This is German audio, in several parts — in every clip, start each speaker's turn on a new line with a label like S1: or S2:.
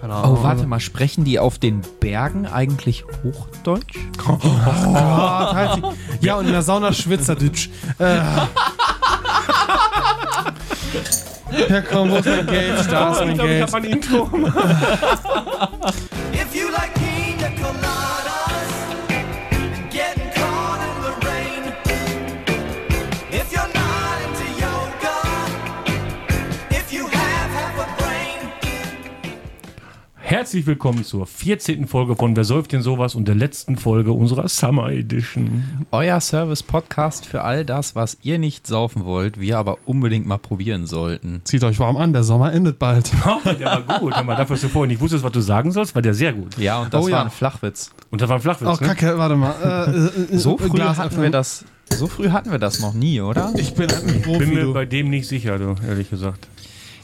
S1: Keine Ahnung.
S2: Ähm,
S3: Oh, warte mal, sprechen die auf den Bergen eigentlich Hochdeutsch?
S1: Gott, halt die- ja, und in der Sauna Schwitzerdeutsch. Äh. Ja, komm, wo ist mein Geld? Da ist mein Geld.
S2: ein Intro.
S4: If you like pina coladas and getting caught in the rain, if you're not into yoga, if you have half a brain,
S2: Herzlich willkommen zur 14. Folge von Wer säuft denn sowas und der letzten Folge unserer Summer Edition.
S3: Euer Service-Podcast für all das, was ihr nicht saufen wollt, wir aber unbedingt mal probieren sollten.
S1: Zieht euch warm an, der Sommer endet bald.
S2: Oh, der war gut. Aber dafür, dass du vorher nicht wusstest, was du sagen sollst, war der sehr gut.
S3: Ja, und das
S1: Oh
S3: war
S1: ja.
S3: ein Flachwitz.
S2: Und das war ein Flachwitz,
S1: Oh,
S2: ne?
S1: Kacke, warte mal. Äh, äh, äh,
S3: So früh
S1: Glas
S3: hatten
S1: öffnen.
S3: wir das. So früh hatten wir das noch nie, oder?
S1: Ich bin ein Profi,
S2: Bin mir
S1: du.
S2: bei dem nicht sicher, du, ehrlich gesagt.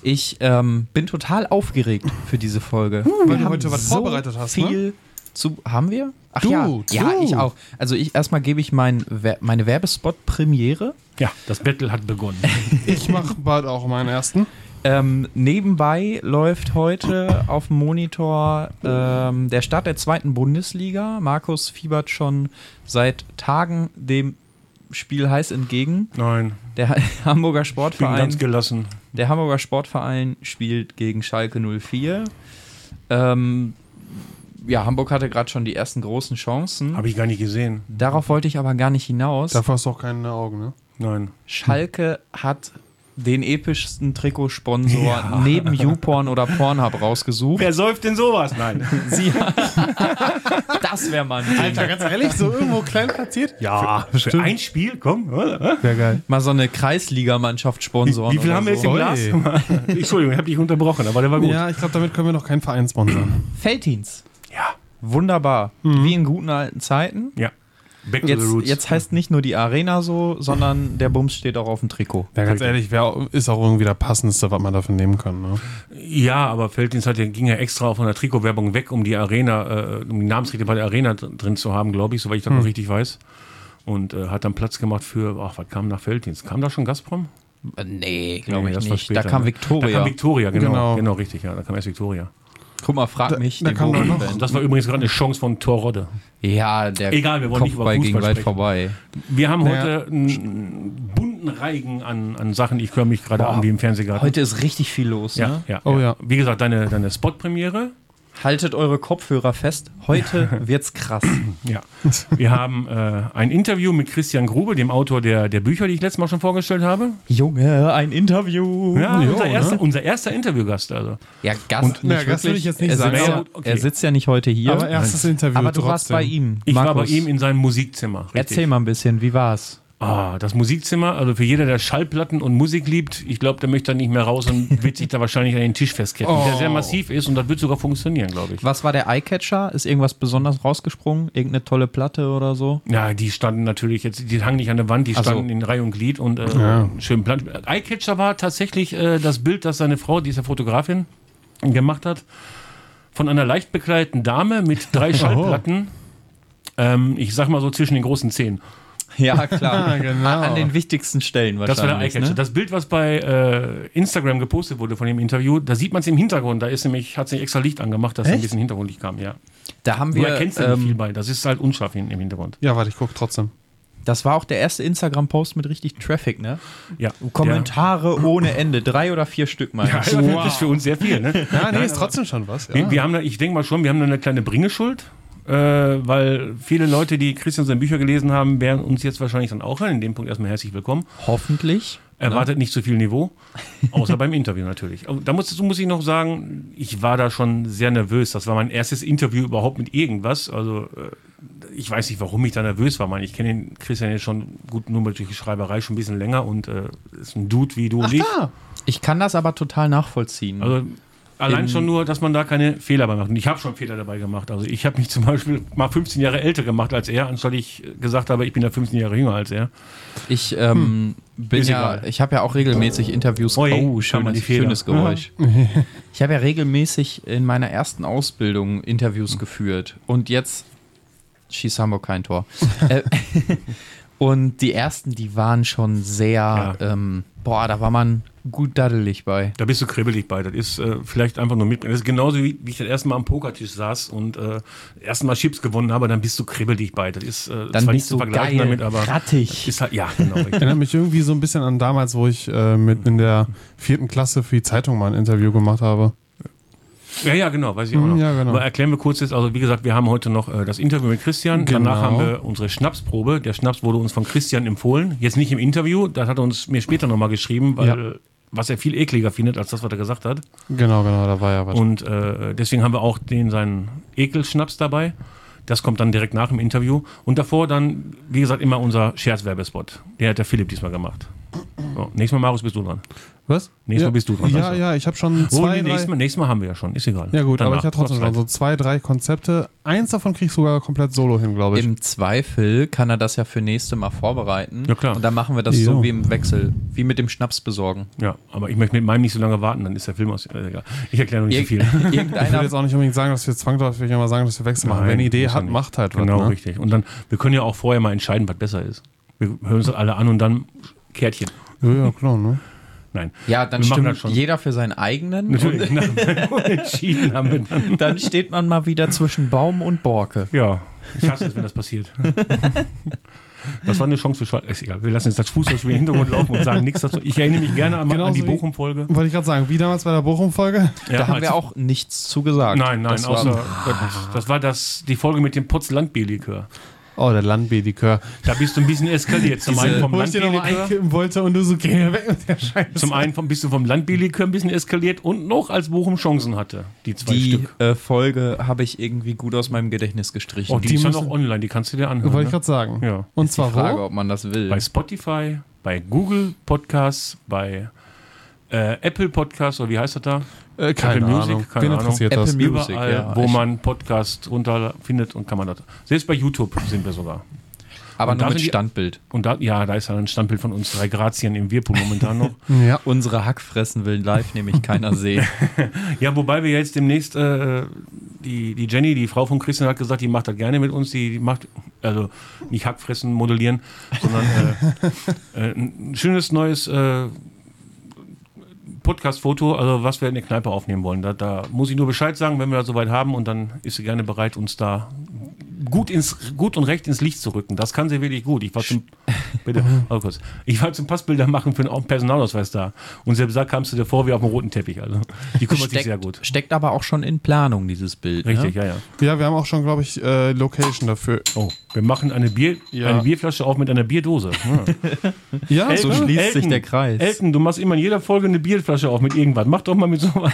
S3: Ich ähm, bin total aufgeregt für diese Folge.
S1: weil du heute was vorbereitet hast, ne?
S3: viel zu haben wir? Ach
S1: Du,
S3: ja, ja,
S1: du.
S3: ich auch. Also ich erstmal gebe ich mein, Wer- meine Werbespot-Premiere.
S2: Ja, das Battle hat begonnen.
S1: Ich mache bald auch meinen ersten.
S3: Ähm, nebenbei läuft heute auf dem Monitor ähm, der Start der zweiten Bundesliga. Markus fiebert schon seit Tagen dem Spiel heiß entgegen.
S2: Nein,
S3: Der Hamburger
S2: ich bin ganz
S3: Sportverein,
S2: gelassen.
S3: der Hamburger Sportverein spielt gegen Schalke 04. Ähm, ja, Hamburg hatte gerade schon die ersten großen Chancen.
S2: Habe ich gar nicht gesehen.
S3: Darauf wollte ich aber gar nicht hinaus.
S1: Dafür hast du auch keine Augen, ne?
S2: Nein.
S3: Schalke hat den epischsten Trikotsponsor neben YouPorn oder Pornhub rausgesucht.
S2: Wer säuft denn sowas? Nein.
S3: Sie Das wäre mal ein Ding.
S1: ganz ehrlich, so irgendwo klein platziert?
S2: Ja, für, ein Spiel, komm. oder?
S1: Wäre geil.
S3: Mal so eine Kreisligamannschaft sponsoren.
S2: Wie viel
S3: oder
S2: haben wir jetzt
S3: so.
S2: im Glas? Entschuldigung, ich habe dich unterbrochen, aber der war gut.
S1: Ja, ich glaube, damit können wir noch keinen Verein sponsern.
S3: Felddienst.
S2: Ja.
S3: Wunderbar. Wie in guten alten Zeiten.
S2: Ja. Back to
S3: Jetzt,
S2: Mhm. the roots.
S3: jetzt heißt nicht nur die Arena so, sondern der Bums steht auch auf dem Trikot.
S1: Ja, ganz ehrlich, wär, ist auch irgendwie das Passendste, was man dafür nehmen kann. Ne?
S2: ja, aber Felddienst hat, ja- ging ja extra von der Trikotwerbung weg, um die Arena, äh, um die Namensrechte bei der Arena dr- drin zu haben, glaube ich, soweit ich das noch richtig weiß. Und äh, hat dann Platz gemacht für, ach, was kam nach Felddienst? Kam da schon Gazprom?
S3: Äh, Nee,
S2: Nee, das war später,
S3: Da kam
S2: ne? Da
S3: Victoria.
S2: kam Victoria, genau.
S1: Genau.
S2: Genau, richtig, ja. Da kam erst Victoria.
S3: Guck mal, frag mich.
S1: da
S3: die
S1: kam doch noch-
S3: Bogenband.
S2: Und das war übrigens gerade eine Chance von Torrodde.
S3: Ja, der
S2: Egal, wir wollen nicht über
S3: Kopfball ging
S2: Fußball
S3: weit
S2: sprechen.
S3: vorbei.
S2: Wir haben
S1: Naja.
S2: heute einen bunten Reigen an, an Sachen. Ich höre mich gerade an wie im Fernsehgarten.
S3: Heute ist richtig viel los.
S2: ja,
S3: Ne?
S2: ja,
S1: Oh ja.
S2: Wie gesagt, deine, deine Spot-Premiere.
S3: Haltet eure Kopfhörer fest. Heute wird's krass.
S2: Ja. Wir haben äh, ein Interview mit Christian Grube, dem Autor der, der Bücher, die ich letztes Mal schon vorgestellt habe.
S3: Junge, ein Interview.
S2: Ja,
S1: jo,
S2: unser,
S1: ne?
S2: erster, unser erster Interviewgast. Also.
S3: Ja, Gast nicht
S1: Und- na, Gast
S3: wirklich.
S1: will ich jetzt nicht
S3: er
S1: sagen,
S3: Sitzt ja,
S2: aber- okay.
S3: Er sitzt ja nicht heute hier.
S1: Aber erstes Interview
S3: Aber du
S1: trotzdem.
S3: warst bei ihm.
S2: Ich war bei
S3: Markus.
S2: ihm in seinem Musikzimmer. Richtig.
S3: Erzähl mal ein bisschen, wie war's?
S2: Ah, das Musikzimmer, also für jeder, der Schallplatten und Musik liebt, ich glaube, der möchte da nicht mehr raus und wird sich da wahrscheinlich an den Tisch festketten,
S1: Oh.
S2: der sehr massiv ist und das wird sogar funktionieren, glaube ich.
S3: Was war der Eyecatcher? Ist irgendwas besonders rausgesprungen? Irgendeine tolle Platte oder so?
S2: Ja, die standen natürlich jetzt, die hangen nicht an der Wand, die
S3: so.
S2: standen in Reihe und Glied und äh, schön plan. Eyecatcher war tatsächlich äh, das Bild, das seine Frau, die ist ja Fotografin, gemacht hat, von einer leicht bekleideten Dame mit drei Schallplatten. Ähm, ich sag mal so zwischen den großen Zehen.
S3: Ja, klar.
S1: genau.
S3: An den wichtigsten Stellen
S2: Das war der
S3: wahrscheinlich.
S2: Eyecatcher.
S3: ne?
S2: Das Bild, was bei äh, Instagram gepostet wurde von dem Interview, da sieht man es im Hintergrund. Da ist nämlich, hat sich extra Licht angemacht, dass da ein bisschen Hintergrundlicht kam, ja.
S3: ne? Da haben
S2: Du
S3: wir,
S2: erkennst da nicht viel
S3: ähm,
S2: bei. Das ist halt unscharf hin- im Hintergrund.
S1: Ja, warte, ich guck trotzdem.
S3: das war auch der erste Instagram-Post mit richtig Traffic, ne?
S2: Ja.
S3: Kommentare ohne Ende, drei oder vier Stück mal.
S2: Ja, das ist für uns sehr viel, ne?
S1: Ja, nee, ist trotzdem schon was.
S2: Wir, wir haben da, ich denke mal schon, wir haben da eine kleine Bringeschuld, äh, weil viele Leute, die Christian seine Bücher gelesen haben, werden uns jetzt wahrscheinlich dann auch hören. In dem Punkt erstmal herzlich willkommen.
S3: Hoffentlich.
S2: Erwartet nicht zu viel Niveau, außer beim Interview natürlich. Aber Da muss, dazu muss ich noch sagen, ich war da schon sehr nervös. Das war mein erstes Interview überhaupt mit irgendwas. Also äh, ich weiß nicht, warum ich da nervös war. Man, ich kenne den Christian jetzt schon gut nur mal durch die Schreiberei schon ein bisschen länger und äh, ist ein Dude wie du und ich.
S3: Ich kann das aber total nachvollziehen.
S2: Also allein schon nur, dass man da keine Fehler bei macht. Und ich habe schon Fehler dabei gemacht. Also ich habe mich zum Beispiel mal 15 Jahre älter gemacht als er, anstatt ich gesagt habe, ich bin da 15 Jahre jünger als er.
S3: Ich ähm, bin
S2: Ist
S3: ja,
S2: egal.
S3: ich habe ja auch regelmäßig Interviews.
S2: Hm.
S3: Oh,
S2: Ui, schau mal die
S3: schönes,
S2: Feder.
S3: schönes Geräusch. Ich habe ja regelmäßig in meiner ersten Ausbildung
S2: Hm.
S3: Interviews geführt und jetzt schießt Hamburg kein Tor. Äh, Und die ersten, die waren schon sehr, ähm, boah, da war man gut daddelig bei.
S2: Da bist du kribbelig bei. Das ist äh, vielleicht einfach nur mitbringen. Das ist genauso wie, wie ich das erste Mal am Pokertisch saß und äh, das erste Mal Chips gewonnen habe, dann bist du kribbelig bei. Das ist äh,
S3: Dann bist du geil,
S2: aber
S3: rattig.
S2: ist halt, ja, genau. richtig.
S1: Erinnert mich irgendwie so ein bisschen an damals, wo ich äh, mit in der vierten Klasse für die Zeitung mal ein Interview gemacht habe.
S2: ja, ja, genau, weiß ich auch
S1: Mm,
S2: noch.
S1: ja, genau.
S2: Aber erklären wir kurz jetzt, also wie gesagt, wir haben heute noch äh, das Interview mit Christian, danach
S1: Genau.
S2: haben wir unsere Schnapsprobe. Der Schnaps wurde uns von Christian empfohlen. Jetzt nicht im Interview, das hat er uns mir später nochmal geschrieben, weil
S1: Ja.
S2: was er viel ekliger findet, als das, was er gesagt hat.
S1: Genau, genau, da war ja was.
S2: Und äh, deswegen haben wir auch den seinen Ekelschnaps dabei. Das kommt dann direkt nach dem Interview. Und davor dann, wie gesagt, immer unser Scherzwerbespot. Den hat der Philipp diesmal gemacht. So, nächstes Mal, Marius, bist du dran.
S1: was?
S2: nächstes Mal
S1: ja,
S2: bist du dran,
S1: Ja,
S2: also.
S1: ja, ich habe schon
S2: Oh,
S1: zwei,
S2: nee, nächstes,
S1: drei,
S2: mal, nächstes Mal haben wir ja schon, ist egal.
S1: Ja gut, aber
S2: Danach.
S1: ich hatte trotzdem
S2: Trotzdem.
S1: schon so zwei, drei Konzepte. Eins davon krieg ich sogar komplett solo hin, glaube ich.
S3: Im Zweifel kann er das ja für nächste Mal vorbereiten.
S2: Ja, klar.
S3: Und dann machen wir das
S1: Jo.
S3: so wie im Wechsel, wie mit dem Schnaps besorgen.
S2: Ja, aber ich möchte mit meinem nicht so lange warten, dann ist der Film aus. Äh, egal. Ich erkläre noch nicht so
S3: Irg-
S2: viel.
S1: Ich will jetzt
S3: Irgendeiner,
S1: auch nicht unbedingt sagen, dass wir zwangsläufig immer sagen, dass wir Wechsel machen.
S2: Nein,
S1: Wenn eine Idee
S2: muss
S1: hat,
S2: ja nicht.
S1: macht halt
S2: Genau,
S1: was. Ne?
S2: richtig. Und dann, wir können ja auch vorher mal entscheiden, was besser ist. Wir hören uns das alle an und dann Kärtchen.
S1: Ja, ja, klar, ne?
S2: Nein.
S3: ja, dann
S2: wir machen
S3: stimmt
S2: das schon.
S3: jeder für seinen eigenen.
S2: Natürlich. Entschieden haben wir dann.
S3: Und dann steht man mal wieder zwischen Baum und Borke.
S2: Ja, ich hasse es, wenn das passiert. Das war eine Chance für Schwarz. Ist egal, wir lassen jetzt das Fußballspiel im Hintergrund laufen und sagen nichts dazu. Ich erinnere mich gerne an, an
S1: Genauso
S2: die
S1: wie-
S2: Bochum-Folge.
S1: Wollte ich gerade sagen, wie damals bei der Bochum-Folge?
S3: Da haben wir auch nichts zu gesagt.
S2: also Nein, nein,
S3: das
S2: außer.
S3: war,
S2: Gott, das war das, die Folge mit dem Potz Landbierlikör.
S1: Oh, der Landbedikör.
S2: Da bist du ein bisschen eskaliert. Zum einen vom
S1: Wo ich dir nochmal
S2: Landbierlikör.
S1: einkippen wollte und du so, geh weg mit der Scheiße.
S2: Zum einen vom, bist du vom Landbierlikör ein bisschen eskaliert und noch als Bochum Chancen hatte. Die zwei
S3: die
S2: Stück.
S3: äh, Folge habe ich irgendwie gut aus meinem Gedächtnis gestrichen.
S2: Oh, die,
S1: die
S2: ist ja
S1: müssen-
S2: noch online, die kannst du dir anhören.
S1: Wollte ich
S2: ne?
S1: gerade sagen.
S2: Ja.
S1: Und zwar
S3: Frage,
S1: wo?
S3: ob man das will.
S2: bei Spotify, bei Google Podcasts, bei äh, Apple Podcasts oder wie heißt das da?
S1: Äh,
S2: Apple Music, keine
S1: Wen
S2: Ahnung.
S1: interessiert
S3: Apple
S1: das?
S3: Music.
S2: Überall,
S3: ja.
S2: wo
S3: Ich-
S2: man Podcasts runterfindet und kann man das. Selbst bei YouTube sind wir sogar.
S3: Aber
S2: Und
S3: nur
S2: da
S3: mit
S2: sind die-
S3: Standbild.
S2: Und da, ja, da ist ja ein Standbild von uns drei Grazien im Whirlpool momentan noch.
S1: Ja.
S3: Unsere Hackfressen will live nämlich keiner sehen.
S2: Ja, wobei wir jetzt demnächst, äh, die, die Jenny, die Frau von Christian, hat gesagt, die macht das gerne mit uns. Die, die macht, also nicht Hackfressen modellieren, sondern äh, äh, ein schönes neues äh, Podcast-Foto, also was wir in der Kneipe aufnehmen wollen. Da, da muss ich nur Bescheid sagen, wenn wir das soweit haben und dann ist sie gerne bereit, uns da gut, ins, gut und recht ins Licht zu rücken. Das kann sie wirklich gut. Ich war zum, bitte, warte kurz. Ich war zum Passbilder machen für einen Personalausweis da. Und selbst da kamst du dir vor wie auf dem roten Teppich. Also die kümmert sich sehr gut.
S3: steckt aber auch schon in Planung, dieses Bild.
S2: Richtig,
S3: Ne?
S2: ja, ja.
S1: ja, wir haben auch schon, glaube ich, äh, Location dafür.
S2: Oh, wir machen eine, Bier,
S1: Ja.
S2: eine Bierflasche auf mit einer Bierdose. Hm.
S1: Ja,
S3: So
S1: klar.
S3: schließt sich der Kreis.
S2: Elton, du machst immer in jeder Folge eine Bierflasche auf mit irgendwas. Mach doch mal mit sowas.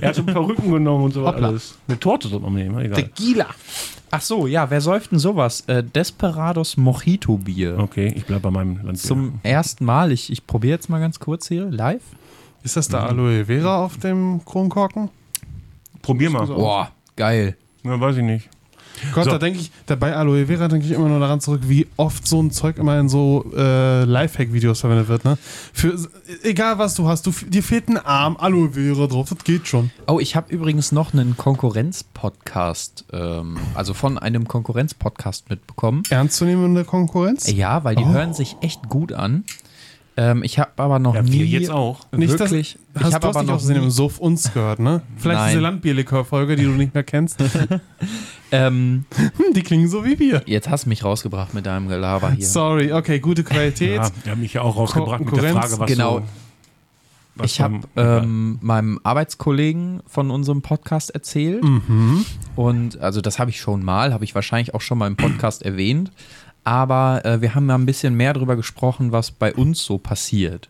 S2: er hat schon Perücken genommen und so
S1: Hoppla.
S2: alles. Eine Torte soll man nehmen, egal.
S3: Tequila. Ach so, ja, wer säuft denn sowas? Äh, Desperados Mojito Bier.
S2: Okay, ich bleib bei meinem Land.
S3: Zum ersten Mal. Ich, ich probiere jetzt mal ganz kurz hier live.
S1: Ist das da Aloe Vera auf dem Kronkorken?
S2: Probier mal.
S3: Boah, geil.
S2: Ja, weiß ich nicht.
S1: Gott,
S2: So.
S1: da denke ich, da bei Aloe Vera denke ich immer nur daran zurück, wie oft so ein Zeug immer in so äh, Lifehack-Videos verwendet wird, ne? Für, egal was du hast, du, dir fehlt ein Arm, Aloe Vera drauf, das geht schon.
S3: Oh, ich habe übrigens noch einen Konkurrenz-Podcast, ähm, also von einem Konkurrenz-Podcast mitbekommen.
S1: Ernst zu nehmen in der Konkurrenz?
S3: Ja, weil die hören sich echt gut an. Ähm, ich habe aber noch
S2: Ja,
S3: nie.
S2: wir jetzt auch.
S1: Nicht, dass-
S3: wirklich.
S1: Hast
S3: ich
S1: du
S3: habe
S1: aber
S3: aber
S1: nicht
S3: noch
S1: aus dem
S3: nie,
S1: Suff uns gehört, ne? Vielleicht
S3: Nein.
S1: diese Landbierlikör-Folge, die du nicht mehr kennst. Hm,
S3: ähm,
S1: die klingen so wie wir.
S3: Jetzt hast du mich rausgebracht mit deinem Gelaber hier.
S1: Sorry, okay, gute Qualität.
S2: Ja, die haben mich ja auch rausgebracht mit der
S1: Konkurrenz,
S2: Frage, was
S3: genau.
S2: so, was
S3: ich habe
S2: beim-
S3: ähm, meinem Arbeitskollegen von unserem Podcast erzählt. Und also das habe ich schon mal, habe ich wahrscheinlich auch schon mal im Podcast erwähnt. Aber äh, wir haben da ein bisschen mehr drüber gesprochen, was bei uns so passiert.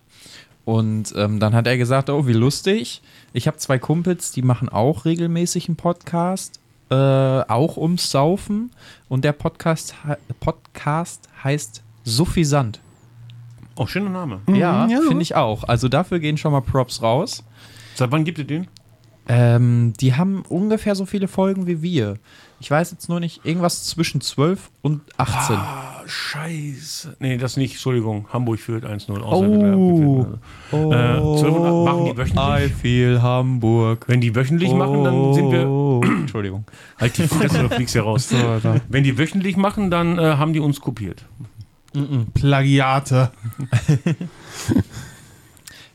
S3: Und ähm, dann hat er gesagt, oh, wie lustig. Ich habe zwei Kumpels, die machen auch regelmäßig einen Podcast, äh, auch ums Saufen. Und der Podcast, he- Podcast heißt Suffisant.
S2: Oh, schöner Name.
S3: Ja,
S1: ja.
S3: finde ich auch. Also dafür gehen schon mal Props raus.
S2: Seit wann gibt ihr den?
S3: Ähm, die haben ungefähr so viele Folgen wie wir. Ich weiß jetzt nur nicht, irgendwas zwischen 12 und 18.
S2: Ah, scheiße. Nee, das nicht. Entschuldigung. Hamburg führt 1-0.
S3: Oh.
S2: Außer- Äh, 12 und- machen die wöchentlich?
S3: I feel Hamburg.
S2: Wenn die wöchentlich machen, dann sind
S3: Oh.
S2: wir
S3: Entschuldigung.
S2: Halt die Fresse, du fliegst hier raus.
S1: So, Alter.
S2: äh, Wenn die wöchentlich machen, dann äh, haben die uns kopiert.
S1: Plagiate.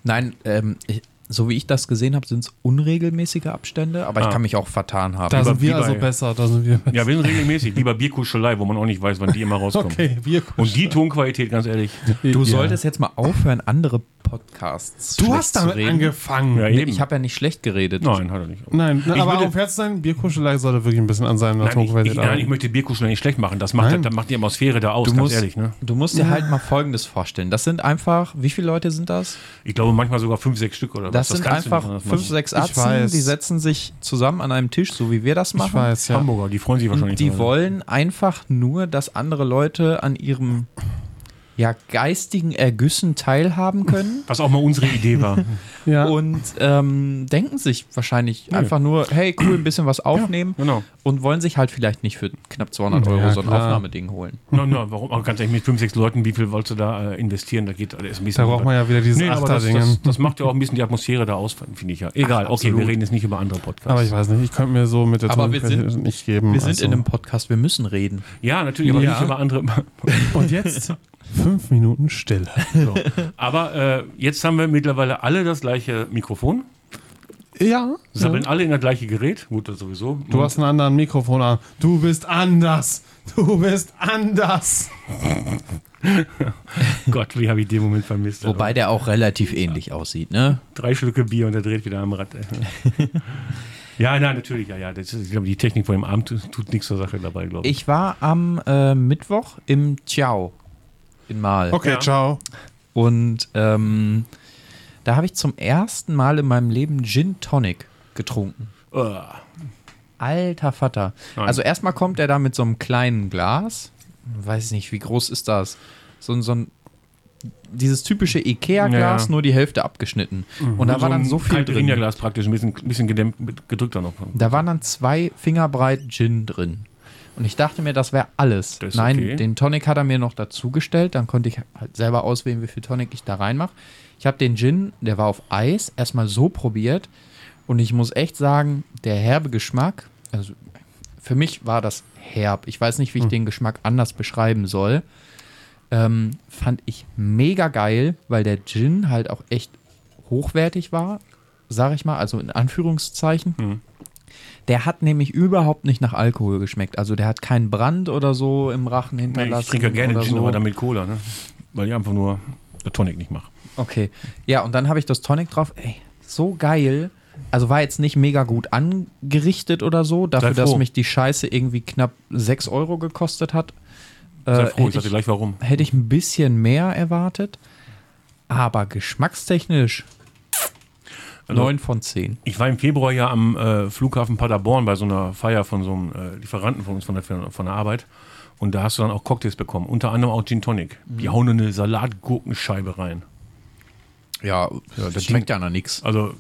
S3: Nein, ähm, ich, so wie ich das gesehen habe, sind es unregelmäßige Abstände, aber
S2: Ah.
S3: ich kann mich auch vertan haben.
S1: Da
S2: Lieber
S1: sind wir
S2: Biber,
S1: also
S2: ey.
S1: besser. Da sind wir
S2: Ja, wir sind regelmäßig. Lieber Bierkuschelei, wo man auch nicht weiß, wann die immer rauskommen.
S1: Okay, wir
S2: Und die Tonqualität, ganz ehrlich.
S3: du
S1: Ja.
S3: solltest jetzt mal aufhören, andere Podcasts.
S1: Du
S3: schlecht
S1: hast damit
S3: zu reden.
S1: angefangen.
S2: Ja,
S3: Nee,
S2: eben.
S3: ich habe ja nicht schlecht geredet.
S2: Nein, hat er nicht.
S1: Nein, na,
S2: Ich
S1: aber
S2: würde-
S1: auf Herz sein, Bierkuschelei sollte wirklich ein bisschen an seinem
S2: Nein, ich, ich,
S1: Naturqualität
S2: nein, ich möchte Bierkuschelei nicht schlecht machen. Das macht, halt,
S1: Nein.
S2: das macht die Atmosphäre da aus,
S3: Du
S2: ganz
S3: musst,
S2: ehrlich. Ne?
S3: du musst dir halt mal Folgendes vorstellen. Das sind einfach, wie viele Leute sind das?
S2: Ich glaube manchmal sogar fünf, sechs Stück oder
S3: Das
S2: was.
S3: sind
S2: kannst du nicht
S3: einfach
S2: anders
S3: fünf,
S2: machen.
S3: sechs
S1: Ich
S3: Atzen,
S1: weiß.
S3: die setzen sich zusammen an einem Tisch, so wie wir das machen.
S1: Ich weiß, ja.
S2: Hamburger, die freuen sich wahrscheinlich.
S3: Und die
S2: dran.
S3: wollen einfach nur, dass andere Leute an ihrem ja, geistigen Ergüssen teilhaben können.
S2: Was auch mal unsere Idee war.
S1: Ja.
S3: Und ähm, denken sich wahrscheinlich einfach nur, hey, cool, ein bisschen was aufnehmen.
S2: genau.
S3: Und wollen sich halt vielleicht nicht für knapp 200 Euro
S1: Ja,
S3: so ein
S1: klar.
S3: Aufnahmeding holen.
S2: Na, na, warum? Aber ganz ehrlich, mit fünf, sechs Leuten, wie viel wolltest du da äh, investieren? Da geht alles ein bisschen.
S1: Da braucht man ja wieder dieses
S2: Nee, aber das,
S1: Achterdingen.
S2: das, das macht ja auch ein bisschen die Atmosphäre da aus, finde ich ja. Egal,
S3: Ach,
S2: okay, wir
S3: absolut.
S2: reden jetzt nicht über andere Podcasts.
S1: aber ich weiß nicht, ich könnte mir so mit der
S3: Aber wir
S1: Tonqualität
S3: sind-
S1: nicht geben.
S3: Wir sind
S1: also.
S3: in einem Podcast, wir müssen reden.
S2: ja, natürlich, aber
S1: Ja.
S2: nicht über andere.
S1: Und jetzt fünf Minuten Stille.
S2: So. Aber äh, jetzt haben wir mittlerweile alle das gleiche Mikrofon.
S1: Ja.
S2: Sabbeln alle in das gleiche Gerät. Gut, das sowieso. Oh
S1: Du hast einen anderen Mikrofonarm. Du bist anders. Du bist anders.
S2: Gott, wie habe ich den Moment vermisst.
S3: Wobei der auch relativ ähnlich aussieht, ne?
S2: drei Schlücke Bier und er dreht wieder am Rad. ey. ja, nein, natürlich, ja, ja. Das ist, ich glaube, die Technik von dem Abend tut, tut nichts zur Sache dabei, glaube ich.
S3: Ich war am äh, Mittwoch im Ciao in Mal.
S1: Okay,
S2: Ja.
S1: ciao.
S3: Und ähm, da habe ich zum ersten Mal in meinem Leben Gin Tonic getrunken.
S2: Äh,
S3: Alter Vater.
S2: Nein.
S3: Also erstmal kommt er da mit so einem kleinen Glas. Weiß ich nicht, wie groß ist das? So, ein- so ein dieses typische Ikea-Glas,
S2: Ja. Mhm.
S3: nur die Hälfte abgeschnitten. Und da war dann so viel drin.
S2: Glas praktisch, ein bisschen, ein bisschen gedämpft, mit- gedrückter noch.
S3: Da waren dann zwei Finger breit Gin drin. Und ich dachte mir, das wäre alles.
S2: Das ist
S3: Nein,
S2: okay.
S3: den Tonic hat er mir noch dazugestellt. Dann konnte ich halt selber auswählen, wie viel Tonic ich da reinmache. Ich habe den Gin, der war auf Eis, erstmal so probiert. Und ich muss echt sagen, der herbe Geschmack, also für mich war das herb. Ich weiß nicht,
S2: Hm.
S3: wie ich den Geschmack anders beschreiben soll. Ähm, fand ich mega geil, weil der Gin halt auch echt hochwertig war, sag ich mal, also in Anführungszeichen.
S2: Mhm.
S3: Der hat nämlich überhaupt nicht nach Alkohol geschmeckt. Also der hat keinen Brand oder so im Rachen
S2: Nee,
S3: hinterlassen.
S2: ich trinke ja gerne
S3: oder
S2: Gin,
S3: so.
S2: aber dann mit Cola, ne? Weil ich einfach nur der Tonic nicht mache.
S3: Okay. Ja, und dann habe ich das Tonic drauf. Ey, so geil. Also war jetzt nicht mega gut angerichtet oder so, dafür,
S2: froh.
S3: dass mich die Scheiße irgendwie knapp 6 Euro gekostet hat.
S2: Sei
S3: äh,
S2: froh, ich
S3: hätte
S2: sag dir gleich warum.
S3: hätte ich ein bisschen mehr erwartet. Aber geschmackstechnisch
S2: Also-
S3: 9 von 10.
S2: Ich war im Februar ja am äh, Flughafen Paderborn bei so einer Feier von so einem äh, Lieferanten von uns von der, von der Arbeit. Und da hast du dann auch Cocktails bekommen, unter anderem auch Gin Tonic.
S3: Mhm.
S2: Die hauen eine Salatgurkenscheibe rein.
S3: Ja, das schmeckt ja nach nichts.
S2: Also,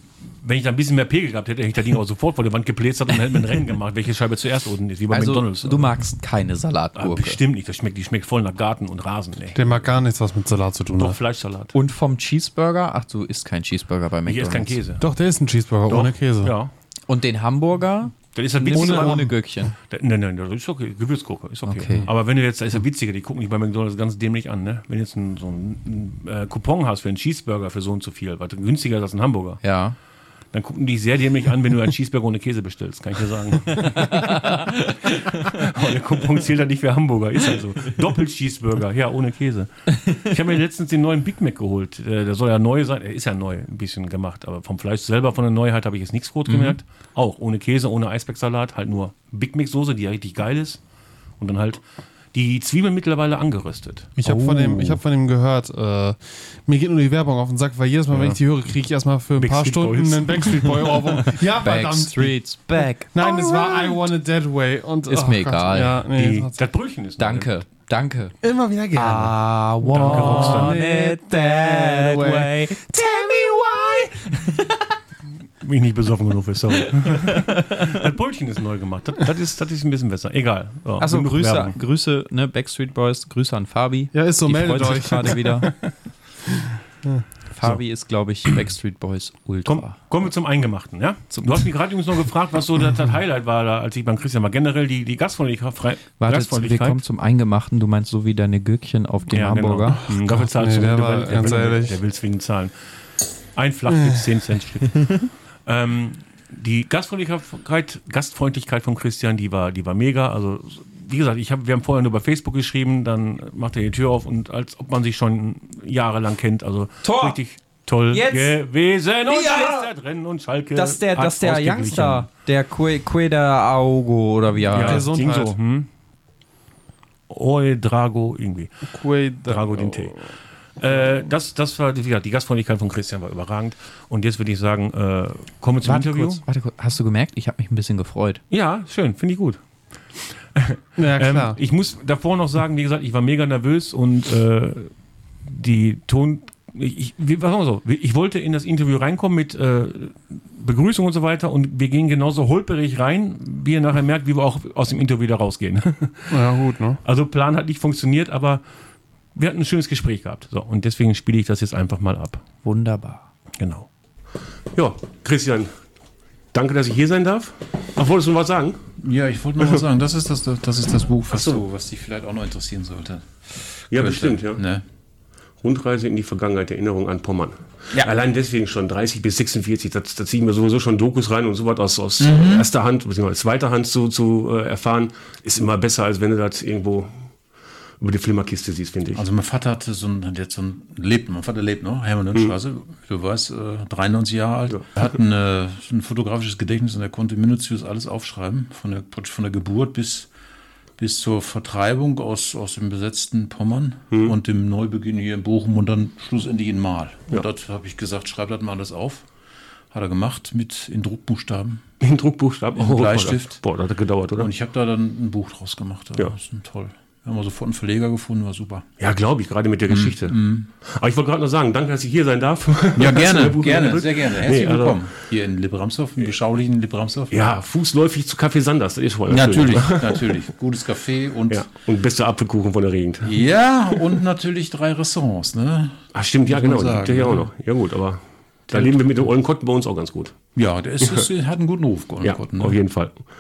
S2: wenn ich da ein bisschen mehr Pegel gehabt hätte, hätte ich das Ding auch sofort vor der Wand geplästert und hätte mir ein Rennen gemacht, welche Scheibe zuerst unten ist, wie bei
S3: Also,
S2: McDonalds.
S3: du magst keine
S2: Ah,
S3: Salatgurke.
S2: bestimmt nicht, das schmeckt, die schmeckt voll nach Garten und Rasen. Ey.
S1: Der mag gar nichts was mit Salat zu tun
S2: Doch
S1: hat.
S2: Fleischsalat.
S3: und vom Cheeseburger, ach, du isst kein Cheeseburger bei
S2: Hier ist
S3: McDonalds.
S2: kein Käse.
S1: Doch, der ist ein Cheeseburger ohne Käse.
S2: Ja.
S3: Und den Hamburger
S2: Das ist halt
S3: nimmst
S2: witzig.
S3: du
S1: Ohne-
S3: ohne Gürkchen.
S2: Nein, nein, das ist okay. Gewürzgurke, ist okay.
S3: Okay.
S2: Aber wenn du jetzt, das ist ja witziger, die gucken dich bei McDonalds ganz dämlich an, ne? Wenn du jetzt ein, so einen äh, Coupon hast für einen Cheeseburger für so und so viel, weil günstiger ist als ein Hamburger,
S3: Ja.
S2: dann gucken die dich sehr dämlich an, wenn du einen Cheeseburger ohne Käse bestellst, kann ich dir sagen. Aber der Coupon zählt ja nicht für Hamburger, ist halt so. Doppel-Cheeseburger, ja, ohne Käse. Ich habe mir letztens den neuen Big Mac geholt. Äh, der soll ja neu sein, er ist ja neu, ein bisschen gemacht, aber vom Fleisch selber, von der Neuheit habe ich jetzt nichts groß gemerkt. Auch ohne Käse, ohne Eisbergsalat, halt nur Big Mac-Soße, die ja richtig geil ist. Und dann halt die Zwiebeln mittlerweile angeröstet.
S1: Ich habe von dem, ich hab von dem gehört. Äh, mir geht nur die Werbung auf den Sack, weil jedes Mal, wenn ich die höre, kriege ich erstmal für ein paar
S2: Backstreet
S1: Stunden
S2: Boys.
S1: einen Backstreet Boy Ohrwurm. Ja, verdammt.
S3: Backstreets back.
S1: Nein, es war I Want It That Way. Und,
S3: Ist
S1: ach
S3: mir
S1: Gott,
S3: egal.
S1: Ja, nee,
S2: Die,
S1: trotzdem.
S2: das Brötchen ist neu.
S3: Danke, danke.
S1: Immer wieder gerne.
S3: I
S2: Rockstar.
S3: that way. Tell me why.
S2: Bin ich nicht besoffen genug für, sorry. das Brötchen ist neu gemacht. Das, das, ist, das ist ein bisschen besser. Egal. Ja,
S3: Achso,
S2: genug
S3: Grüße,
S2: Werbung.
S3: Grüße, ne, Backstreet Boys, Grüße an Fabi.
S1: Ja, ist so,
S3: Die
S1: meldet
S3: freut sich
S1: euch.
S3: gerade wieder. Fabi ist, glaube ich, Backstreet Boys Ultra.
S2: Komm, kommen wir zum Eingemachten, ja? du hast mich gerade übrigens noch gefragt, was so das, das Highlight war, da, als ich beim Christian war. Generell die, die Gastfreundlichkeit. frei-
S3: Warte, jetzt, wir
S2: Gastfreundlichkeit.
S3: kommen zum Eingemachten. Du meinst so wie deine Gürkchen auf dem
S2: Ja,
S3: Hamburger?
S2: genau. Mhm, dafür zahlst du
S1: nee, der
S2: der,
S1: war-
S2: der,
S1: ganz
S2: will,
S1: ehrlich.
S2: der will zwingend zahlen. Ein Flachwitz, 10 Cent Stück. ähm, die Gastfreundlichkeit, Gastfreundlichkeit von Christian, die war, die war mega. Also, wie gesagt, ich hab, wir haben vorher nur bei Facebook geschrieben, dann macht er die Tür auf und als ob man sich schon jahrelang kennt. Also
S3: Tor!
S2: richtig toll
S3: Jetzt!
S2: gewesen. Und
S3: Ja!
S2: ja! ist da drin und Schalke.
S3: Dass der,
S2: hat
S3: dass der
S2: ausgeglichen.
S3: Youngster, der Que- Queda Augo oder wie er
S2: Ja,
S1: Der
S3: heißt.
S1: Sohn
S2: das ging
S1: halt.
S2: so. Hm? Oi, Drago, irgendwie. Drago den Tee. Äh, das, das war, wie gesagt, die Gastfreundlichkeit von Christian war überragend. Und jetzt würde ich sagen, äh, kommen wir zum
S3: Warte
S2: Interview.
S3: kurz, warte kurz, hast du gemerkt? Ich habe mich ein bisschen gefreut.
S2: Ja, schön, finde ich gut.
S1: Ja,
S2: Ähm,
S1: klar.
S2: ich muss davor noch sagen, wie gesagt, ich war mega nervös und äh, die Ton. Ich, ich, wie- was sagen wir so? Ich wollte in das Interview reinkommen mit äh, Begrüßung und so weiter und wir gehen genauso holperig rein, wie ihr nachher merkt, wie wir auch aus dem Interview wieder rausgehen.
S1: ja, gut, ne?
S2: Also Plan hat nicht funktioniert, aber wir hatten ein schönes Gespräch gehabt. So, und deswegen spiele ich das jetzt einfach mal ab.
S3: Wunderbar.
S2: Genau.
S5: Ja, Christian, danke, dass ich hier sein darf. Ach, wolltest du noch was sagen?
S6: Ja, ich wollte nur was sagen, das ist das, das, ist das Buch, was,
S5: Also- so.
S6: du, was dich vielleicht auch noch interessieren sollte.
S5: Ja,
S6: Könnte,
S5: bestimmt, ja.
S6: Ne?
S5: Rundreise in die Vergangenheit, Erinnerung an Pommern. Allein deswegen schon 30 bis 46, da, da ziehen wir sowieso schon Dokus rein und sowas aus, aus
S6: Mhm.
S5: erster Hand, beziehungsweise zweiter Hand zu, zu äh, erfahren, ist immer besser, als wenn du das irgendwo über die Flimmerkiste siehst, finde ich.
S6: Also mein Vater hatte so ein, hat jetzt so ein Lebt, mein Vater lebt noch, Hermann
S5: Mhm.
S6: Straße, du weißt, äh, 93 Jahre alt, Er hat ein, äh, ein fotografisches Gedächtnis und er konnte minutiös alles aufschreiben, von der, praktisch von der Geburt bis, bis zur Vertreibung aus, aus dem besetzten Pommern
S5: Mhm.
S6: und dem Neubeginn hier in Bochum und dann schlussendlich in Mal. Und dort habe ich gesagt, schreib das mal alles auf. Hat er gemacht mit in Druckbuchstaben.
S5: In Druckbuchstaben.
S6: Im
S5: Oh,
S6: Bleistift.
S5: Boah, das hat gedauert, oder?
S6: Und ich habe da dann ein Buch draus gemacht.
S5: Ja.
S6: Das ist ein toll. Wir haben wir sofort einen Verleger gefunden, war super.
S5: Ja, glaube ich, gerade mit der Geschichte. Aber ich wollte gerade noch sagen, danke, dass ich hier sein darf.
S6: Mhm. Ja,
S5: Hast du mir
S6: gerne,
S5: Buch
S6: gerne,
S5: gedrückt?
S6: sehr gerne. Herzlich
S5: Nee, also-
S6: willkommen. Hier in Libramsdorf, im beschaulichen Libramsdorf.
S5: Ja, fußläufig zu Kaffee Sanders, das ist schon mal
S6: Natürlich, natürlich. Gutes Café und
S5: Ja,
S6: ja,
S5: und bester Apfelkuchen von der Gegend.
S6: und natürlich drei Restaurants, ne?
S5: Ach stimmt, ja
S6: Muss
S5: genau,
S6: man
S5: die gibt ja
S6: sagen,
S5: hier auch
S6: ne?
S5: noch. Ja gut, aber da leben wir mit dem Ollen Kotten bei uns auch ganz gut.
S6: Ja, der ist, ist, hat einen guten Ruf, Gordon
S5: Ja,
S6: Cotton,
S5: auf
S6: ne?
S5: jeden Fall.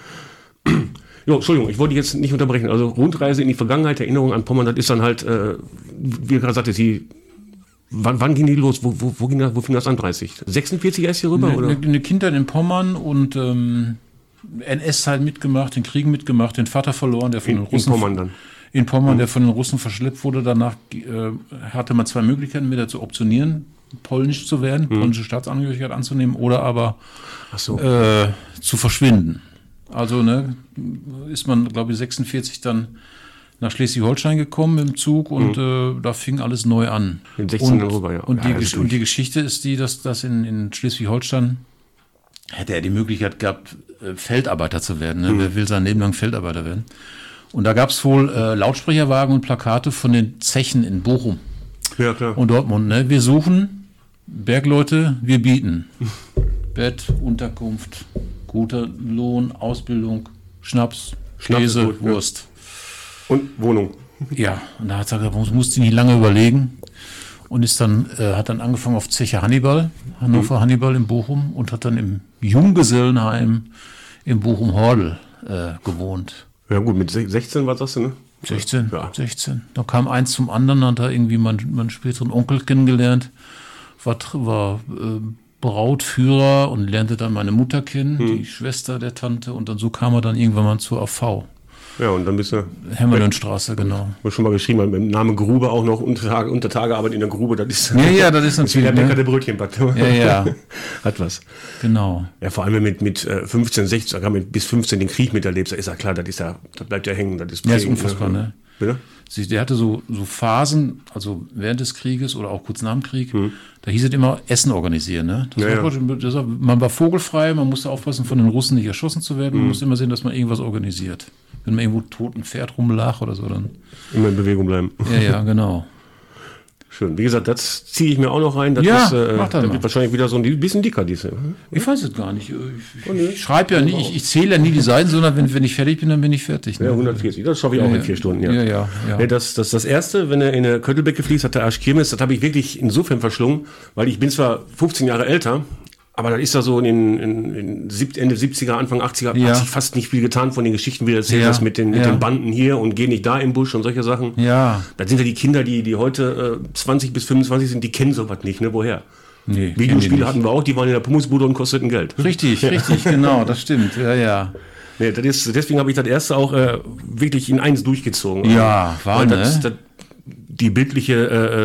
S5: Jo, Entschuldigung, ich wollte dich jetzt nicht unterbrechen. Also Rundreise in die Vergangenheit, Erinnerung an Pommern, das ist dann halt, äh, wie ihr gerade sagte, die, wann, wann ging die los? Wo, wo, wo, ging das, wo fing das an, 30? 46 erst hier rüber,
S6: Eine,
S5: oder?
S6: eine Kindheit in Pommern und ähm, NS-Zeit mitgemacht, den Krieg mitgemacht, den Vater verloren, der von
S5: In,
S6: den
S5: in
S6: Russen
S5: Pommern dann. Mhm.
S6: in Pommern, der von den Russen verschleppt wurde. Danach äh, hatte man zwei Möglichkeiten, wieder zu optionieren, polnisch zu werden,
S5: Mhm.
S6: polnische Staatsangehörigkeit anzunehmen oder aber
S5: Ach so.
S6: äh, zu verschwinden. Also ne, ist man, glaube ich, 46 dann nach Schleswig-Holstein gekommen im Zug und äh, da fing alles neu an.
S5: Mhm. Mit 16
S6: und,
S5: rüber, ja.
S6: Und,
S5: Ja,
S6: die,
S5: das ist
S6: Gesch- und die Geschichte ist die, dass das in, in Schleswig-Holstein hätte er die Möglichkeit gehabt, äh, Feldarbeiter zu werden.
S5: Mhm.
S6: Ne? Wer will sein Leben lang Feldarbeiter werden? Und da gab es wohl äh, Lautsprecherwagen und Plakate von den Zechen in Bochum
S5: Ja, klar.
S6: und Dortmund. Ne? Wir suchen Bergleute, wir bieten. Bett, Unterkunft, guter Lohn, Ausbildung, Schnaps,
S5: Schnaps ist
S6: Käse,
S5: gut, ne? ja.
S6: Wurst.
S5: Und Wohnung.
S6: Ja, und da hat er gesagt, man muss die nicht lange überlegen. Und ist dann, äh, hat dann angefangen auf Zeche Hannibal,
S5: Mhm.
S6: Hannover Hannibal in Bochum und hat dann im Junggesellenheim in Bochum-Hordel äh, gewohnt.
S5: Ja gut, mit se- 16 was sagst du, ne?
S6: 16,
S5: Ja.
S6: 16. Da kam eins zum anderen, hat da irgendwie meinen meinen späteren Onkel kennengelernt, war, tr- war äh, Brautführer und lernte dann meine Mutter kennen, die Schwester der Tante, und dann so kam er dann irgendwann mal zur AV.
S5: Ja, und dann bist du,
S6: Hemmelenstraße, genau.
S5: wo ich schon mal geschrieben habe, mit dem Namen Grube auch noch, Untertage, Untertagearbeit in der Grube, das ist
S6: Ja, ja, das ist
S5: wie der
S6: natürlich.
S5: Bäcker,
S6: Ne?
S5: der Brötchen backt.
S6: Ja, ja,
S5: Hat was.
S6: genau.
S5: Ja, vor allem wenn mit, mit äh, 15, 16, sogar mit bis 15 den Krieg miterlebst, da ist ja klar, das ist ja, das bleibt ja hängen, das ist
S6: Ja, ist
S5: prägend,
S6: unfassbar, ne?
S5: Bitte?
S6: Sie, der hatte so, so Phasen, also während des Krieges oder auch kurz nach dem Krieg, da hieß es immer Essen organisieren. Ne?
S5: Mhm.
S6: Das
S5: Ja, ja.
S6: war, praktisch- das war, man war vogelfrei, man musste aufpassen, von den Russen nicht erschossen zu werden.
S5: Mhm.
S6: Man musste immer sehen, dass man irgendwas organisiert. Wenn man irgendwo tot ein Pferd rumlag oder so, dann.
S5: Immer in Bewegung bleiben.
S6: Ja, ja, genau.
S2: Schön. Wie gesagt, das ziehe ich mir auch noch rein. Das
S6: Ja,
S2: ist, äh,
S6: mach das
S2: das
S6: mal.
S2: wird wahrscheinlich wieder so ein bisschen dicker, diese.
S5: ne?
S6: Ich weiß es gar nicht.
S5: Oh,
S6: Ich, ich, ich schreibe ja nicht, ich, ich zähle ja nie die Seiten, sondern wenn, wenn ich fertig bin, dann bin ich fertig. Ne?
S2: Ja, 140. Das schaffe ich auch in vier Stunden,
S6: ja, ja, ja.
S2: Nee, das, das, das erste, wenn er in der Köttelbecke fließt, hat der Arsch Kirmes, das habe ich wirklich insofern verschlungen, weil ich bin zwar 15 Jahre älter, aber das ist ja so in, den- in, in sieb- Ende 70er, Anfang 80er,
S6: Ja.
S2: hat sich fast nicht viel getan von den Geschichten, wie du erzählt
S6: Ja,
S2: hast, mit, den, mit
S6: ja.
S2: den Banden hier und geh nicht da im Busch und solche Sachen.
S6: Ja.
S2: Das sind ja die Kinder, die, die heute äh, 20 bis 25 sind, die kennen sowas nicht, ne? Woher?
S6: Nee, kennen die
S2: Videospiele
S6: nicht.
S2: hatten wir auch, die waren in der Pommesbude und kosteten Geld.
S6: Richtig, richtig, genau, das stimmt. Ja, ja.
S2: Nee, das ist, deswegen habe ich das erste auch äh, wirklich in eins durchgezogen. Also,
S6: Ja, war,
S2: Weil das,
S6: ne?
S2: das, die bildliche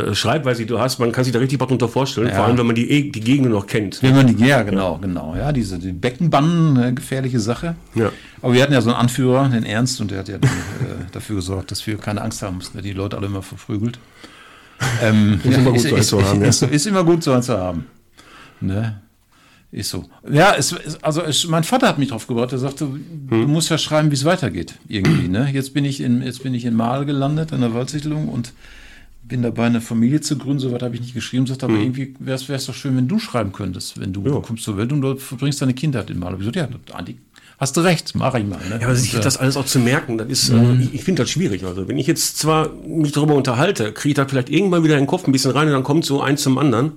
S2: äh, äh, Schreibweise, die du hast, man kann sich da richtig was drunter vorstellen, vor allem wenn man die, E- die Gegend noch kennt.
S6: Wenn man die, ja, genau, genau. Ja, diese die Beckenbannen, ne, gefährliche Sache.
S2: Ja.
S6: Aber wir hatten ja so einen Anführer, den Ernst, und der hat ja dann, äh, dafür gesorgt, dass wir keine Angst haben mussten, der die Leute alle immer verprügelt. Ähm, ja, ist
S2: immer gut, so einen zu haben, ja.
S6: Ist, so- ist immer gut, so einen zu haben. Ne? Ist so. Ja, es, es- also es, mein Vater hat mich drauf gebracht. Er sagte, du
S2: Hm?
S6: musst ja schreiben, wie es weitergeht. Irgendwie. Ne? Jetzt bin ich in, jetzt bin ich in Mahl gelandet, in der Waldsiedlung und bin dabei, eine Familie zu gründen. Soweit habe ich nicht geschrieben. Sagt,
S2: Hm.
S6: aber irgendwie wäre es doch schön, wenn du schreiben könntest, wenn du kommst zur Welt und du verbringst deine Kindheit in Mahl. Ich so, ja, Andi, hast du recht, mache ich mal. Ne?
S2: Ja, aber sich
S6: Und, äh,
S2: das alles auch zu merken, das ist, äh,
S6: Mhm.
S2: ich, ich finde das schwierig. Also wenn ich jetzt zwar mich darüber unterhalte, kriege ich das vielleicht irgendwann wieder in den Kopf ein bisschen rein und dann kommt so eins zum anderen.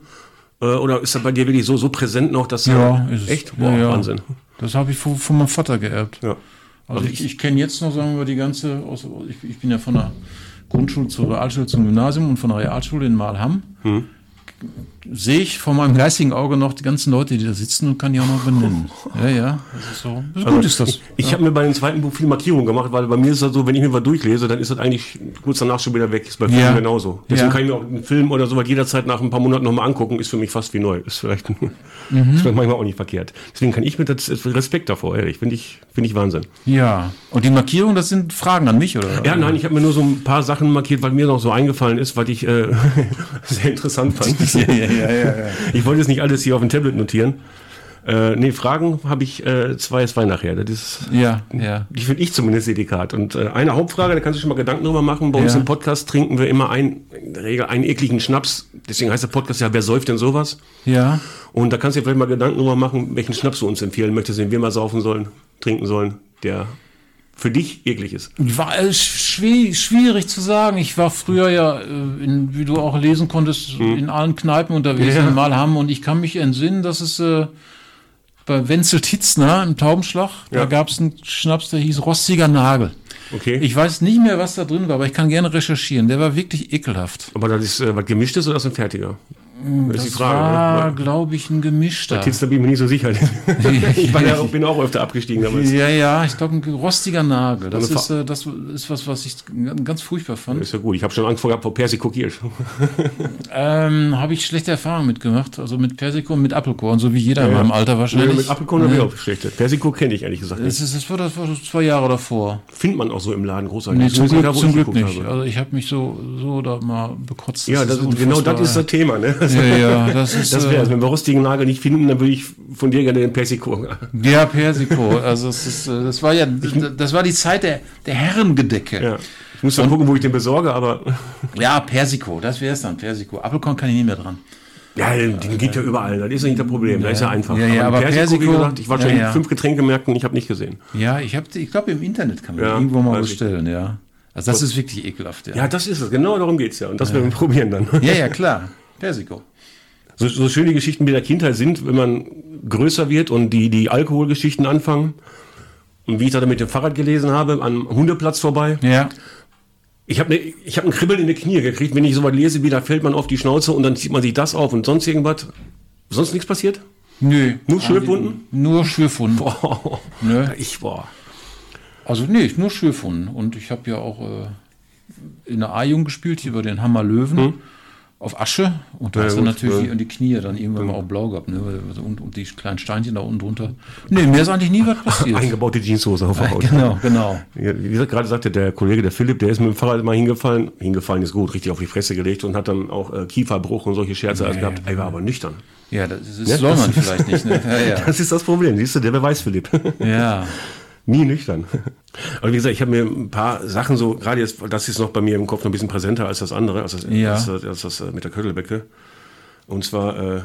S2: Äh, oder ist das bei dir wirklich so, so präsent noch, dass
S6: ja,
S2: du,
S6: ist es.
S2: echt, boah,
S6: ja, ja.
S2: Wahnsinn.
S6: Das habe ich von, von meinem Vater geerbt.
S2: Ja.
S6: Also ich, ich kenne jetzt noch, sagen wir, die ganze, aus, ich, ich bin ja von der Grundschule zur Realschule zum Gymnasium und von der Realschule in Malham. Sehe ich vor meinem geistigen Auge noch die ganzen Leute, die da sitzen und kann die auch noch benennen. Ja, ja. Das ist so. So gut ist das.
S2: Ich habe mir bei dem zweiten Buch viel Markierung gemacht, weil bei mir ist das so, wenn ich mir was durchlese, dann ist das eigentlich kurz danach schon wieder weg. Ist bei Filmen
S6: Ja.
S2: genauso. Deswegen
S6: Ja.
S2: kann ich mir auch einen Film oder sowas jederzeit nach ein paar Monaten nochmal angucken, ist für mich fast wie neu. Ist vielleicht,
S6: Mhm.
S2: ist vielleicht manchmal auch nicht verkehrt. Deswegen kann ich mir das ist Respekt davor, ehrlich. Finde ich, finde ich Wahnsinn.
S6: Ja. Und die Markierung, das sind Fragen an mich, oder?
S2: Ja, nein, ich habe mir nur so ein paar Sachen markiert, weil mir noch so eingefallen ist, weil ich äh, sehr interessant fand.
S6: ja, ja, ja, ja.
S2: Ich wollte jetzt nicht alles hier auf dem Tablet notieren. Äh, nee, Fragen habe ich äh, zwei, zwei nachher. Das ist
S6: Ja, ja.
S2: die finde ich zumindest dedikat. Und äh, eine Hauptfrage, da kannst du schon mal Gedanken drüber machen. Bei uns
S6: Ja.
S2: im Podcast trinken wir immer ein, in der Regel einen ekligen Schnaps. Deswegen heißt der Podcast ja, wer säuft denn sowas?
S6: Ja.
S2: Und da kannst du dir vielleicht mal Gedanken drüber machen, welchen Schnaps du uns empfehlen möchtest, den wir mal saufen sollen, trinken sollen, der für dich eklig ist.
S6: War äh, schwi- schwierig zu sagen. Ich war früher ja, äh, in, wie du auch lesen konntest,
S2: Hm.
S6: in allen Kneipen unterwegs in Malham und ich kann mich entsinnen, dass es äh, bei Wenzel Titzner im Taubenschlag, da
S2: Ja.
S6: gab es einen Schnaps, der hieß Rostiger Nagel.
S2: Okay.
S6: Ich weiß nicht mehr, was da drin war, aber ich kann gerne recherchieren. Der war wirklich ekelhaft.
S2: Aber das ist äh, was gemischtes oder ist das ein fertiger? das ist die Frage.
S6: war,
S2: ne?
S6: glaube ich, ein gemischter.
S2: Weil- Jetzt da bin ich mir nicht so sicher. ich war ja, auch- bin auch öfter abgestiegen damals.
S6: Ja, ja, ich glaube, ein rostiger Nagel. Das
S2: Eine Fa-
S6: ist, äh, das ist was, was ich ganz furchtbar fand.
S2: Ist ja gut. Ich habe schon Angst vor gehabt vor Persico Kirsch.
S6: Ähm, habe ich schlechte Erfahrungen mitgemacht. Also mit Persikum, mit Apfelkorn, so wie jeder in meinem Alter wahrscheinlich.
S2: Mit Apfelkorn habe ich auch schlechte. Persico kenne ich ehrlich gesagt nicht.
S6: das, ist, das, war, das war so zwei Jahre davor.
S2: Findet man auch so im Laden großartig.
S6: Nee,
S2: Das
S6: zum
S2: ist ja
S6: Glück,
S2: da, wo
S6: zum
S2: ich
S6: Glück
S2: geguckt
S6: nicht.
S2: habe.
S6: Also ich habe mich so, so da mal bekotzt.
S2: Ja, das ist, genau das ist das Thema. Ne?
S6: Ja, ja, das ist
S2: Das wäre
S6: äh,
S2: Wenn wir rostigen Nagel nicht finden, dann würde ich von dir gerne den Persico.
S6: der Persico. Also es ist, äh, das war ja, das war die Zeit der, der Herrengedecke.
S2: Ja. Ich muss mal gucken, wo ich den besorge, aber
S6: Ja, Persico, das wäre es dann, Persico. Apfelkorn kann ich nicht mehr dran.
S2: ja, den gibt ja überall. Das ist ja nicht das Problem. Das ist ja einfach.
S6: Ja, ja,
S2: ein
S6: aber
S2: wie
S6: Persico-
S2: gesagt, ich war schon
S6: Ja,
S2: in
S6: ja.
S2: fünf Getränkemärkten, ich habe nicht gesehen.
S6: Ja, ich, hab- ich glaube, im Internet kann man
S2: Ja,
S6: irgendwo mal
S2: weiß ich.
S6: bestellen, ja. Also das ist wirklich ekelhaft, ja.
S2: Ja, das ist es. Genau darum geht's ja. Und das werden wir probieren dann.
S6: Ja, ja, klar. Persico.
S2: So, so schön die Geschichten mit der Kindheit sind, wenn man größer wird und die, die Alkoholgeschichten anfangen. Und wie ich da mit dem Fahrrad gelesen habe, am Hundeplatz vorbei.
S6: Ja.
S2: Ich habe ne, ich hab ein Kribbeln in die Knie gekriegt, wenn ich so was lese, wie da fällt man auf die Schnauze und dann zieht man sich das auf und sonst irgendwas. Sonst nichts passiert?
S6: Nö. Also
S2: Nur Schürfwunden?
S6: Nur Schürfwunden.
S2: Oh,
S6: Nö.
S2: ich war.
S6: Also nee, nur Schürfwunden. Und ich habe ja auch äh, in der A-Jung gespielt, hier bei den Hammer Löwen. Auf Asche und
S2: Hm.
S6: da
S2: Ja,
S6: hast du
S2: gut,
S6: natürlich
S2: ja.
S6: die, und die Knie dann irgendwann mal auch blau gehabt, ne? weil- Und, und die kleinen Steinchen da unten drunter. Nee, mir ist eigentlich nie was passiert.
S2: Eingebaute Jeanshose auf der Haut.
S6: genau, genau.
S2: Ja, Wie gesagt, gerade sagte der Kollege, der Philipp, der ist mit dem Fahrrad mal hingefallen. Hingefallen ist gut, richtig auf die Fresse gelegt und hat dann auch äh, Kieferbruch und solche Scherze alles gehabt. Er war aber nüchtern.
S6: Ja, das, ist- das soll man vielleicht nicht. Ne? Ja, ja.
S2: Das ist das Problem. Siehst du, der Beweis, Philipp.
S6: ja.
S2: Nie nüchtern. Aber wie gesagt, ich habe mir ein paar Sachen so, gerade jetzt, das ist noch bei mir im Kopf noch ein bisschen präsenter als das andere, als das,
S6: Ja.
S2: als das, als das äh, mit der Köttelbecke. Und zwar, äh,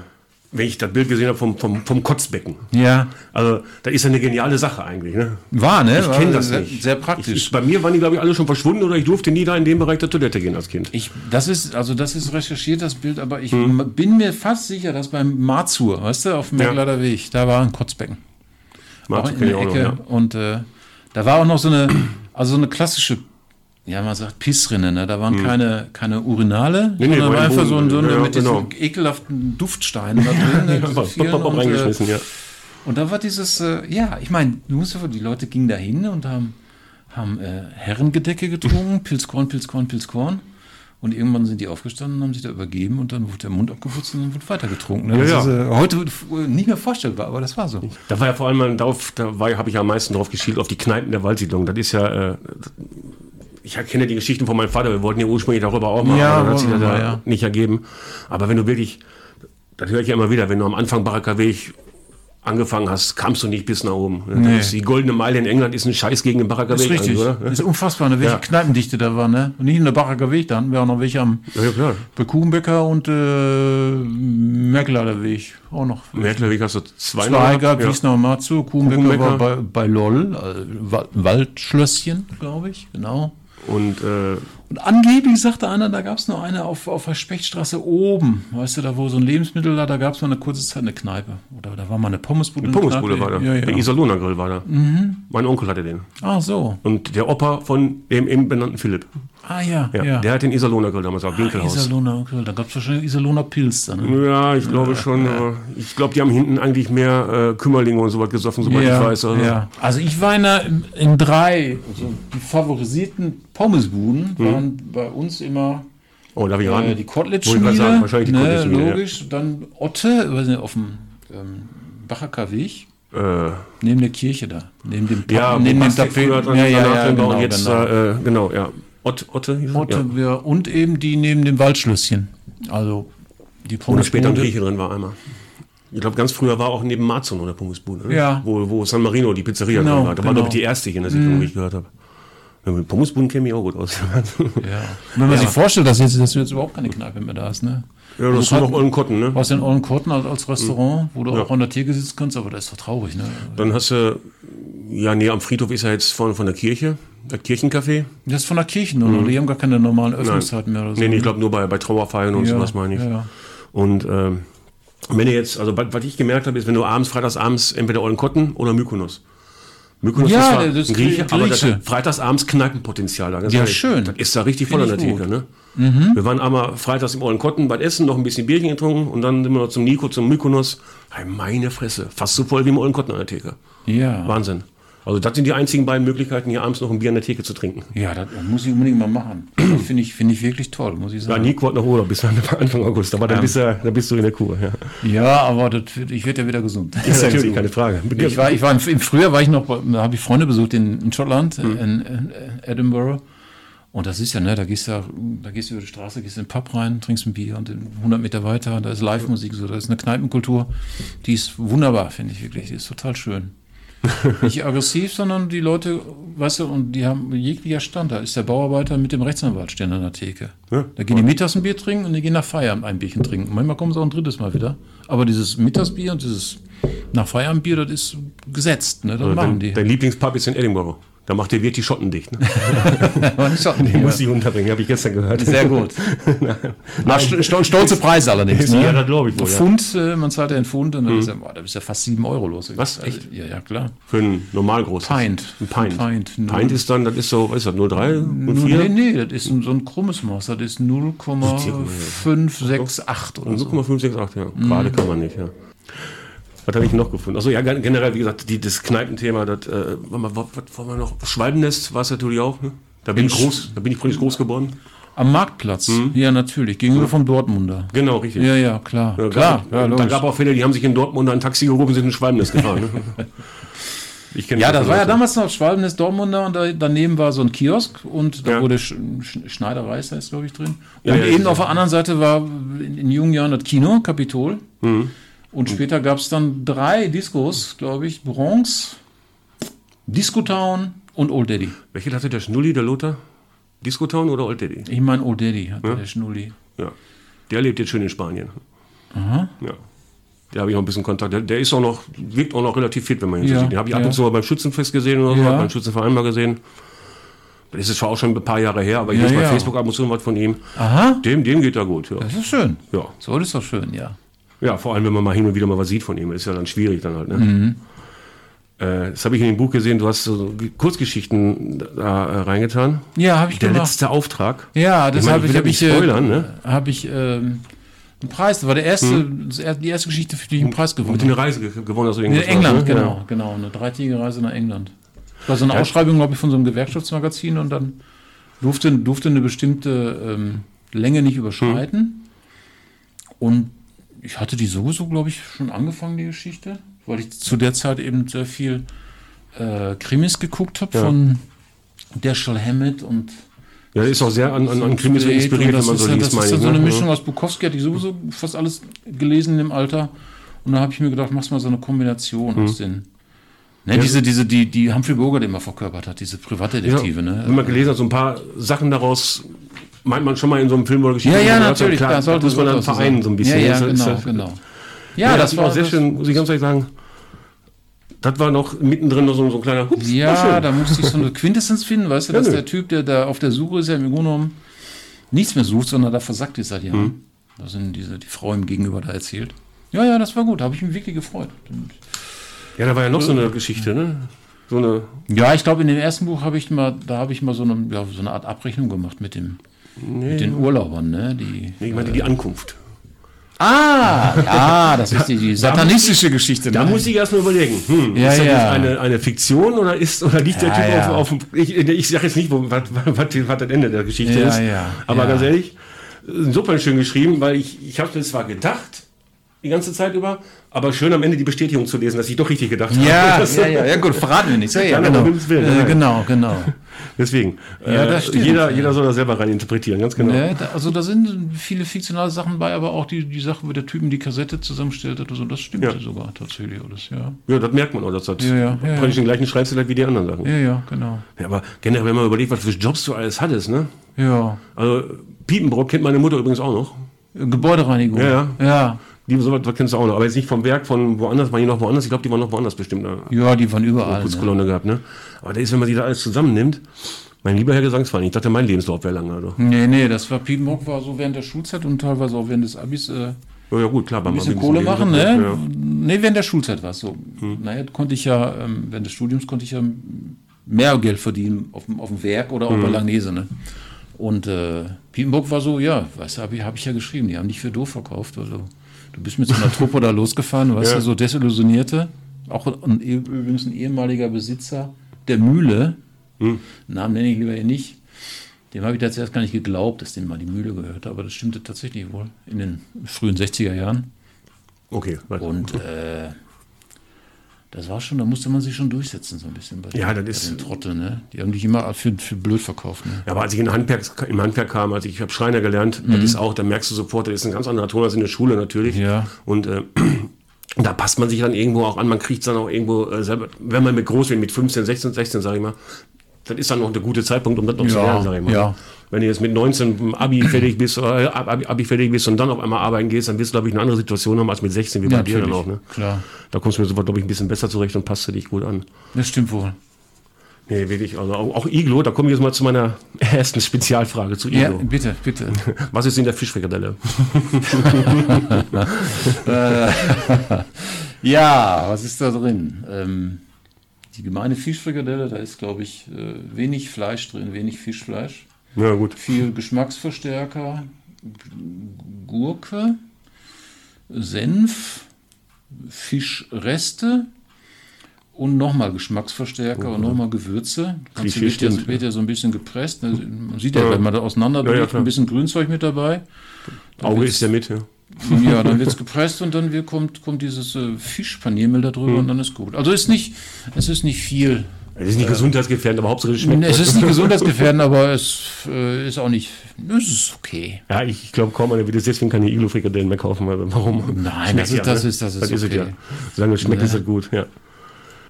S2: wenn ich das Bild gesehen habe vom, vom, vom Kotzbecken.
S6: Ja.
S2: Also, das ist ja eine geniale Sache eigentlich. Ne?
S6: War, ne?
S2: Ich
S6: War
S2: kenne das
S6: sehr,
S2: nicht.
S6: Sehr
S2: Ich,
S6: praktisch.
S2: ich, bei mir waren die, glaube ich, alle schon verschwunden oder ich durfte nie da in dem Bereich der Toilette gehen als Kind.
S6: Ich, das ist, also das ist recherchiert, das Bild, aber ich m- bin mir fast sicher, dass beim Marzur, weißt du, auf
S2: Hm.
S6: dem
S2: Ja.
S6: Merklader Weg, da war ein Kotzbecken.
S2: Marco
S6: auch in
S2: kenn ich
S6: der
S2: auch noch,
S6: Ecke. Und äh, da war auch noch so eine, also so eine klassische, ja, man sagt Pissrinne, ne? Da waren keine, keine Urinale,
S2: Hm. nee,
S6: sondern
S2: war
S6: war
S2: ein
S6: einfach so, ein- so
S2: Boden.
S6: eine
S2: Ja,
S6: mit
S2: genau.
S6: diesen ekelhaften Duftsteinen da drin. ne, diese
S2: Ja,
S6: vielen
S2: pop, pop,
S6: und, äh,
S2: reingeschmissen, ja.
S6: und da war dieses, äh, ja, ich meine, du musst dir vor- die Leute gingen da hin und haben, haben äh, Herrengedecke getrunken, Pilzkorn, Pilzkorn, Pilzkorn. Und irgendwann sind die aufgestanden, haben sich da übergeben und dann wurde der Mund abgeputzt und dann wurde weitergetrunken. Ne?
S2: Ja,
S6: das
S2: ja.
S6: Ist, äh, heute f- nicht mehr vorstellbar, aber das war so.
S2: Da war ja vor allem, mal drauf, da habe ich ja am meisten drauf geschielt, auf die Kneipen der Waldsiedlung. Das ist ja, äh, ich kenne die Geschichten von meinem Vater, wir wollten ja ursprünglich darüber auch mal,
S6: Ja,
S2: aber das hat sich das
S6: wollten wir,
S2: ja
S6: ja.
S2: nicht ergeben. Aber wenn du wirklich, das höre ich ja immer wieder, wenn du am Anfang Baracker Weg angefangen hast, kamst du nicht bis nach oben.
S6: Nee.
S2: Die goldene Meile in England ist ein Scheiß gegen den Baracker
S6: Ist
S2: Weg.
S6: richtig.
S2: Also, oder?
S6: Ist unfassbar, ne, welche
S2: Ja.
S6: Kneipendichte da war, ne? Und nicht nur der Bacher Weg, da hatten wir auch noch welche am
S2: Ja, klar.
S6: bei Kuchenbäcker und äh, Merkelader Weg. Auch noch.
S2: Merkel Weg hast du zwei
S6: Zwei gab
S2: ja.
S6: es noch mal zu. Kuchenbäcker
S2: Kuchenbäcker.
S6: war bei, bei LOL, äh, Wa- Waldschlösschen, glaube ich, genau.
S2: Und äh,
S6: Und angeblich sagte einer, da gab es noch eine auf, auf der Spechtstraße oben. Weißt du, da wo so ein Lebensmittel da, da gab es mal eine kurze Zeit eine Kneipe. Oder da war mal eine Pommesbude. Eine
S2: Pommesbude war
S6: Kneipe.
S2: da.
S6: Ja, Mhm.
S2: Der
S6: ja.
S2: Iserlohner Grill war da. Mein Onkel hatte den.
S6: Ah, so.
S2: Und der Opa von dem eben benannten Philipp.
S6: Ah, ja.
S2: Ja, Der hat den Iserlohner Grill damals auf Winkelhaus.
S6: Iserlohner, okay. da gab es wahrscheinlich Iserlohner Pilz dann. Ne?
S2: Ja, ich glaube schon. aber Ich glaube, die haben hinten eigentlich mehr äh, Kümmerlinge und sowas gesoffen, soweit ich weiß. Also.
S6: ja. also ich war in, einer, in drei also die favorisierten Pommesbuden,
S2: Mhm.
S6: waren bei uns immer
S2: Oh, darf ich
S6: äh,
S2: ran?
S6: die Kotlitsch
S2: Wollte ich grad sagen, wahrscheinlich die
S6: ne,
S2: Kotlitschmiede, ja.
S6: logisch, dann Otte, weiß nicht, auf dem ähm, Bachacker Weg,
S2: äh,
S6: neben der Kirche da, neben dem
S2: ja, wo
S6: neben dem
S2: Bastek früher dran-
S6: Ja, ja,
S2: danach
S6: ja,
S2: drin war und
S6: genau,
S2: jetzt,
S6: genau.
S2: Äh, genau, ja. Ott, Otte hieß er?
S6: Otte,
S2: Ja.
S6: ja. und eben die neben dem Waldschlösschen, also die
S2: Oder später ein
S6: Pommesbude.
S2: Grieche drin war einmal. Ich glaube, ganz früher war auch neben Marzon noch eine Pommesbude. Ne?
S6: Ja.
S2: Wo, wo San Marino die Pizzeria
S6: Genau,
S2: drin war. Da war,
S6: genau.
S2: glaube ich, die erste hier in der Siedlung, die ich gehört habe. Ja, mit Pommesbuden käme ich auch gut aus.
S6: Ja. Wenn man sich vorstellt, dass jetzt, dass jetzt überhaupt keine Kneipe mehr da ist, ne?
S2: Ja, das ist
S6: Wir
S2: noch
S6: hatten-
S2: Olden Cotton, ne?
S6: Was in Olden Cotton als, als Restaurant, wo du
S2: Ja.
S6: auch an der Theke sitzen kannst, aber das ist doch traurig, ne?
S2: Dann hast du, ja, nee, am Friedhof ist ja jetzt vorne von der Kirche, der Kirchencafé.
S6: Das ist von der Kirche, oder? Die haben gar keine normalen Öffnungszeiten mehr oder so.
S2: Mhm.
S6: ne?
S2: Nee, nee, ich glaube nur bei, bei Trauerfeiern und
S6: Ja,
S2: sowas meine ich.
S6: ja, ja.
S2: Und ähm, wenn ihr jetzt, also was was ich gemerkt habe, ist, wenn du abends, freitags abends entweder Olden Cotton oder Mykonos. Mykonos
S6: Ja,
S2: ist zwar
S6: das ist
S2: ein Grieche,
S6: Grieche.
S2: aber das hat freitags abends Kneipenpotenzial da. ganz
S6: Ja,
S2: ehrlich.
S6: schön.
S2: Das ist da richtig voll an
S6: Finde
S2: der
S6: ich Mhm.
S2: Theke, ne? Wir waren einmal freitags im Olden Cotton bei Essen, noch ein bisschen Bierchen getrunken und dann sind wir noch zum Nico, zum Mykonos. Hey, meine Fresse, fast so voll wie im Olden Cotton an der Theke.
S6: Ja.
S2: Wahnsinn. Also das sind die einzigen beiden Möglichkeiten, hier abends noch ein Bier an der Theke zu trinken.
S6: Ja, das muss ich unbedingt mal machen. Das Finde ich, finde ich wirklich toll, muss ich
S2: Ja,
S6: sagen.
S2: Nico hat noch Urlaub bis Anfang August, aber dann, bist, du, dann bist du in der Kur. Ja.
S6: Ja, aber das, wird- ich werde ja wieder gesund.
S2: Ist natürlich keine Frage.
S6: Ich war, ich war im, im Frühjahr war ich noch, bei- da habe ich Freunde besucht in, in Schottland, in, in Edinburgh. Und das ist ja, ne, da gehst du, ja- da gehst du über die Straße, gehst in den Pub rein, trinkst ein Bier und in 100 Meter weiter, da ist Live-Musik, so, da ist eine Kneipenkultur. Die ist wunderbar, finde ich wirklich, die ist total schön. Nicht aggressiv, sondern die Leute, weißt du, und die haben jeglicher Stand, da ist der Bauarbeiter mit dem Rechtsanwalt stehen an der Theke. Da gehen die mittags ein Bier trinken und die gehen nach Feierabend ein Bierchen trinken. Manchmal kommen sie auch ein drittes Mal wieder. Aber dieses Mittagsbier und dieses nach Feierabendbier, das ist gesetzt, ne? Das machen
S2: dein,
S6: die.
S2: dein Lieblingspub ist in Edinburgh. Da macht der Wirt die Schotten dicht. Ne?
S6: Ja.
S2: Muss ich unterbringen, habe ich gestern gehört.
S6: Sehr gut. Na, st- st- stolze Preise allerdings. Ne? Mhm.
S2: Ja, das glaub ich wohl, ja.
S6: Pfund, äh, man zahlt ja einen Pfund und dann ist ja, boah, da bist du ja fast 7 Euro los.
S2: Was?
S6: Also, ja, ja, klar.
S2: Für einen normal großen.
S6: Pint.
S2: Ein Pint.
S6: Pint. ne?
S2: Pint, ist dann, das ist so, was ist das, 0,3 und
S6: Nee,
S2: 4?
S6: nee, das ist ein, so ein krummes Maß. Das ist 0,568 oder so.
S2: 0,568, ja.
S6: Mhm.
S2: Gerade kann man nicht, ja. Was habe ich noch gefunden? Achso, ja, gen- generell, wie gesagt, die, das Kneipenthema, das, äh, was, was, was wollen wir noch? Schwalbennest war es natürlich auch, ne? Da bin ich groß, da bin ich praktisch groß geworden.
S6: Am Marktplatz.
S2: Hm?
S6: Ja, natürlich. Gegenüber vom Dortmunder.
S2: Genau, richtig.
S6: Ja, ja, klar.
S2: Ja,
S6: klar.
S2: gab, da
S6: logisch.
S2: gab auch Fälle, die haben sich in Dortmund ein Taxi gehoben und sind in Schwalbnis gefahren. Ne? Ich kenne
S6: Ja, das
S2: davon
S6: war ja
S2: Leute.
S6: damals noch Schwalben des Dortmunder und da, daneben war so ein Kiosk und da
S2: Ja.
S6: wurde Sch Sch- Schneiderreis, da ist glaube ich drin.
S2: Ja,
S6: und
S2: ja,
S6: eben
S2: sicher.
S6: auf der anderen Seite war in, in jungen Jahren das Kino, Kapitol.
S2: Hm.
S6: Und später gab es dann drei Discos, glaube ich, Bronx, Discotown Und Old Daddy.
S2: Welche hatte der Schnulli, der Lothar? Discotown oder Old Daddy?
S6: Ich meine Old Daddy, hat der Schnulli.
S2: Ja. Der lebt jetzt schön in Spanien. Ja. Der habe ich auch ein bisschen Kontakt. Der, der ist auch noch, wirkt auch noch relativ fit, wenn man ihn so
S6: Ja,
S2: sieht. Den habe ich ab
S6: ja.
S2: und zu mal beim Schützenfest gesehen oder so,
S6: Ja.
S2: hab beim Schützenverein mal gesehen. Das ist zwar auch schon ein paar Jahre her, aber ich
S6: Ja,
S2: lese bei
S6: ja.
S2: Facebook ab und zu was von ihm.
S6: Aha.
S2: Dem, dem geht er gut, ja.
S6: Das ist schön.
S2: ja.
S6: So, das ist doch schön, ja.
S2: Ja, vor allem, wenn man mal hin und wieder mal was sieht von ihm. Ist ja dann schwierig dann halt, ne?
S6: Mhm.
S2: Äh, das habe ich in dem Buch gesehen, du hast so Kurzgeschichten da äh, reingetan.
S6: Ja, habe ich
S2: Der
S6: gemacht.
S2: letzte Auftrag.
S6: Ja, das
S2: Ich meine,
S6: habe
S2: ich
S6: ich,
S2: will
S6: hab ich,
S2: nicht spoilern,
S6: äh,
S2: ne?
S6: hab ich ähm, einen Preis. Das war der erste, das er- die erste Geschichte, für die ich einen Preis gewonnen
S2: Hm. Mit
S6: habe.
S2: eine Reise ge- gewonnen hast du
S6: In
S2: irgendwas
S6: England,
S2: ne?
S6: genau, genau. Eine dreitägige Reise nach England. Das war so eine Ausschreibung, glaube ich, von so einem Gewerkschaftsmagazin und dann durfte, durfte eine bestimmte ähm, Länge nicht
S2: Hm.
S6: überschreiten. Und ich hatte die sowieso, glaube ich, schon angefangen, die Geschichte, weil ich zu der Zeit eben sehr viel äh, Krimis geguckt habe von Dashiell Hammett und
S2: Ja, ist auch sehr an, an, an Krimis
S6: Blade
S2: inspiriert, wenn
S6: und das
S2: man so
S6: ist ja-
S2: liest,
S6: Das
S2: meine
S6: ist ja
S2: ich.
S6: so eine
S2: ne?
S6: Mischung aus Bukowski, hatte ich sowieso fast alles gelesen im Alter. Und da habe ich mir gedacht, machst mal so eine Kombination
S2: Mhm.
S6: aus den. Ne, diese, diese, die, die Humphrey Bogart immer verkörpert hat, diese
S2: Ja,
S6: Privatdetektive,
S2: Wenn
S6: ne?
S2: man gelesen hat, so ein paar Sachen daraus meint man schon mal in so einem Film oder Geschichte.
S6: Ja, ja,
S2: gehört hat,
S6: natürlich.
S2: Klar,
S6: da
S2: das
S6: sollte
S2: muss man
S6: so
S2: dann
S6: sein.
S2: vereinen so ein bisschen.
S6: Ja,
S2: Ist
S6: ja,
S2: das- ist
S6: genau,
S2: das-
S6: genau. Ja,
S2: Ja,
S6: das war
S2: auch sehr
S6: das-
S2: schön, muss ich ganz ehrlich sagen. Das war noch mittendrin noch so, so ein kleiner Hups. war
S6: Ja,
S2: schön.
S6: da musste ich so eine Quintessenz finden, weißt du, dass
S2: nö.
S6: der Typ, der da auf der Suche ist, ja im Grunde genommen nichts mehr sucht, sondern da versackt ist seit Jahren.
S2: Hm.
S6: Da sind diese, die Frau ihm gegenüber da erzählt. Ja, ja, das war gut, habe ich mich wirklich gefreut.
S2: ja, da war ja noch so eine Geschichte, ne? So eine.
S6: Ja, ich glaube, in dem ersten Buch habe ich mal, da habe ich mal so eine, ja, so eine Art Abrechnung gemacht mit, dem, mit den Urlaubern, ne? Die,
S2: Ich meinte die Ankunft.
S6: ah, ja, das ist die, die satanistische Geschichte.
S2: Da
S6: ne?
S2: muss ich erst mal überlegen, hm,
S6: Ja,
S2: ist das
S6: ja.
S2: jetzt eine, eine Fiktion oder ist oder liegt der
S6: Ja,
S2: Typ
S6: ja.
S2: auf, auf dem. Ich, ich sage jetzt nicht, wo- was was- was das Ende der Geschichte
S6: Ja,
S2: ist.
S6: ja,
S2: aber
S6: ja.
S2: ganz ehrlich, super schön geschrieben, weil ich, ich habe mir zwar gedacht, die ganze Zeit über, aber schön am Ende die Bestätigung zu lesen, dass ich doch richtig gedacht
S6: ja,
S2: habe. Das-
S6: ja, ja, ja, gut, verraten wir nichts. Ja, ja,
S2: Dann
S6: genau.
S2: aber wem's will,
S6: Äh,
S2: um nein.
S6: genau, genau.
S2: Deswegen.
S6: Ja,
S2: äh,
S6: das stimmt.
S2: jeder, jeder soll das selber rein interpretieren, ganz genau.
S6: Ne, da, also da sind viele fiktionale Sachen bei, aber auch die, die Sache, wo der Typen die Kassette zusammenstellt hat, und so, das stimmt
S2: Ja.
S6: sogar tatsächlich alles, ja.
S2: Ja, das merkt man auch, dass das
S6: Ja, ja, ja,
S2: praktisch
S6: ja.
S2: den gleichen Schreibstil hat wie die anderen Sachen.
S6: Ja, ja, genau.
S2: Ja, aber generell, wenn man überlegt, was für Jobs du alles hattest, ne?
S6: Ja.
S2: Also Piepenbrot kennt meine Mutter übrigens auch noch.
S6: Äh, Gebäudereinigung.
S2: Ja,
S6: ja. Ja,
S2: Die sowas was kennst du auch noch, aber jetzt nicht vom Werk von woanders, waren die noch woanders, ich glaube, die waren noch woanders bestimmt eine
S6: ja die waren überall. Ne?
S2: Putzkolonne gehabt, ne? Aber da ist, wenn man die da alles zusammennimmt, mein lieber Herr Gesangsverein, ich dachte, mein Lebenslauf wäre lang, also.
S6: Nee, nee, das war Piepenbrock war so während der Schulzeit und teilweise auch während des Abis äh,
S2: Ja, ja gut, klar, beim
S6: ein bisschen
S2: Abi
S6: Kohle
S2: Lebenslauf,
S6: machen, ne?
S2: Ja.
S6: Nee, während der Schulzeit war es so. Naja, konnte ich ja, ähm, während des Studiums konnte ich ja mehr Geld verdienen auf dem, auf dem Werk oder auch bei Langnese, ne? Und äh, Piepenburg war so, ja, weißt du, habe ich, hab ich ja geschrieben, die haben dich für doof verkauft. Also, du bist mit so einer Truppe da losgefahren, weißt du, so Desillusionierte, auch ein, e, übrigens ein ehemaliger Besitzer der Mühle, Namen nenne ich lieber hier nicht, dem habe ich jetzt erst gar nicht geglaubt, dass dem mal die Mühle gehört, aber das stimmte tatsächlich wohl in den frühen 60er Jahren.
S2: Okay, weiter.
S6: Und äh, das war schon, da musste man sich schon durchsetzen, so ein bisschen bei, den-
S2: Ja, das
S6: bei
S2: ist-
S6: den Trottel, ne? Die haben dich immer für, für blöd verkauft, ne?
S2: Ja, aber als ich in Handwerk, im Handwerk kam, als ich, ich habe Schreiner gelernt,
S6: Mhm.
S2: das ist auch, da merkst du sofort, das ist ein ganz anderer Ton als in der Schule natürlich.
S6: Ja.
S2: Und äh, da passt man sich dann irgendwo auch an, man kriegt dann auch irgendwo äh, selber, wenn man mit groß wird, mit 15, 16, 16, sag ich mal, das ist dann noch der gute Zeitpunkt, um das noch zu
S6: Ja,
S2: lernen, sag ich mal.
S6: ja.
S2: Wenn du jetzt mit 19 im Abi fertig bist, oder, äh, Ab- Abi, Abi fertig bist und dann auf einmal arbeiten gehst, dann wirst du, glaube ich, eine andere Situation haben als mit 16, wie bei dir dann auch. Ne?
S6: Klar.
S2: Da kommst du mir sofort, glaube ich, ein bisschen besser zurecht und passt du dich gut an.
S6: Das stimmt wohl.
S2: Nee, wirklich. Also auch, auch Iglo, da komme ich jetzt mal zu meiner ersten Spezialfrage zu Iglo.
S6: Ja, bitte, bitte.
S2: Was ist in der Fischfrikadelle?
S6: ja, was ist da drin? Ähm, die gemeine Fischfrikadelle, da ist, glaube ich, äh, wenig Fleisch drin, wenig Fischfleisch.
S2: Na gut.
S6: Viel Geschmacksverstärker, G- Gurke, Senf, Fischreste und nochmal Geschmacksverstärker und nochmal Gewürze. Kannst
S2: Oh. Klischee
S6: du- wird, ja,
S2: stimmt.
S6: wird ja so ein bisschen gepresst. ne? Man sieht ja,
S2: Ja.
S6: wenn man da
S2: Ja, ja,
S6: auseinanderdrückt,
S2: klar.
S6: ein bisschen Grünzeug mit dabei.
S2: Auge ist ja mit, ja.
S6: Ja, dann wird es gepresst und dann wird, kommt, kommt dieses äh, Fischpaniermehl da
S2: Mhm.
S6: drüber und dann ist gut. Also ist nicht, es ist nicht viel.
S2: Es ist nicht gesundheitsgefährdend, aber hauptsächlich schmeckt
S6: Äh. Es ist nicht gesundheitsgefährdend, aber es äh, ist auch nicht. Es ist okay.
S2: Ja, ich, ich glaube kaum einer wird es deswegen keine Iglo-Frikadellen mehr kaufen, weil warum?
S6: Nein, das ist- das ist- das ist
S2: das ist es
S6: okay.
S2: ja. Solange es schmeckt, ist es gut, ja.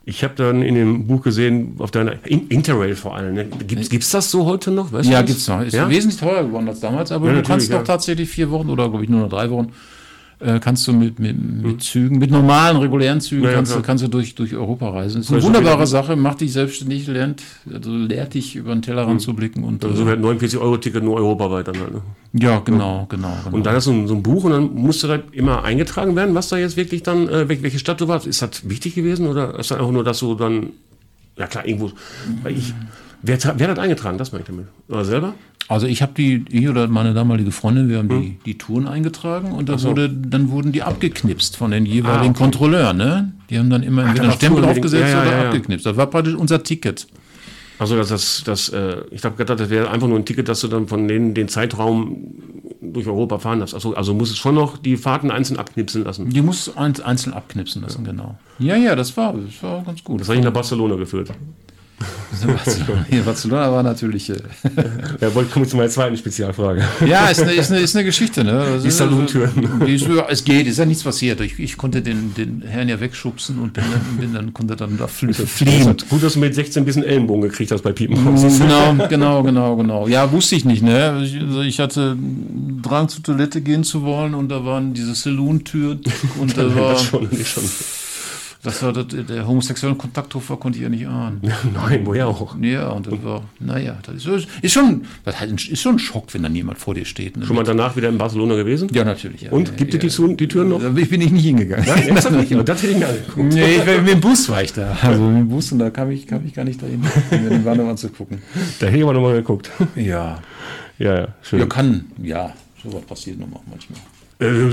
S2: Ich habe dann in dem Buch gesehen, auf deiner in, Interrail vor allem. Ne? Gibt es das so heute noch? Weißt du
S6: Ja,
S2: das?
S6: gibt's noch. Ist
S2: Ja?
S6: wesentlich teurer geworden als damals, aber
S2: Ja,
S6: du
S2: natürlich,
S6: kannst
S2: ja.
S6: noch tatsächlich vier Wochen oder glaube ich nur noch drei Wochen äh, kannst du mit, mit, mit Zügen, mit normalen, regulären Zügen
S2: Hm. Ja, ja,
S6: kannst, du,
S2: klar.
S6: kannst du durch, durch Europa reisen. Ist eine
S2: Also
S6: wunderbare
S2: wieder-
S6: Sache, macht dich selbstständig, lernt, also lehrt dich über den Tellerrand zu blicken und
S2: Also
S6: äh,
S2: wir hatten 49 Euro Ticket nur europaweit dann halt. Ne?
S6: ja, genau, genau. genau.
S2: Und dann hast du so ein, so ein Buch und dann musste da immer eingetragen werden, was da jetzt wirklich dann, äh, wel- welche Stadt du warst. Ist das wichtig gewesen oder ist das einfach nur, dass du dann, ja klar, irgendwo, weil ich, wer, tra- wer hat das eingetragen? Das meine ich damit. Oder selber?
S6: Also ich habe die, ich oder meine damalige Freundin, wir haben
S2: Hm.
S6: die, die Touren eingetragen und dann, wurde, dann wurden die abgeknipst von den jeweiligen
S2: Ah, okay.
S6: Kontrolleuren. Ne? Die haben dann immer entweder einen
S2: war
S6: Stempel
S2: früher
S6: aufgesetzt
S2: unbedingt- ja, ja,
S6: oder
S2: ja, ja.
S6: abgeknipst. Das war praktisch unser Ticket.
S2: Also dass das, das äh, ich habe gedacht, das wäre einfach nur ein Ticket, dass du dann von denen den Zeitraum durch Europa fahren darfst. Also, also musst du schon noch die Fahrten einzeln abknipsen lassen.
S6: Die muss ein, einzeln abknipsen lassen, genau. Ja, ja, das war, das war ganz gut.
S2: Das habe ich nach Barcelona geführt.
S6: Barcelona, ja, Barcelona war natürlich. äh,
S2: Ja, wollte kommen zu meiner zweiten Spezialfrage.
S6: Ja, ist eine, ist eine, ist eine Geschichte, ne? Das ist
S2: Salontür.
S6: die ist- ja, Es geht, ist ja nichts passiert. Ich, ich konnte den, den Herrn ja wegschubsen und bin dann, bin dann konnte dann da fl fliehen.
S2: Gut, dass du mit 16 ein bisschen Ellenbogen gekriegt hast bei Piepenhaus.
S6: Genau, genau, genau, genau. Ja, wusste ich nicht, ne? Ich, also ich hatte einen Drang zur Toilette gehen zu wollen und da waren diese Saloon-Tür und da war,
S2: Das schon, nicht schon.
S6: das war das, der homosexuelle Kontakthofer konnte ich ja nicht ahnen.
S2: Nein, woher auch.
S6: Ja, und das war, naja, das ist, ist schon, das hat- ist schon ein Schock, wenn dann jemand vor dir steht. Ne?
S2: Schon mal danach wieder in Barcelona gewesen?
S6: Ja, natürlich. Ja,
S2: Und
S6: ja,
S2: gibt
S6: ja.
S2: es die, Su- die Türen noch?
S6: Da bin ich bin ich nicht hingegangen.
S2: Ernsthaft nicht? Aber das hätte ich mir angeguckt.
S6: Nee, ich, war- mit dem Bus war ich da. Also mit dem Bus und da kam ich, kam ich gar nicht dahin, um mir den Warnung anzugucken.
S2: Da hätte ich aber nochmal geguckt.
S6: Ja.
S2: Ja, ja,
S6: Ja,
S2: schön.
S6: kann, ja. Sowas passiert nun mal manchmal.
S2: Äh,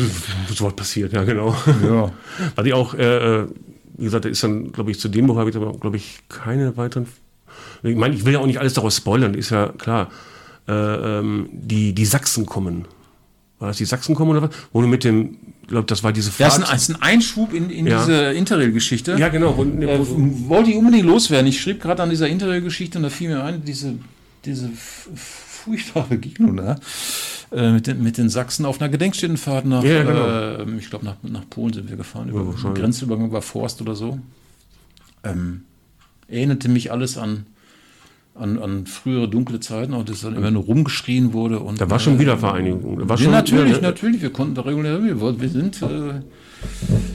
S2: so was passiert, ja, genau.
S6: Ja.
S2: Was ich auch, äh, äh, wie gesagt, da ist dann, glaube ich, zu dem Buch habe ich aber, glaube ich, keine weiteren. Ich meine, ich will ja auch nicht alles daraus spoilern, ist ja klar. Äh, ähm, die, die Sachsen kommen. War das die Sachsen kommen oder was? Wo du mit dem, ich glaube, das war diese
S6: Ja,
S2: Fahrt.
S6: ist ein, ist ein Einschub in, in
S2: Ja.
S6: diese Interrail-Geschichte.
S2: ja genau. Wo,
S6: Äh,
S2: wo,
S6: wollte ich unbedingt loswerden. Ich schrieb gerade an dieser Interrail-Geschichte und da fiel mir ein, diese, diese f- furchtbare Begegnung da äh, mit, den, mit den Sachsen auf einer Gedenkstättenfahrt nach,
S2: Ja, ja, genau.
S6: äh, ich glaube, nach, nach Polen sind wir gefahren, über den
S2: wahrscheinlich.
S6: Grenzübergang über Forst oder so. Ähm, erinnerte mich alles an. An, an frühere dunkle Zeiten, auch dass dann immer nur rumgeschrien wurde. Und, äh,
S2: da war schon Wiedervereinigung. Da war schon,
S6: ja, natürlich,
S2: ja, ne?
S6: natürlich. Wir konnten da regulär. Wir, wollten- wir sind, äh,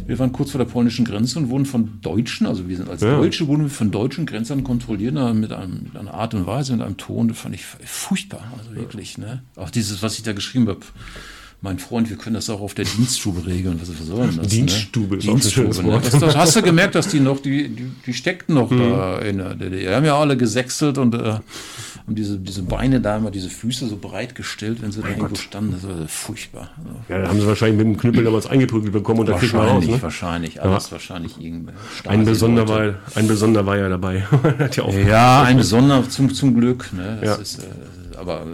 S6: wir waren kurz vor der polnischen Grenze und wurden von Deutschen, also wir sind als
S2: Ja.
S6: Deutsche, wurden wir von deutschen Grenzern kontrolliert na, mit, einem, mit einer Art und Weise, mit einem Ton. Das fand ich furchtbar, also wirklich. Ne? Auch dieses, was ich da geschrieben habe. Mein Freund, wir können das auch auf der Dienststube regeln. Was was soll denn das?
S2: Dienststube Hm.
S6: ne?
S2: ist auch ein schönes
S6: Dienststube. Ne?
S2: Wort.
S6: Das, das hast du gemerkt, dass die noch, die, die, die steckten noch da in der DDR. Die haben ja alle gesächselt und äh, haben diese, diese Beine da immer, diese Füße so breit gestellt, wenn sie da irgendwo standen. Das war furchtbar. Also
S2: Ja, da haben sie wahrscheinlich mit dem Knüppel damals eingeprügelt bekommen und da kriegt man raus. Ne?
S6: wahrscheinlich. Alles wahrscheinlich irgendwie.
S2: Ein besonderer, war, ein besonderer war ja dabei. Hat ja auch
S6: Ja, ein besonderer zum, zum Glück. Ne? Das
S2: Ja.
S6: ist äh, aber äh,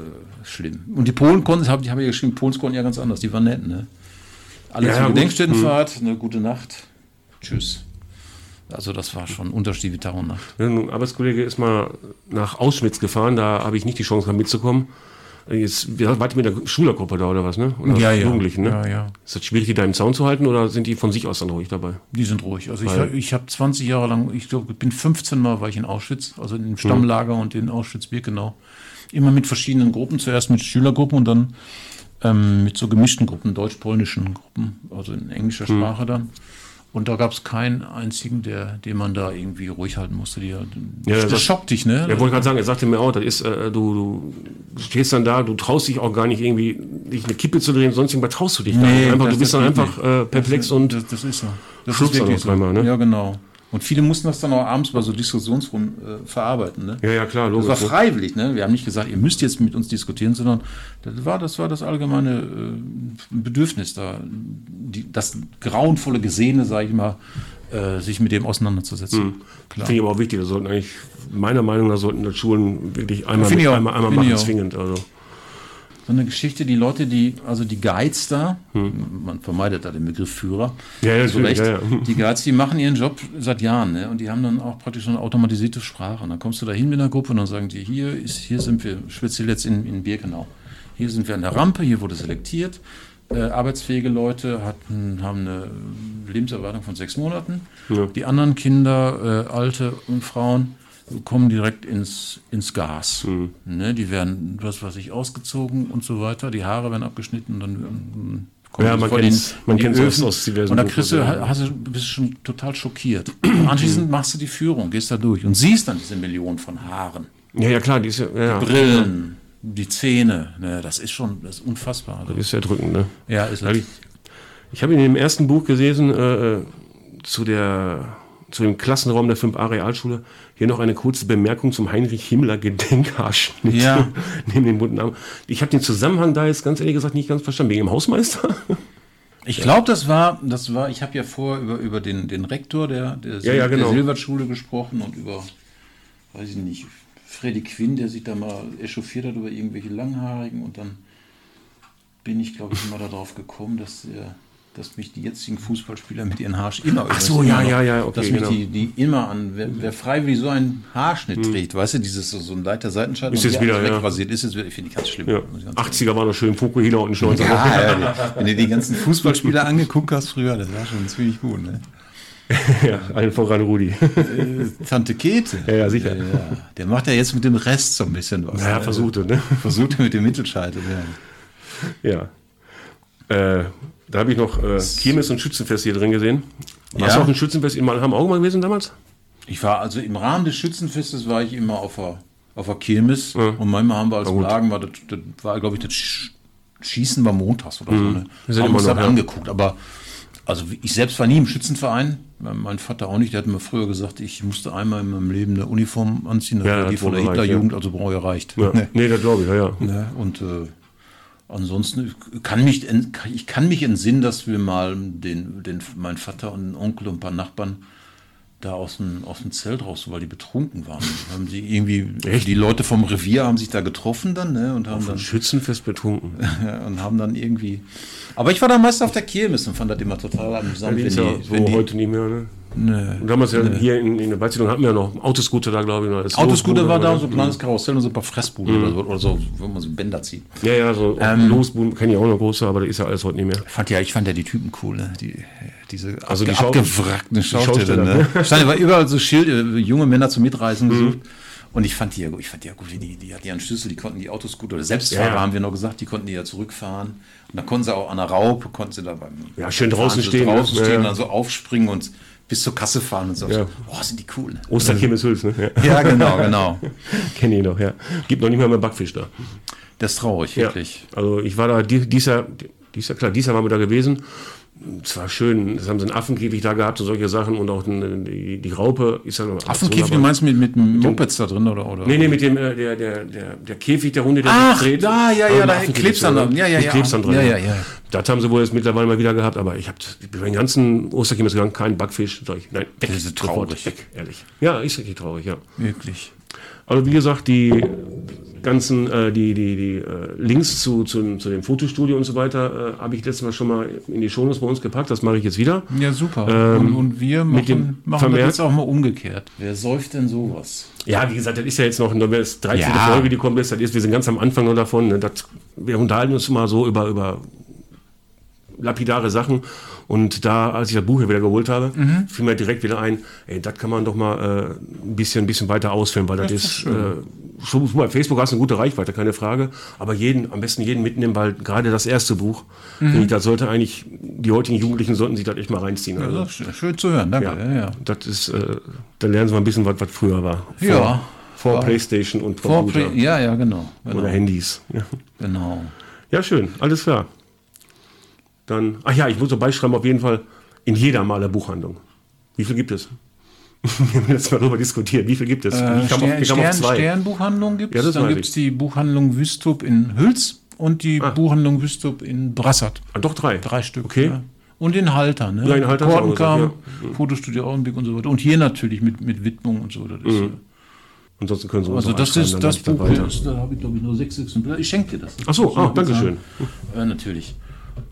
S6: schlimm. Und die Polen konnten, habe ich hab ja geschrieben, Polen konnten ja ganz anders. Die waren nett. Ne? Alle
S2: Ja,
S6: zur
S2: ja, gut. Hm.
S6: Gedenkstättenfahrt, eine gute Nacht. Tschüss. Also, das war schon ein Unterschied wie Tag und Nacht.
S2: Ein Ne, Arbeitskollege ist mal nach Auschwitz gefahren, da habe ich nicht die Chance gehabt mitzukommen. Jetzt wir wart ihr mit der Schülergruppe da oder was, ne? Oder
S6: Ja, ja.
S2: Jugendlichen, ne?
S6: Ja, ja.
S2: Ist das schwierig, die da im Zaun zu halten oder sind die von sich aus dann ruhig dabei?
S6: Die sind ruhig. Also
S2: Weil-
S6: ich, ich habe 20 Jahre lang, ich glaube, ich bin 15 Mal war ich in Auschwitz, also
S2: Mhm.
S6: im Stammlager und in Auschwitz-Birkenau. Immer mit verschiedenen Gruppen, zuerst mit Schülergruppen und dann ähm, mit so gemischten Gruppen, deutsch-polnischen Gruppen, also in englischer
S2: Mhm.
S6: Sprache dann. Und da gab es keinen einzigen, der, den man da irgendwie ruhig halten musste. Die,
S2: Ja,
S6: das,
S2: das-
S6: schockt dich, ne?
S2: Ja, wollte gerade sagen, er sagte mir auch, das ist, äh, du, du stehst dann da, du traust dich auch gar nicht irgendwie, dich eine Kippe zu drehen, sonst irgendwas traust du dich gar nicht. Einfach,
S6: das-
S2: du bist
S6: das
S2: dann
S6: geht
S2: einfach äh, perplex
S6: das,
S2: und
S6: das, das ist so. Das
S2: schluckst dann auf einmal, ne?
S6: Ja, genau. Und viele mussten das dann auch abends bei so Diskussionsrunden äh, verarbeiten, ne?
S2: ja, ja, klar,
S6: Das war
S2: logisch. ne?
S6: freiwillig, ne? Wir haben nicht gesagt, ihr müsst jetzt mit uns diskutieren, sondern das war das, war das allgemeine äh, Bedürfnis da, die, das grauenvolle Gesehene, sage ich mal, äh, sich mit dem auseinanderzusetzen. Klar.
S2: Finde ich aber auch wichtig, das sollten eigentlich, meiner Meinung nach sollten das Schulen wirklich einmal,
S6: Finde
S2: mit,
S6: ich auch.
S2: einmal, einmal
S6: Finde ich
S2: machen,
S6: auch.
S2: zwingend. Also.
S6: So eine Geschichte, die Leute, die, also die Guides da, man vermeidet da den Begriff Führer,
S2: Hm. Ja, ja,
S6: zu
S2: natürlich,
S6: Recht,
S2: ja, ja.
S6: die Guides, die machen ihren Job seit Jahren ne? und die haben dann auch praktisch eine automatisierte Sprache. Und dann kommst du da hin mit einer Gruppe und dann sagen die, hier, ist, hier sind wir, speziell jetzt in, in Birkenau, hier sind wir an der Rampe, hier wurde selektiert, äh, arbeitsfähige Leute hatten, haben eine Lebenserwartung von sechs Monaten.
S2: Ja.
S6: Die anderen Kinder, äh, Alte und Frauen, kommen direkt ins, ins Gas.
S2: Mhm.
S6: Ne, die werden, was weiß ich, ausgezogen und so weiter. Die Haare werden abgeschnitten und dann ähm, kommen
S2: Ja,
S6: sie
S2: man
S6: vor
S2: kennt's-
S6: den-
S2: man
S6: die
S2: kennt's aus-
S6: Öfen.
S2: aus diversen
S6: Und da kriegst du,
S2: Dokus, ja.
S6: hast du, bist du schon total schockiert. Anschließend machst du die Führung, gehst da durch und siehst dann diese Millionen von Haaren.
S2: Ja, ja, klar, die ist ja, ja, ja.
S6: Brillen, die Zähne, ne, das ist schon das ist unfassbar. Also,
S2: Die ist ja drückend, ne?
S6: ja, ist
S2: hab ich- Ich habe in dem ersten Buch gelesen, äh, äh, zu, der, zu dem Klassenraum der 5a Realschule, hier noch eine kurze Bemerkung zum Heinrich Himmler Gedenkhaarschnitt.
S6: Ja.
S2: Neben dem bunten Namen. Ich habe den Zusammenhang da jetzt ganz ehrlich gesagt nicht ganz verstanden. Wegen dem Hausmeister?
S6: Ich glaube, das war, das war, ich habe ja vor über, über den, den Rektor der, der, Sil
S2: Ja, ja, genau.
S6: der Silbertschule gesprochen und über, weiß ich nicht, Freddy Quinn, der sich da mal echauffiert hat über irgendwelche Langhaarigen und dann bin ich, glaube ich, immer darauf gekommen, dass, der, dass mich die jetzigen Fußballspieler mit ihren Haarschnitten immer Ach
S2: so, ja, ja, ja, okay,
S6: Dass mich
S2: genau. Mhm.
S6: die, die immer an, wer, wer freiwillig so einen Haarschnitt trägt, weißt du, dieses so so ein leichter Seitenscheitel
S2: Ist
S6: und
S2: jetzt
S6: die
S2: wieder,
S6: alle
S2: ja.
S6: wegrasiert ist, jetzt wieder- ich finde ich ganz schlimm.
S2: Ja.
S6: muss ich ganz
S2: 80er war noch schön, Fukuhila und ne? Schnäuzer.
S6: ja, ja, wenn du die ganzen Fußballspieler angeguckt hast früher, das war schon ziemlich gut. Ne?
S2: Ja, allen voran Rudi.
S6: Tante Käthe.
S2: Ja, ja, sicher.
S6: ja. Der macht ja jetzt mit dem Rest so ein bisschen was.
S2: Ja,
S6: ne?
S2: versuchte, ne?
S6: Versucht er mit dem Mittelscheitel. Ja.
S2: Ja. Äh, da habe ich noch äh, Kirmes und Schützenfest hier drin gesehen. Warst
S6: Ja.
S2: du auch ein Schützenfest in Mannheim auch mal gewesen damals?
S6: Ich war also im Rahmen des Schützenfestes war ich immer auf der, auf der Kirmes und manchmal haben wir als
S2: gut.
S6: Plagen, war das, das war glaube ich das Sch- Schießen war montags oder so. Ne?
S2: Mhm. Wir sind
S6: haben
S2: immer
S6: uns
S2: noch,
S6: das
S2: ja.
S6: angeguckt, aber also ich selbst war nie im Schützenverein, mein mein Vater auch nicht, der hat mir früher gesagt, ich musste einmal in meinem Leben eine Uniform anziehen, das
S2: Ja,
S6: war
S2: das
S6: die von der
S2: wurde reicht,
S6: Hitlerjugend, also brauche ich reicht.
S2: Ja. Nee, das glaube ich, ja, ja.
S6: Ne? Und äh, ansonsten ich kann mich en- ich kann mich entsinnen, dass wir mal den, den mein Vater und einen Onkel und ein paar Nachbarn da aus dem, aus dem Zelt raus, weil die betrunken waren. haben sie irgendwie die Leute vom Revier haben sich da getroffen dann ne? und haben dann
S2: Schützenfest betrunken.
S6: ja, und haben dann irgendwie. Aber ich war dann meist auf der Kirmes und fand das immer total amüsant, wenn
S2: Allerdings ja,
S6: die,
S2: so
S6: wenn die
S2: heute nicht mehr, ne? Und damals ja hier in, in der Weizigung hatten wir ja noch einen Autoscooter da, glaube ich. noch. Das
S6: Autoscooter
S2: Losbude,
S6: war da
S2: ne?
S6: so ein kleines Karussell und so ein paar
S2: Mhm.
S6: Fressbuden oder, so, oder so, wo man so Bänder zieht.
S2: Ja, ja, so ähm, Losbuben kenne ich auch noch große, aber das ist ja alles heute nicht mehr.
S6: Fand ja, ich fand ja die Typen cool, ne? Die, diese
S2: Also die Schau-
S6: abgewrackten Schausteller.
S2: Schausteller,
S6: Ne? Stand aber überall so Schild, äh, junge Männer zum
S2: Mhm.
S6: Mitreißen gesucht. Und ich fand die ja gut, ich fand die ja gut, die, die hatten ja einen Schlüssel, die konnten die Autos gut, oder Selbstfahrer
S2: Ja, ja.
S6: haben wir noch gesagt, die konnten die ja zurückfahren. Und dann konnten sie auch an der Raupe, konnten sie da beim
S2: Ja, schön
S6: beim
S2: draußen
S6: Fahren so
S2: stehen, ne?
S6: draußen
S2: Ja,
S6: stehen,
S2: ja.
S6: dann so aufspringen und bis zur Kasse fahren und so.
S2: Ja.
S6: Boah, sind die cool. ne?
S2: Osterkirmes Hüls, ne? Ja,
S6: Ja, genau, genau.
S2: kenne ich noch, ja. Gibt noch nicht mal mehr Backfisch da.
S6: Das ist traurig,
S2: Ja.
S6: wirklich.
S2: Also ich war da die- dieser, dieser, klar, dieser waren wir da gewesen. Es war schön, das haben sie einen Affenkäfig da gehabt und solche Sachen und auch den, die, die Raupe ist ja noch
S6: Affenkäfig,
S2: dabei.
S6: meinst du mit, mit Mopeds da drin, oder? oder?
S2: Nee, nee, mit dem, äh, der, der, der, der Käfig der Hunde, der
S6: Ach,
S2: sich dreht. Also
S6: da, ja, ja,
S2: Am
S6: da
S2: Affenkäfig,
S6: klebt's dann
S2: oder?
S6: dran. Ja, ja,
S2: Die
S6: ja.
S2: klebt's dann dran.
S6: Ja, ja, ja.
S2: Das haben sie wohl jetzt mittlerweile mal wieder gehabt, aber ich habe über den ganzen Osterkirmes gegangen, kein Backfisch. Sag ich, nein, weg,
S6: Das ist
S2: sofort
S6: traurig.
S2: Weg, ehrlich. Ja, ist richtig traurig, ja.
S6: Wirklich.
S2: Also wie gesagt, die ganzen, äh, die, die, die äh, Links zu, zu, zu dem Fotostudio und so weiter äh, habe ich letztes Mal schon mal in die Shownotes bei uns gepackt. Das mache ich jetzt wieder.
S6: Ja, super.
S2: Ähm,
S6: und, und wir machen,
S2: mit dem
S6: machen das
S2: Vermerk-
S6: jetzt auch mal umgekehrt. Wer säuft denn sowas?
S2: Ja, wie gesagt, das ist ja jetzt noch eine das 13.
S6: Ja.
S2: Folge, die kommt. Das ist, wir sind ganz am Anfang noch davon. Ne? Das, wir unterhalten uns mal so über, über lapidare Sachen. Und da, als ich das Buch hier wieder geholt habe, fiel mir direkt wieder ein, ey, das kann man doch mal äh, ein, bisschen, ein bisschen weiter ausführen, weil das, ist, äh, schon bei Facebook hast du eine gute Reichweite, keine Frage, aber jeden, am besten jeden mitnehmen, weil gerade das erste Buch, finde ich, das sollte eigentlich, die heutigen Jugendlichen sollten sich das echt mal reinziehen. Also,
S6: Also, schön, schön zu hören, danke.
S2: ja,
S6: Ja, ja.
S2: das ist, äh, da lernen sie mal ein bisschen was, was früher war. Vor,
S6: Ja.
S2: Vor
S6: Vor-
S2: Playstation und
S6: Vor
S2: Computer
S6: ja, ja, genau.
S2: oder
S6: Genau.
S2: Handys. Ja.
S6: genau.
S2: ja, schön, alles klar. Dann, ach ja, ich muss so beischreiben, auf jeden Fall in jeder Malerbuchhandlung. Wie viel gibt es? Wir haben letztes Mal darüber diskutiert. Wie viel gibt es?
S6: Äh,
S2: ich kam auf,
S6: Stern,
S2: ich kam auf
S6: Stern,
S2: zwei.
S6: Sternbuchhandlung gibt es.
S2: Ja, das
S6: dann
S2: weiß
S6: gibt es
S2: ich.
S6: die Buchhandlung Wüstup in Hüls und die Buchhandlung Wüstup in Brassat.
S2: Ah, doch, drei.
S6: Drei Stück.
S2: Okay.
S6: Ja. Und in Halter, ne?
S2: Ja, in Halter hast du auch Mhm.
S6: Kortenkam,
S2: gesagt,
S6: Fotostudio Augenblick und so weiter. Und hier natürlich mit, mit Widmung und so. Das
S2: Mhm.
S6: ist,
S2: Ansonsten können Sie uns
S6: Also
S2: auch
S6: das
S2: einschreiben,
S6: ist
S2: dann
S6: das
S2: leite ich
S6: Buch,
S2: weiter.
S6: hier. da habe ich glaube ich nur sechs Exemplare. Ich schenke dir das.
S2: Ach so,
S6: Muss ich
S2: ah,
S6: mal kurz
S2: Dankeschön.
S6: sagen. Äh, natürlich.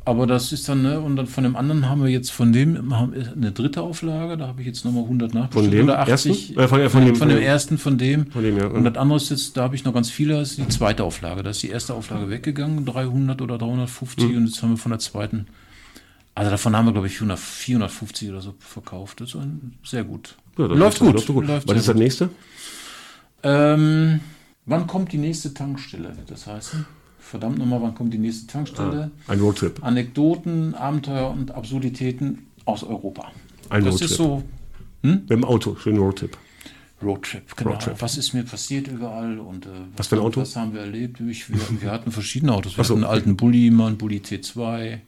S6: Aber das ist dann, ne, und dann von dem anderen haben wir jetzt, von dem haben wir eine dritte Auflage, da habe ich jetzt nochmal 100 nachbestellt.
S5: dem
S6: oder 80,
S5: ersten? Äh, von-
S6: von,
S5: äh, von dem-
S6: dem, von dem ersten, von dem.
S5: Von dem, ja.
S6: Und das andere ist jetzt, da habe ich noch ganz viele, das ist die zweite Auflage. Da ist die erste Auflage weggegangen, 300 oder 350,
S5: Hm.
S6: und jetzt haben wir von der zweiten. Also davon haben wir, glaube ich, 400, 450 oder so verkauft. Das ist ein- sehr gut.
S5: Ja, das
S6: läuft
S5: ist-
S6: gut.
S5: Läuft gut.
S6: Läuft
S5: Was
S6: sehr
S5: ist das
S6: gut.
S5: nächste?
S6: Ähm, wann kommt die nächste Tankstelle? Das heißt, verdammt nochmal, wann kommt die nächste Tankstelle?
S5: Ein Roadtrip.
S6: Anekdoten, Abenteuer und Absurditäten aus Europa.
S5: Ein
S6: das
S5: Roadtrip.
S6: ist so
S5: Mit dem Auto. Schönen Roadtrip.
S6: Roadtrip, genau.
S5: Roadtrip.
S6: Was ist mir passiert überall und äh,
S5: Was für ein Auto?
S6: Was haben wir erlebt? Ich, wir, wir hatten verschiedene Autos. Wir
S5: so.
S6: hatten einen alten Bulli, mal einen Bulli T2.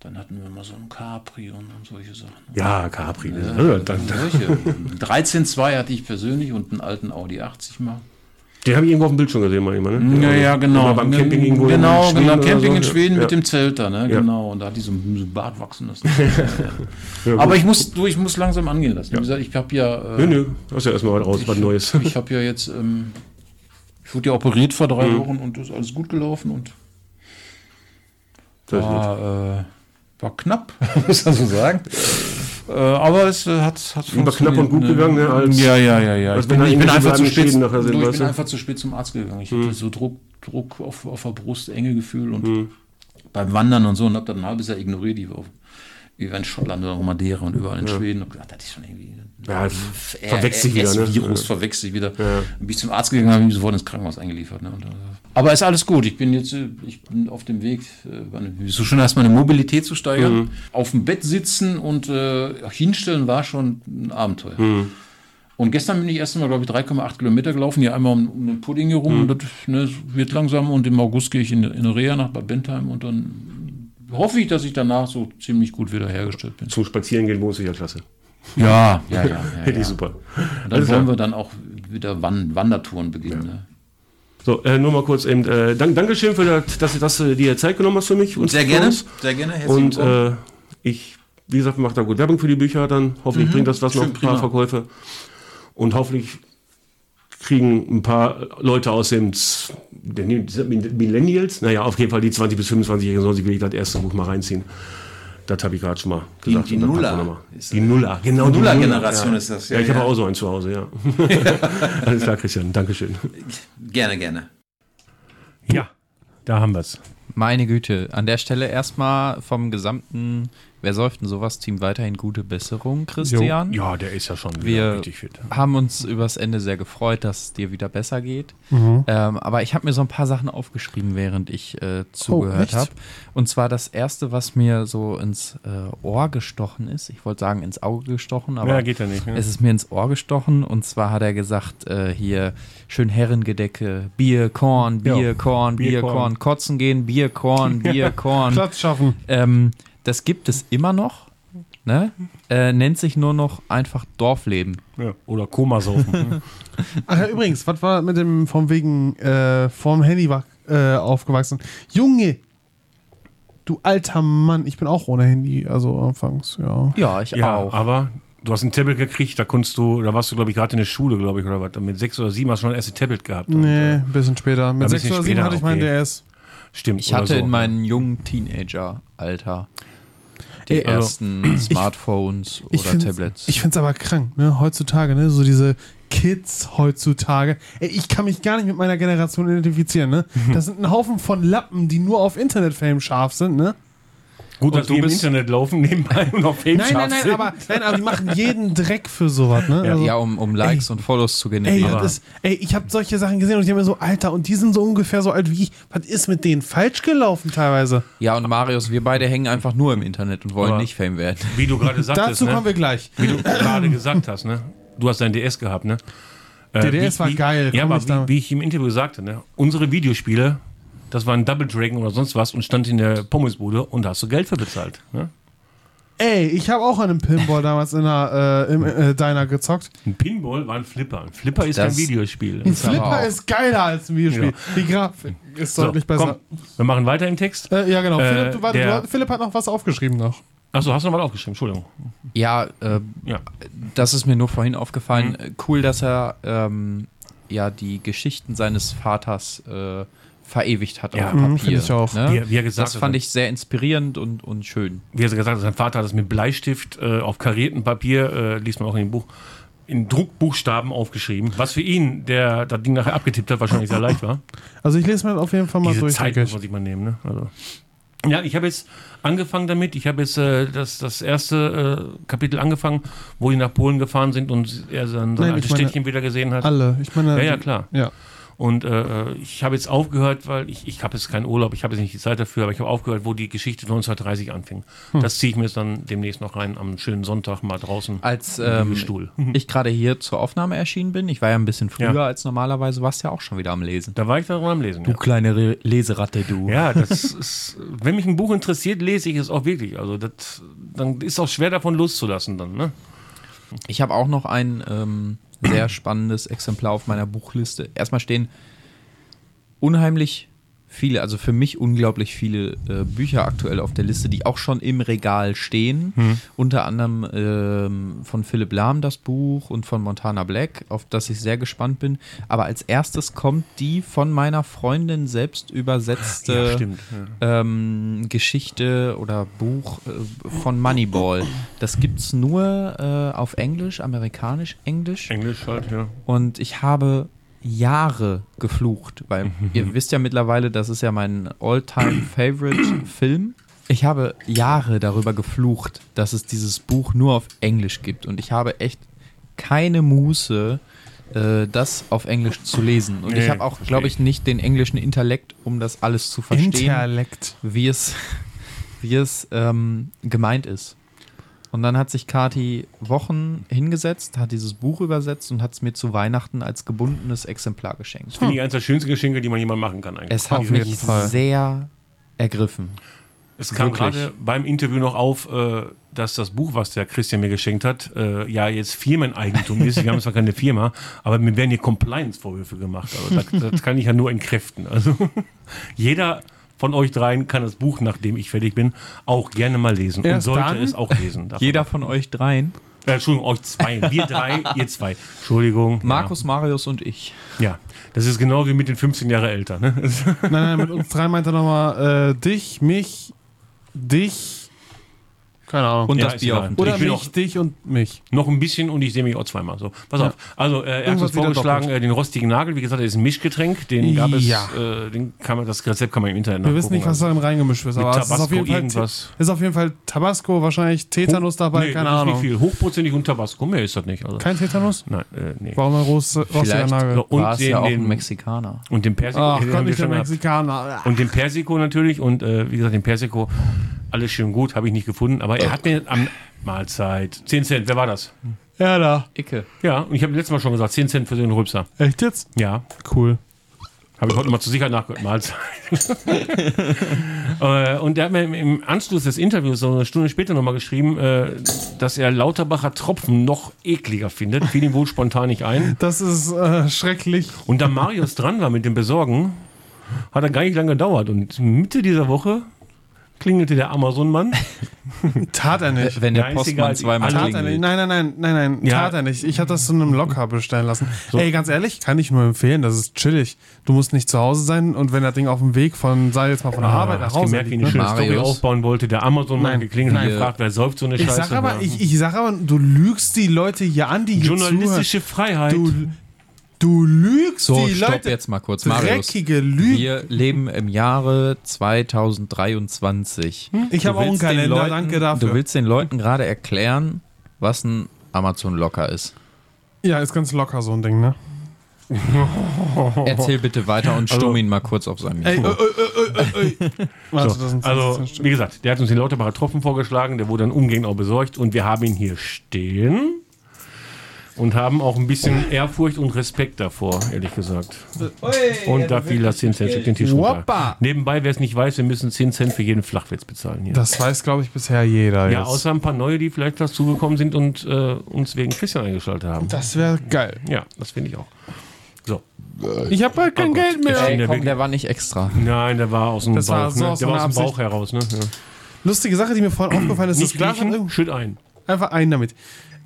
S6: Dann hatten wir mal so einen Capri und, und solche Sachen.
S5: Ja, Capri.
S2: Also,
S5: Ja, dann, dann,
S6: Solche. Einen 13.2 hatte ich persönlich und einen alten Audi 80 mal.
S5: den habe ich irgendwo auf dem Bildschirm gesehen, mal immer, ne?
S6: Ja, ja, genau.
S5: Immer beim Camping irgendwo in
S6: Genau,
S5: Schweden
S6: genau.
S5: oder
S6: Camping
S5: so,
S6: in
S5: ja.
S6: Schweden mit
S5: Ja.
S6: dem Zelt da, ne?
S5: Ja.
S6: Genau. Und da hat die so ein so ein Bart wachsen lassen. Ja, Aber ich muss, du, ich muss langsam angehen lassen. Wie gesagt, ich habe ja,
S5: Nö,
S6: äh,
S5: nö. Hast ja erstmal was raus, was Neues.
S6: ich habe ja jetzt, ähm, ich wurde ja operiert vor drei Wochen und das ist alles gut gelaufen und
S5: Das ist nett.
S6: war, äh, war knapp, muss man so sagen. Äh, aber es äh, hat, hat
S5: Lieber knapp und gut gegangen, ne, als-
S6: ja, ja, ja, ja.
S5: als
S6: Ich
S5: wenn
S6: bin,
S5: da
S6: ich bin
S5: irgendwelche
S6: einfach zu
S5: bleibenden
S6: spät.
S5: Schäden nachher sind,
S6: du, ich
S5: weißt
S6: bin
S5: du?
S6: einfach zu spät zum Arzt gegangen.
S5: Hm.
S6: Ich hatte so Druck, Druck auf, auf der Brust, enge Gefühl und
S5: Hm.
S6: beim Wandern und so und habe dann ein halbes Jahr ignoriert, die wir auf. Wir waren in Schottland oder auf Madeira und überall in Schweden und gedacht, das ist schon irgendwie.
S5: Ja, f- verwechselt
S6: RS
S5: wieder, ne?
S6: Virus
S5: Ja.
S6: verwechselt sich wieder. Dann bin ich zum Arzt gegangen, habe mich sofort ins Krankenhaus eingeliefert. Ne? Und, äh, aber ist alles gut. Ich bin jetzt äh, ich bin auf dem Weg, äh, meine, so schön erst meine Mobilität zu steigern.
S5: Mhm.
S6: Auf dem Bett sitzen und äh, hinstellen war schon ein Abenteuer.
S5: Mhm.
S6: Und gestern bin ich erst mal, glaube ich, 3,8 Kilometer gelaufen, hier einmal um, um den Pudding hier rum.
S5: Mhm.
S6: Und das ne, es wird langsam. Und im August gehe ich in, in Rea nach Bad Bentheim und dann hoffe ich, dass ich danach so ziemlich gut wiederhergestellt bin.
S5: Zum Spazierengehen lohnt sich ja klasse.
S6: Ja, ja, ja. ja, ja.
S5: Finde ich super.
S6: Und
S5: Alles
S6: dann
S5: klar.
S6: wollen wir dann auch wieder Wan- Wandertouren beginnen. Ne?
S5: So, äh, nur mal kurz eben. Äh, dank, Dankeschön, für das, dass, dass du dir Zeit genommen hast für mich. Und für uns.
S6: sehr gerne.
S5: Und äh, ich, wie gesagt, mache da gut Werbung für die Bücher. Dann hoffentlich bringt das was noch ein
S6: Mhm. Schön,
S5: paar
S6: prima.
S5: Verkäufe. Und hoffentlich kriegen ein paar Leute aus dem Z- der- nee, diese Millennials, naja, auf jeden Fall die 20 bis 25-Jährigen sollen sich wirklich das erste Buch mal reinziehen. Das habe ich gerade schon mal gesagt.
S6: die
S5: Und dann packen wir
S6: Nuller
S5: noch mal.
S6: ist
S5: Die Nuller, genau. die
S6: Nuller-Generation
S5: Nuller,
S6: ist das,
S5: Ja,
S6: ja,
S5: ja ich habe
S6: ja.
S5: auch so einen zu Hause, ja. Alles klar, Christian, Dankeschön.
S6: gerne, gerne.
S2: Ja, da haben wir es.
S3: Meine Güte, an der Stelle erstmal vom gesamten Wer säuft denn sowas Team weiterhin gute Besserung, Christian.
S2: Ja, der ist ja schon wieder
S3: Wir
S2: richtig fit.
S3: haben uns übers Ende sehr gefreut, dass es dir wieder besser geht. Ähm, aber ich habe mir so ein paar Sachen aufgeschrieben, während ich äh, zugehört
S1: echt?
S3: habe. Und zwar das erste, was mir so ins äh, Ohr gestochen ist. Ich wollte sagen ins Auge gestochen, aber
S2: Ja, geht ja nicht, ne?
S3: es ist mir ins Ohr gestochen. Und zwar hat er gesagt, äh, hier schön Herrengedecke, Bier, Korn, Bier,
S2: Ja.
S3: Korn, Bier,
S2: Bier,
S3: Korn.
S2: Korn.
S3: kotzen gehen, Bier, Korn, Bier, Korn.
S1: Platz schaffen.
S3: Ähm, das gibt es immer noch. Ne? Äh, nennt sich nur noch einfach Dorfleben.
S2: Ja. Oder Komasaufen.
S1: Ach ja, übrigens, was war mit dem vom wegen äh, vom Handy wach, äh, aufgewachsen? Junge, du alter Mann, ich bin auch ohne Handy, also anfangs, ja.
S3: Ja, ich
S2: ja,
S3: auch.
S2: aber du hast ein Tablet gekriegt, da konntest du, da warst du, glaube ich, gerade in der Schule, glaube ich, oder was. Mit sechs oder sieben hast du schon das erste Tablet gehabt. Und,
S1: Nee,
S2: äh,
S1: ein bisschen später. Mit
S2: Ein
S1: 6
S2: bisschen
S1: oder 7
S2: später,
S1: hatte ich meinen
S2: okay.
S1: DS.
S2: Stimmt.
S3: Ich
S2: oder
S3: hatte
S2: so.
S3: in meinem jungen Teenager-Alter
S2: Äh,
S3: die
S1: Ey, also,
S3: ersten Smartphones
S1: Ich
S3: oder
S1: find's-
S3: Tablets.
S1: Ich find's aber krank, ne? Heutzutage, ne? So diese Kids heutzutage. Ey, ich kann mich gar nicht mit meiner Generation identifizieren, ne? Das sind ein Haufen von Lappen, die nur auf Internetfame scharf sind, ne?
S2: Gut, dass
S3: du
S2: wir im
S3: bist-
S2: Internet laufen, nebenbei und auf Fame
S1: Nein, nein,
S2: scharf
S1: nein,
S2: sind.
S1: aber, nein, aber die machen jeden Dreck für sowas, ne? Also-
S3: ja, um, um Likes und Follows zu
S1: Ey,
S3: generieren.
S1: das ist, ey, ich habe solche Sachen gesehen und ich habe mir so, Alter, und die sind so ungefähr so alt wie ich. Was ist mit denen falsch gelaufen teilweise?
S3: ja, und Marius, wir beide hängen einfach nur im Internet und wollen
S2: Aber-
S3: nicht Fame werden.
S2: Wie du gerade sagtest,
S1: Dazu
S2: ne?
S1: kommen wir gleich.
S2: wie du gerade gesagt hast, ne? Du hast dein DS gehabt, ne? Äh,
S1: DS war geil,
S2: Ja,
S1: komm
S2: aber
S1: ich da-
S2: wie, wie ich im Interview sagte, ne? Unsere Videospiele, das waren Double Dragon oder sonst was und stand in der Pommesbude und da hast du Geld für bezahlt. Ne?
S1: Ey, ich habe auch an einem Pinball damals in einer, äh, im äh, Diner gezockt.
S2: Ein Pinball war ein Flipper. Ein Flipper ist
S3: Das-
S2: kein Videospiel.
S1: Ein
S3: aber
S1: Flipper
S3: auch-
S1: ist geiler als ein Videospiel. Die Grafik ist deutlich besser.
S2: Komm, wir machen weiter im Text.
S1: Äh, ja, genau.
S2: Äh,
S1: Philipp, du, warte,
S2: der-
S1: du, Philipp hat noch was aufgeschrieben noch.
S2: Achso, hast du noch mal aufgeschrieben, Entschuldigung.
S3: Ja, äh,
S2: Ja.
S3: das ist mir nur vorhin aufgefallen.
S2: Mhm.
S3: Äh, Cool, dass er ähm, ja die Geschichten seines Vaters äh, verewigt hat
S2: Ja,
S3: auf
S2: mhm,
S3: Papier.
S1: find ich auch.
S3: Ne?
S2: Wie er- wie er gesagt
S3: das
S2: hat,
S3: fand
S2: dann-
S3: ich sehr inspirierend und, und schön.
S2: wie er gesagt hat, sein Vater hat das mit Bleistift äh, auf karierten Papier, äh, liest man auch in dem Buch, in Druckbuchstaben aufgeschrieben, was für ihn, der das Ding nachher abgetippt hat, wahrscheinlich sehr leicht war.
S1: Also ich lese mir das auf jeden Fall mal
S2: Diese
S1: durch.
S2: Zeit
S1: denke
S2: muss
S1: ich.
S2: man sich mal nehmen. Ne? Also. Ja, ich habe jetzt angefangen damit. Ich habe jetzt äh, das, das erste äh, Kapitel angefangen, wo die nach Polen gefahren sind und er sein, sein
S1: Nein,
S2: altes
S1: ich meine-
S2: Städtchen wieder gesehen hat.
S1: Alle. Ich meine,
S2: Ja, ja, klar.
S1: Ja.
S2: Und äh, ich habe jetzt aufgehört, weil ich, ich habe jetzt keinen Urlaub, ich habe jetzt nicht die Zeit dafür, aber ich habe aufgehört, wo die Geschichte 1930 anfing.
S3: Hm.
S2: Das ziehe ich mir jetzt dann demnächst noch rein, am schönen Sonntag mal draußen
S3: Als
S2: im
S3: ähm,
S2: Stuhl.
S3: ich gerade hier zur Aufnahme erschienen bin, ich war ja ein bisschen früher
S2: Ja.
S3: als normalerweise, warst ja auch schon wieder am Lesen.
S2: Da war ich dann am Lesen.
S3: Du kleine Re Leseratte, du.
S2: Ja, ja das ist, wenn mich ein Buch interessiert, lese ich es auch wirklich. Also das, dann ist auch schwer davon loszulassen dann. Ne?
S3: Ich habe auch noch ein ähm, sehr spannendes Exemplar auf meiner Buchliste. Erstmal stehen unheimlich viele, also für mich unglaublich viele äh, Bücher aktuell auf der Liste, die auch schon im Regal stehen.
S2: Hm.
S3: Unter anderem ähm, von Philipp Lahm das Buch und von Montana Black, auf das ich sehr gespannt bin. Aber als erstes kommt die von meiner Freundin selbst übersetzte ähm, Geschichte oder Buch äh, von Moneyball. Das gibt's nur äh, auf Englisch, amerikanisch, Englisch.
S2: Englisch halt, ja.
S3: Und ich habe Jahre geflucht, weil ihr wisst ja mittlerweile, das ist ja mein All-Time-Favorite-Film. Ich habe Jahre darüber geflucht, dass es dieses Buch nur auf Englisch gibt. Und ich habe echt keine Muße, äh, das auf Englisch zu lesen. Und
S2: Nee,
S3: ich habe auch, glaube ich, nicht den englischen Intellekt, um das alles zu verstehen
S1: Intellekt.
S3: wie es, wie es ähm, gemeint ist. Und dann hat sich Kati Wochen hingesetzt, hat dieses Buch übersetzt und hat es mir zu Weihnachten als gebundenes Exemplar geschenkt.
S2: Finde ich eines der schönsten Geschenke, die man jemandem machen kann eigentlich.
S3: Hm. Es hat
S1: Auf jeden
S3: mich
S1: Fall.
S3: sehr ergriffen.
S2: Es kam
S3: Wirklich.
S2: gerade beim Interview noch auf, äh, dass das Buch, was der Christian mir geschenkt hat, äh, ja jetzt Firmeneigentum ist. Wir haben zwar keine Firma, aber mir werden hier Compliance-Vorwürfe gemacht. Also das, das kann ich ja nur entkräften. Also jeder von euch dreien kann das Buch, nachdem ich fertig bin, auch gerne mal lesen
S1: Erst
S2: und sollte
S1: dann?
S2: es auch lesen. Davon-
S3: Jeder von euch dreien,
S2: Äh, Entschuldigung, euch zwei. Wir drei, ihr zwei. Entschuldigung.
S3: Markus, Marius und ich.
S2: Ja, ja. das ist genau wie mit den 15 Jahre älter. Ne?
S1: Nein, nein, mit uns drei meint er nochmal äh, dich, mich, dich. Keine Ahnung.
S3: Und
S2: Ja,
S3: das
S2: ist
S3: Bier
S2: egal.
S3: auf dem Tisch.
S1: Oder
S2: ich bin
S1: mich,
S2: auch-
S1: dich und mich.
S2: Noch ein bisschen und ich sehe mich auch zweimal. So, pass auf. Also, äh, er hat uns
S1: Irgendwas wieder
S2: vorgeschlagen,
S1: doppelt.
S2: äh, den rostigen Nagel. Wie gesagt, das ist ein Mischgetränk. Den gab es,
S1: Ja.
S2: äh, den kann man, das Rezept kann man im Internet
S1: Wir wissen nicht, was
S2: also.
S1: darin reingemischt wird,
S2: Mit
S1: aber es ist auf
S2: Tabasco
S1: jeden Fall
S2: irgendwas.
S1: ist auf jeden Fall Tabasco, wahrscheinlich Tetanus dabei,
S2: Also, Nee,
S1: keine
S2: das Ist
S1: Ahnung.
S2: nicht viel. Hochprozentig und Tabasco. Mehr ist das nicht. Also.
S1: Kein Tetanus?
S2: Nein, äh, nee.
S1: Warum ein rost- rostiger
S3: Vielleicht
S1: Nagel?
S2: Und
S3: War es
S2: den-
S3: ja auch ein
S2: den-
S3: Mexikaner.
S2: Und den Persiko.
S1: Ach
S2: den haben
S1: Gott,
S2: wir
S1: nicht der
S2: schon gehabt.
S1: Mexikaner.
S2: und den Persiko natürlich. Und äh, wie gesagt, den Persiko, alles schön gut, habe ich nicht gefunden. Aber er hat mir am Mahlzeit 10 Cent, wer war das?
S1: Ja, da.
S3: Icke.
S2: Ja, und ich habe letztes Mal schon gesagt, 10 Cent für so einen Rübser.
S1: Echt jetzt?
S2: Ja,
S1: Cool.
S2: Habe ich heute nochmal zur Sicherheit nachgehört. Mahlzeit. äh, und er hat mir im- im Anschluss des Interviews, so eine Stunde später nochmal geschrieben, äh, dass er Lauterbacher Tropfen noch ekliger findet. Fiel ihm wohl spontan nicht ein.
S1: Das ist äh, schrecklich.
S2: Und da Marius dran war mit dem Besorgen, hat er gar nicht lange gedauert. Und Mitte dieser Woche klingelte der Amazon-Mann.
S1: Tat er nicht.
S3: Äh, Wenn der
S2: Nein, ist
S3: Postmann
S2: egal.
S3: zweimal
S2: Alle-
S1: Tat er
S3: klingelt.
S1: nicht. Nein, nein, nein, nein, nein.
S2: Ja.
S1: Tat er nicht. Ich habe das zu einem Locker bestellen lassen. Ey, ganz ehrlich, kann ich nur empfehlen. Das ist chillig. Du musst nicht zu Hause sein und wenn das Ding auf dem Weg von, sei jetzt mal von der
S3: Ah,
S1: Arbeit
S2: Ah,
S1: nach
S2: hast
S1: Hause
S2: gemerkt, wie
S1: liegt,
S2: eine
S1: ne?
S2: schöne Story
S3: Marius.
S2: aufbauen wollte. Der Amazon-Mann
S1: Nein,
S2: geklingelt und
S1: nein.
S2: gefragt, wer säuft so eine
S1: Ich
S2: Scheiße.
S1: sag aber,
S2: Ja.
S1: ich, ich sag aber, du lügst die Leute hier an, die hier zuhören.
S2: Journalistische Freiheit.
S1: Du, du lügst
S3: So,
S1: die
S3: stopp
S1: Leute.
S3: jetzt mal kurz, Marius.
S1: Dreckige Lüge.
S3: Wir leben im Jahre 2023.
S1: Ich habe auch einen
S3: willst den
S1: Kalender,
S3: Leuten,
S1: danke dafür.
S3: Du willst den Leuten gerade erklären, was ein Amazon Locker ist.
S1: ja, ist ganz locker so ein Ding, ne?
S3: Erzähl bitte weiter und stumm ihn mal kurz auf sein
S1: Oh. Also- Ey, äh, äh,
S3: Mikro.
S1: äh, äh, äh, äh. Warte, das sind
S2: Also,
S1: 15 Stück.
S2: wie gesagt, der hat uns den Lauterbacher Tropfen vorgeschlagen, der wurde dann umgehend auch besorgt und wir haben ihn hier stehen und haben auch ein bisschen Ehrfurcht und Respekt davor, ehrlich gesagt. und da fiel das 10 Cent Stück den Tisch runter.
S1: Woppa.
S2: Nebenbei, wer es nicht weiß, wir müssen 10 Cent für jeden Flachwitz bezahlen hier.
S1: das weiß, glaube ich, bisher jeder
S2: ja,
S1: jetzt.
S2: außer ein paar neue, die vielleicht dazugekommen sind und äh, uns wegen Christian eingeschaltet haben.
S1: das wäre geil.
S2: Ja, das finde ich auch. So.
S1: Ich habe bald kein
S2: Oh Gott.
S1: Geld mehr.
S2: Ey,
S3: Ey,
S2: komm,
S3: komm, der war nicht extra.
S2: Nein, der war aus dem
S1: Das
S2: Bauch,
S1: war so
S2: ne?
S1: aus
S2: der war
S1: einer
S2: aus dem Bauch
S1: Absicht.
S2: heraus. Ne? Ja.
S1: Lustige Sache, die mir vorhin aufgefallen ist, das
S2: Nicht
S1: Glas hat
S2: riechen,
S1: irgend-
S2: schütt ein.
S1: Einfach ein damit.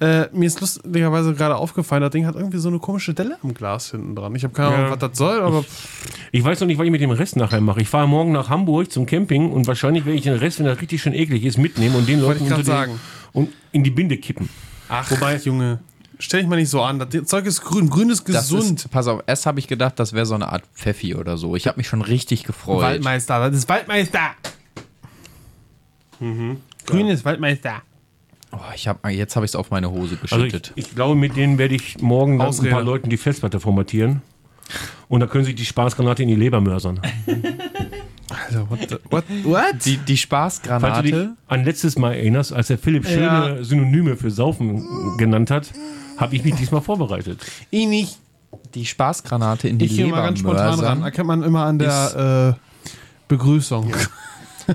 S1: Äh, mir ist lustigerweise gerade aufgefallen, das Ding hat irgendwie so eine komische Delle am Glas hinten dran. Ich habe keine Ahnung,
S2: Ja.
S1: was das soll, aber
S2: Ich weiß noch nicht, was ich mit dem Rest nachher mache. Ich fahre morgen nach Hamburg zum Camping und wahrscheinlich werde ich den Rest, wenn das richtig schön eklig ist, mitnehmen und den Leuten
S1: Wollte ich grad
S2: unter den-
S1: sagen.
S2: und in die Binde kippen.
S1: Ach, Wobei, Junge, stell dich mal nicht so an. Das Zeug ist grün. Grün ist
S3: Das
S1: gesund.
S3: Ist, pass auf, erst habe ich gedacht, das wäre so eine Art Pfeffi oder so. Ich habe mich schon richtig gefreut.
S1: Waldmeister, das ist Waldmeister. Mhm. Grün ist Waldmeister.
S3: Oh, ich hab, jetzt habe ich es auf meine Hose
S2: Also ich,
S3: geschüttet.
S2: ich glaube, mit denen werde ich morgen dann ein
S1: Ausrede.
S2: paar Leuten die Festplatte formatieren. Und dann können sie die Spaßgranate in die Leber mörsern.
S1: Alter, what? The, what, what?
S2: Falls du
S3: die, die
S2: dich
S3: Spaßgranate.
S2: an letztes Mal erinnerst, als der Philipp schöne
S1: Ja.
S2: Synonyme für Saufen genannt hat, habe ich mich diesmal vorbereitet.
S1: Ich nicht.
S3: Die Spaßgranate in die
S1: Ich gehe mal
S3: Leber
S1: ganz spontan ran.
S3: mörsern.
S1: Erkennt man immer an der äh, Begrüßung.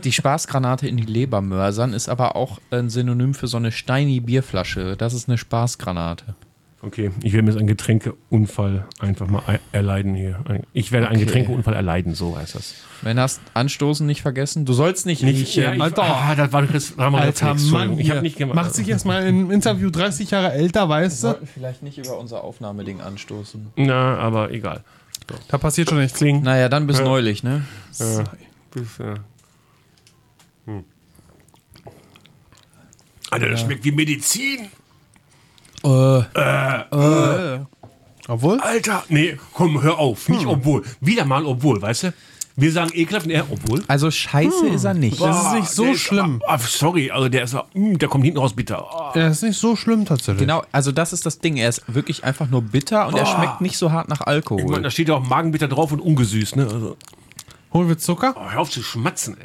S3: Die Spaßgranate in die Leber mörsern ist aber auch ein Synonym für so eine steini Bierflasche. Das ist eine Spaßgranate.
S2: Okay, ich werde mir jetzt einen Getränkeunfall einfach mal ei- erleiden hier. Ein- Ich werde einen
S3: Okay.
S2: Getränkeunfall erleiden, so heißt das.
S3: Wenn hast Anstoßen nicht vergessen, du sollst nicht, riechen.
S2: ja, ich,
S1: Alter.
S2: ah, das war das war mal
S1: Alter
S2: Reflex, Entschuldigung.
S1: Mann,
S2: ich habe
S1: hier.
S2: nicht gemacht.
S1: Macht sich erstmal im Interview 30 Jahre älter, weißt du?
S3: sollten vielleicht nicht über unser Aufnahmeding anstoßen.
S2: Na, aber egal.
S1: Da passiert schon nichts.
S2: Klingt.
S3: Naja, dann bis neulich, ne?
S2: Ja. Das,
S1: äh,
S2: ja. Hm.
S1: hm.
S2: Alter, das schmeckt wie Medizin.
S1: Äh,
S2: Äh,
S1: Obwohl,
S2: Alter, nee, komm, hör auf.
S1: Hm.
S2: Nicht obwohl. Wieder mal obwohl, weißt du? Wir sagen ekelhaft und er obwohl.
S3: Also scheiße ist er nicht.
S1: das ist
S2: Ah,
S1: nicht so
S2: der
S1: schlimm.
S2: Aber, ah, sorry, also der ist, ah, mm, der kommt hinten raus bitter. Ah.
S1: Er ist nicht so schlimm tatsächlich.
S3: Genau, also das ist das Ding. Er ist wirklich einfach nur bitter und er schmeckt nicht so hart nach
S2: Ich
S3: Alkohol.
S2: meine, da steht ja auch Magenbitter drauf und ungesüßt, ne? Also,
S1: Holen wir Zucker?
S2: oh, hör auf zu schmatzen,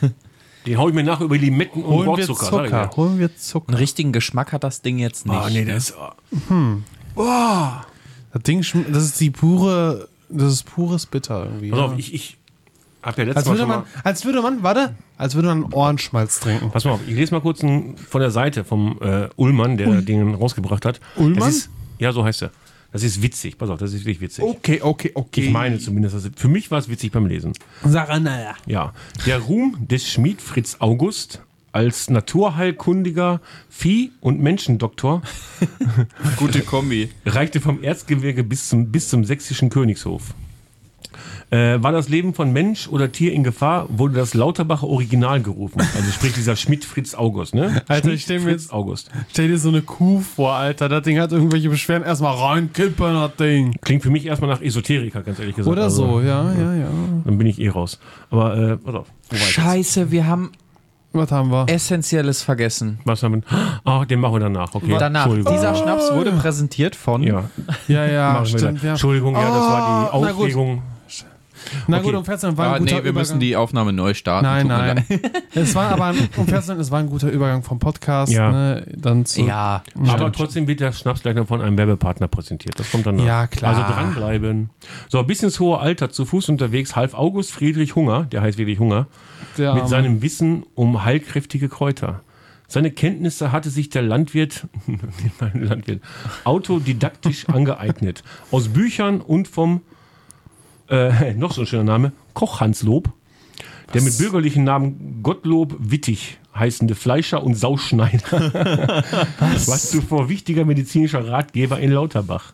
S2: ey. Den hau ich mir nach über Limetten und
S1: Holen wir
S2: Rohrzucker. sag ich dir.
S1: Zucker. Holen wir Zucker.
S3: Einen richtigen Geschmack hat das Ding jetzt nicht.
S2: Ah, nee, der ist. ah.
S1: Das Ding, schm- das ist die pure, das ist pures Bitter irgendwie.
S2: Pass auf, ich, ich hab ja letztes
S1: als
S2: Mal
S1: Also würde
S2: schon mal.
S1: man, als würde man, warte, als würde man Ohrenschmalz trinken.
S2: Pass mal auf, ich lese mal kurz einen, von der Seite vom äh, Ullmann, der den rausgebracht hat.
S1: Ullmann?
S2: Das ist, ja, so heißt er. Das ist witzig, pass auf, das ist wirklich witzig.
S1: Okay, okay, okay.
S2: Ich meine zumindest, also für mich war es witzig beim Lesen.
S1: Sarah, naja.
S2: Ja, der Ruhm des Schmied Fritz August als Naturheilkundiger, Vieh- und Menschendoktor
S3: gute Kombi.
S2: reichte vom Erzgebirge bis zum, bis zum sächsischen Königshof. Äh, war das Leben von Mensch oder Tier in Gefahr, wurde das Lauterbacher Original gerufen. Also sprich dieser Schmidt Fritz August, ne?
S1: Alter,
S2: Schmied
S1: ich stell mir
S2: Fritz
S1: jetzt-
S2: August.
S1: Stell dir so eine Kuh vor, Alter. Das Ding hat irgendwelche Beschwerden. Erstmal reinkippen, das Ding.
S2: Klingt für mich erstmal nach Esoteriker, ganz ehrlich gesagt.
S1: Oder
S2: Also,
S1: so, ja, ja, ja.
S2: Dann bin ich eh raus. Aber, äh, pass auf. Wo war ich jetzt?
S3: Scheiße, wir haben
S1: Was haben wir?
S3: Äh, Essentielles vergessen.
S2: Was haben wir? Ah, den machen wir danach. Okay.
S3: Danach,
S2: Entschuldigung.
S3: dieser Schnaps wurde präsentiert von.
S2: ja,
S1: Ja, ja,
S2: machen wir
S1: stimmt.
S2: da.
S1: Ja.
S2: Entschuldigung, ja, das war die
S1: Oh, na gut.
S2: Aufregung.
S1: Na
S2: Okay.
S1: gut, um 14 war ein
S3: Ah, nee,
S1: guter
S3: wir
S1: Übergang.
S3: müssen die Aufnahme neu starten.
S1: Nein,
S3: tut mir
S1: nein.
S3: leid.
S1: Es war aber ein, um 14 es war ein guter Übergang vom Podcast,
S2: Ja.
S1: ne? Dann zu
S3: Ja,
S2: Aber trotzdem wird der Schnaps gleich noch von einem Werbepartner präsentiert. Das kommt danach.
S1: Ja, klar.
S2: Also dranbleiben. So, bis ins hohe Alter zu Fuß unterwegs half August Friedrich Hunger, der heißt wirklich Hunger,
S1: der
S2: mit seinem Wissen um heilkräftige Kräuter. Seine Kenntnisse hatte sich der Landwirt, nein, Landwirt autodidaktisch angeeignet. Aus Büchern und vom, äh, noch so ein schöner Name, Koch Hanslob, der mit bürgerlichen Namen Gottlob Wittig heißende Fleischer und Sauschneider was zuvor wichtiger medizinischer Ratgeber in Lauterbach.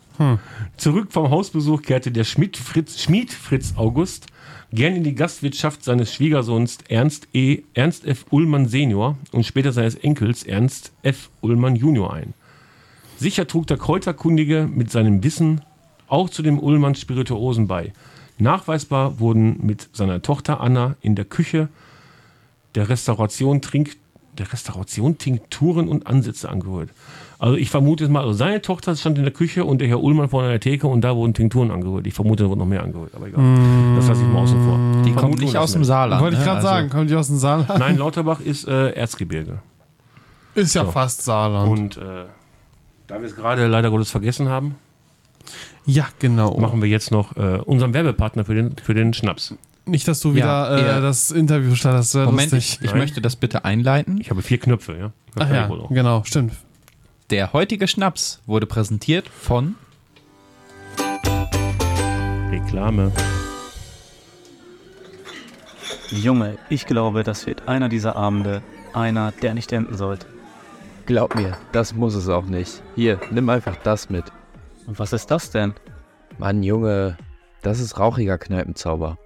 S2: Zurück vom Hausbesuch kehrte der Schmied Fritz, Schmied Fritz August gern in die Gastwirtschaft seines Schwiegersohns Ernst, e, Ernst F. Ullmann Senior und später seines Enkels Ernst F. Ullmann Junior ein. Sicher trug der Kräuterkundige mit seinem Wissen auch zu dem Ullmann Spirituosen bei. Nachweisbar wurden mit seiner Tochter Anna in der Küche der Restauration Trink der Restauration Tinkturen und Ansätze angehört. Also ich vermute es mal, also seine Tochter stand in der Küche und der Herr Ullmann vor einer Theke und da wurden Tinkturen angehört. Ich vermute, da wurden noch mehr angehört, aber egal. Das lasse ich mal außen vor.
S3: die
S2: Vermutung
S3: kommt nicht
S2: lassen
S3: aus
S2: wir.
S3: dem Saarland.
S1: wollte ich
S3: ne?
S1: gerade sagen, kommt die aus dem Saarland?
S2: Nein, Lauterbach ist äh, Erzgebirge.
S1: Ist ja fast Saarland.
S2: Und äh, da wir es gerade leider Gottes vergessen haben,
S1: ja, genau.
S2: machen wir jetzt noch äh, unseren Werbepartner für den, für den Schnaps.
S1: Nicht, dass du
S3: Ja,
S1: wieder äh,
S3: eher.
S1: das Interview startest. Das wär
S3: Moment,
S1: lustig.
S3: ich, ich möchte das bitte einleiten.
S2: Ich habe vier Knöpfe, ja. Das
S1: Ach
S2: kann
S1: ja,
S2: ich wohl auch.
S1: genau, stimmt.
S3: Der heutige Schnaps wurde präsentiert von.
S2: Reklame.
S7: Junge, ich glaube, das wird einer dieser Abende, einer, der nicht enden sollte. Glaub mir, das muss es auch nicht. Hier, nimm einfach das mit.
S8: Und was ist das denn?
S7: Mann, Junge, das ist rauchiger Kneipenzauber.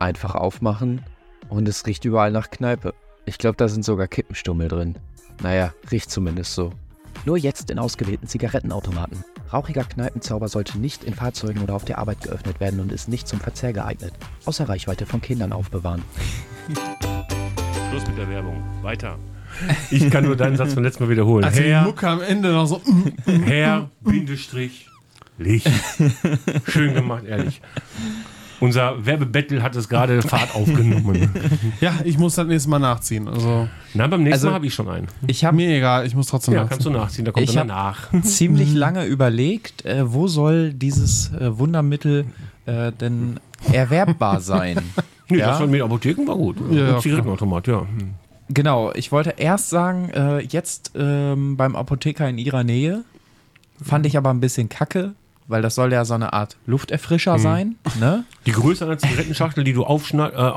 S7: Einfach aufmachen und es riecht überall nach Kneipe. Ich glaube, da sind sogar Kippenstummel drin. Naja, riecht zumindest so.
S8: Nur jetzt in ausgewählten Zigarettenautomaten. Rauchiger Kneipenzauber sollte nicht in Fahrzeugen oder auf der Arbeit geöffnet werden und ist nicht zum Verzehr geeignet. Außer Reichweite von Kindern aufbewahren.
S2: Schluss mit der Werbung. Weiter. Ich kann nur deinen Satz vom letzten Mal wiederholen.
S1: Also die
S2: Herr,
S1: Mucke am Ende noch so. mm.
S2: Herr, Bindestrich, Licht. Schön gemacht, ehrlich. Unser Werbebattle hat es gerade Fahrt aufgenommen.
S1: Ja, ich muss das nächste Mal nachziehen. Also,
S2: Na, beim nächsten
S3: Also-
S2: Mal habe ich schon einen.
S3: Ich habe
S1: mir egal, ich muss trotzdem
S2: Ja, kannst
S1: nachziehen.
S2: du nachziehen, da kommt
S3: Ich
S2: dann danach.
S3: ziemlich
S2: Mhm.
S3: lange überlegt, äh, wo soll dieses äh, Wundermittel äh, denn erwerbbar sein?
S2: Nee,
S3: Ja.
S2: das von mir Apotheken war gut.
S1: Ja, ja,
S2: Und Zigarettenautomat, ja.
S3: genau, ich wollte erst sagen, äh, jetzt ähm, beim Apotheker in ihrer Nähe. Fand ich aber ein bisschen kacke, weil das soll ja so eine Art
S2: Mhm.
S3: Lufterfrischer sein. Ne?
S2: Die Größe einer Zigarettenschachtel, die du aufschna- äh,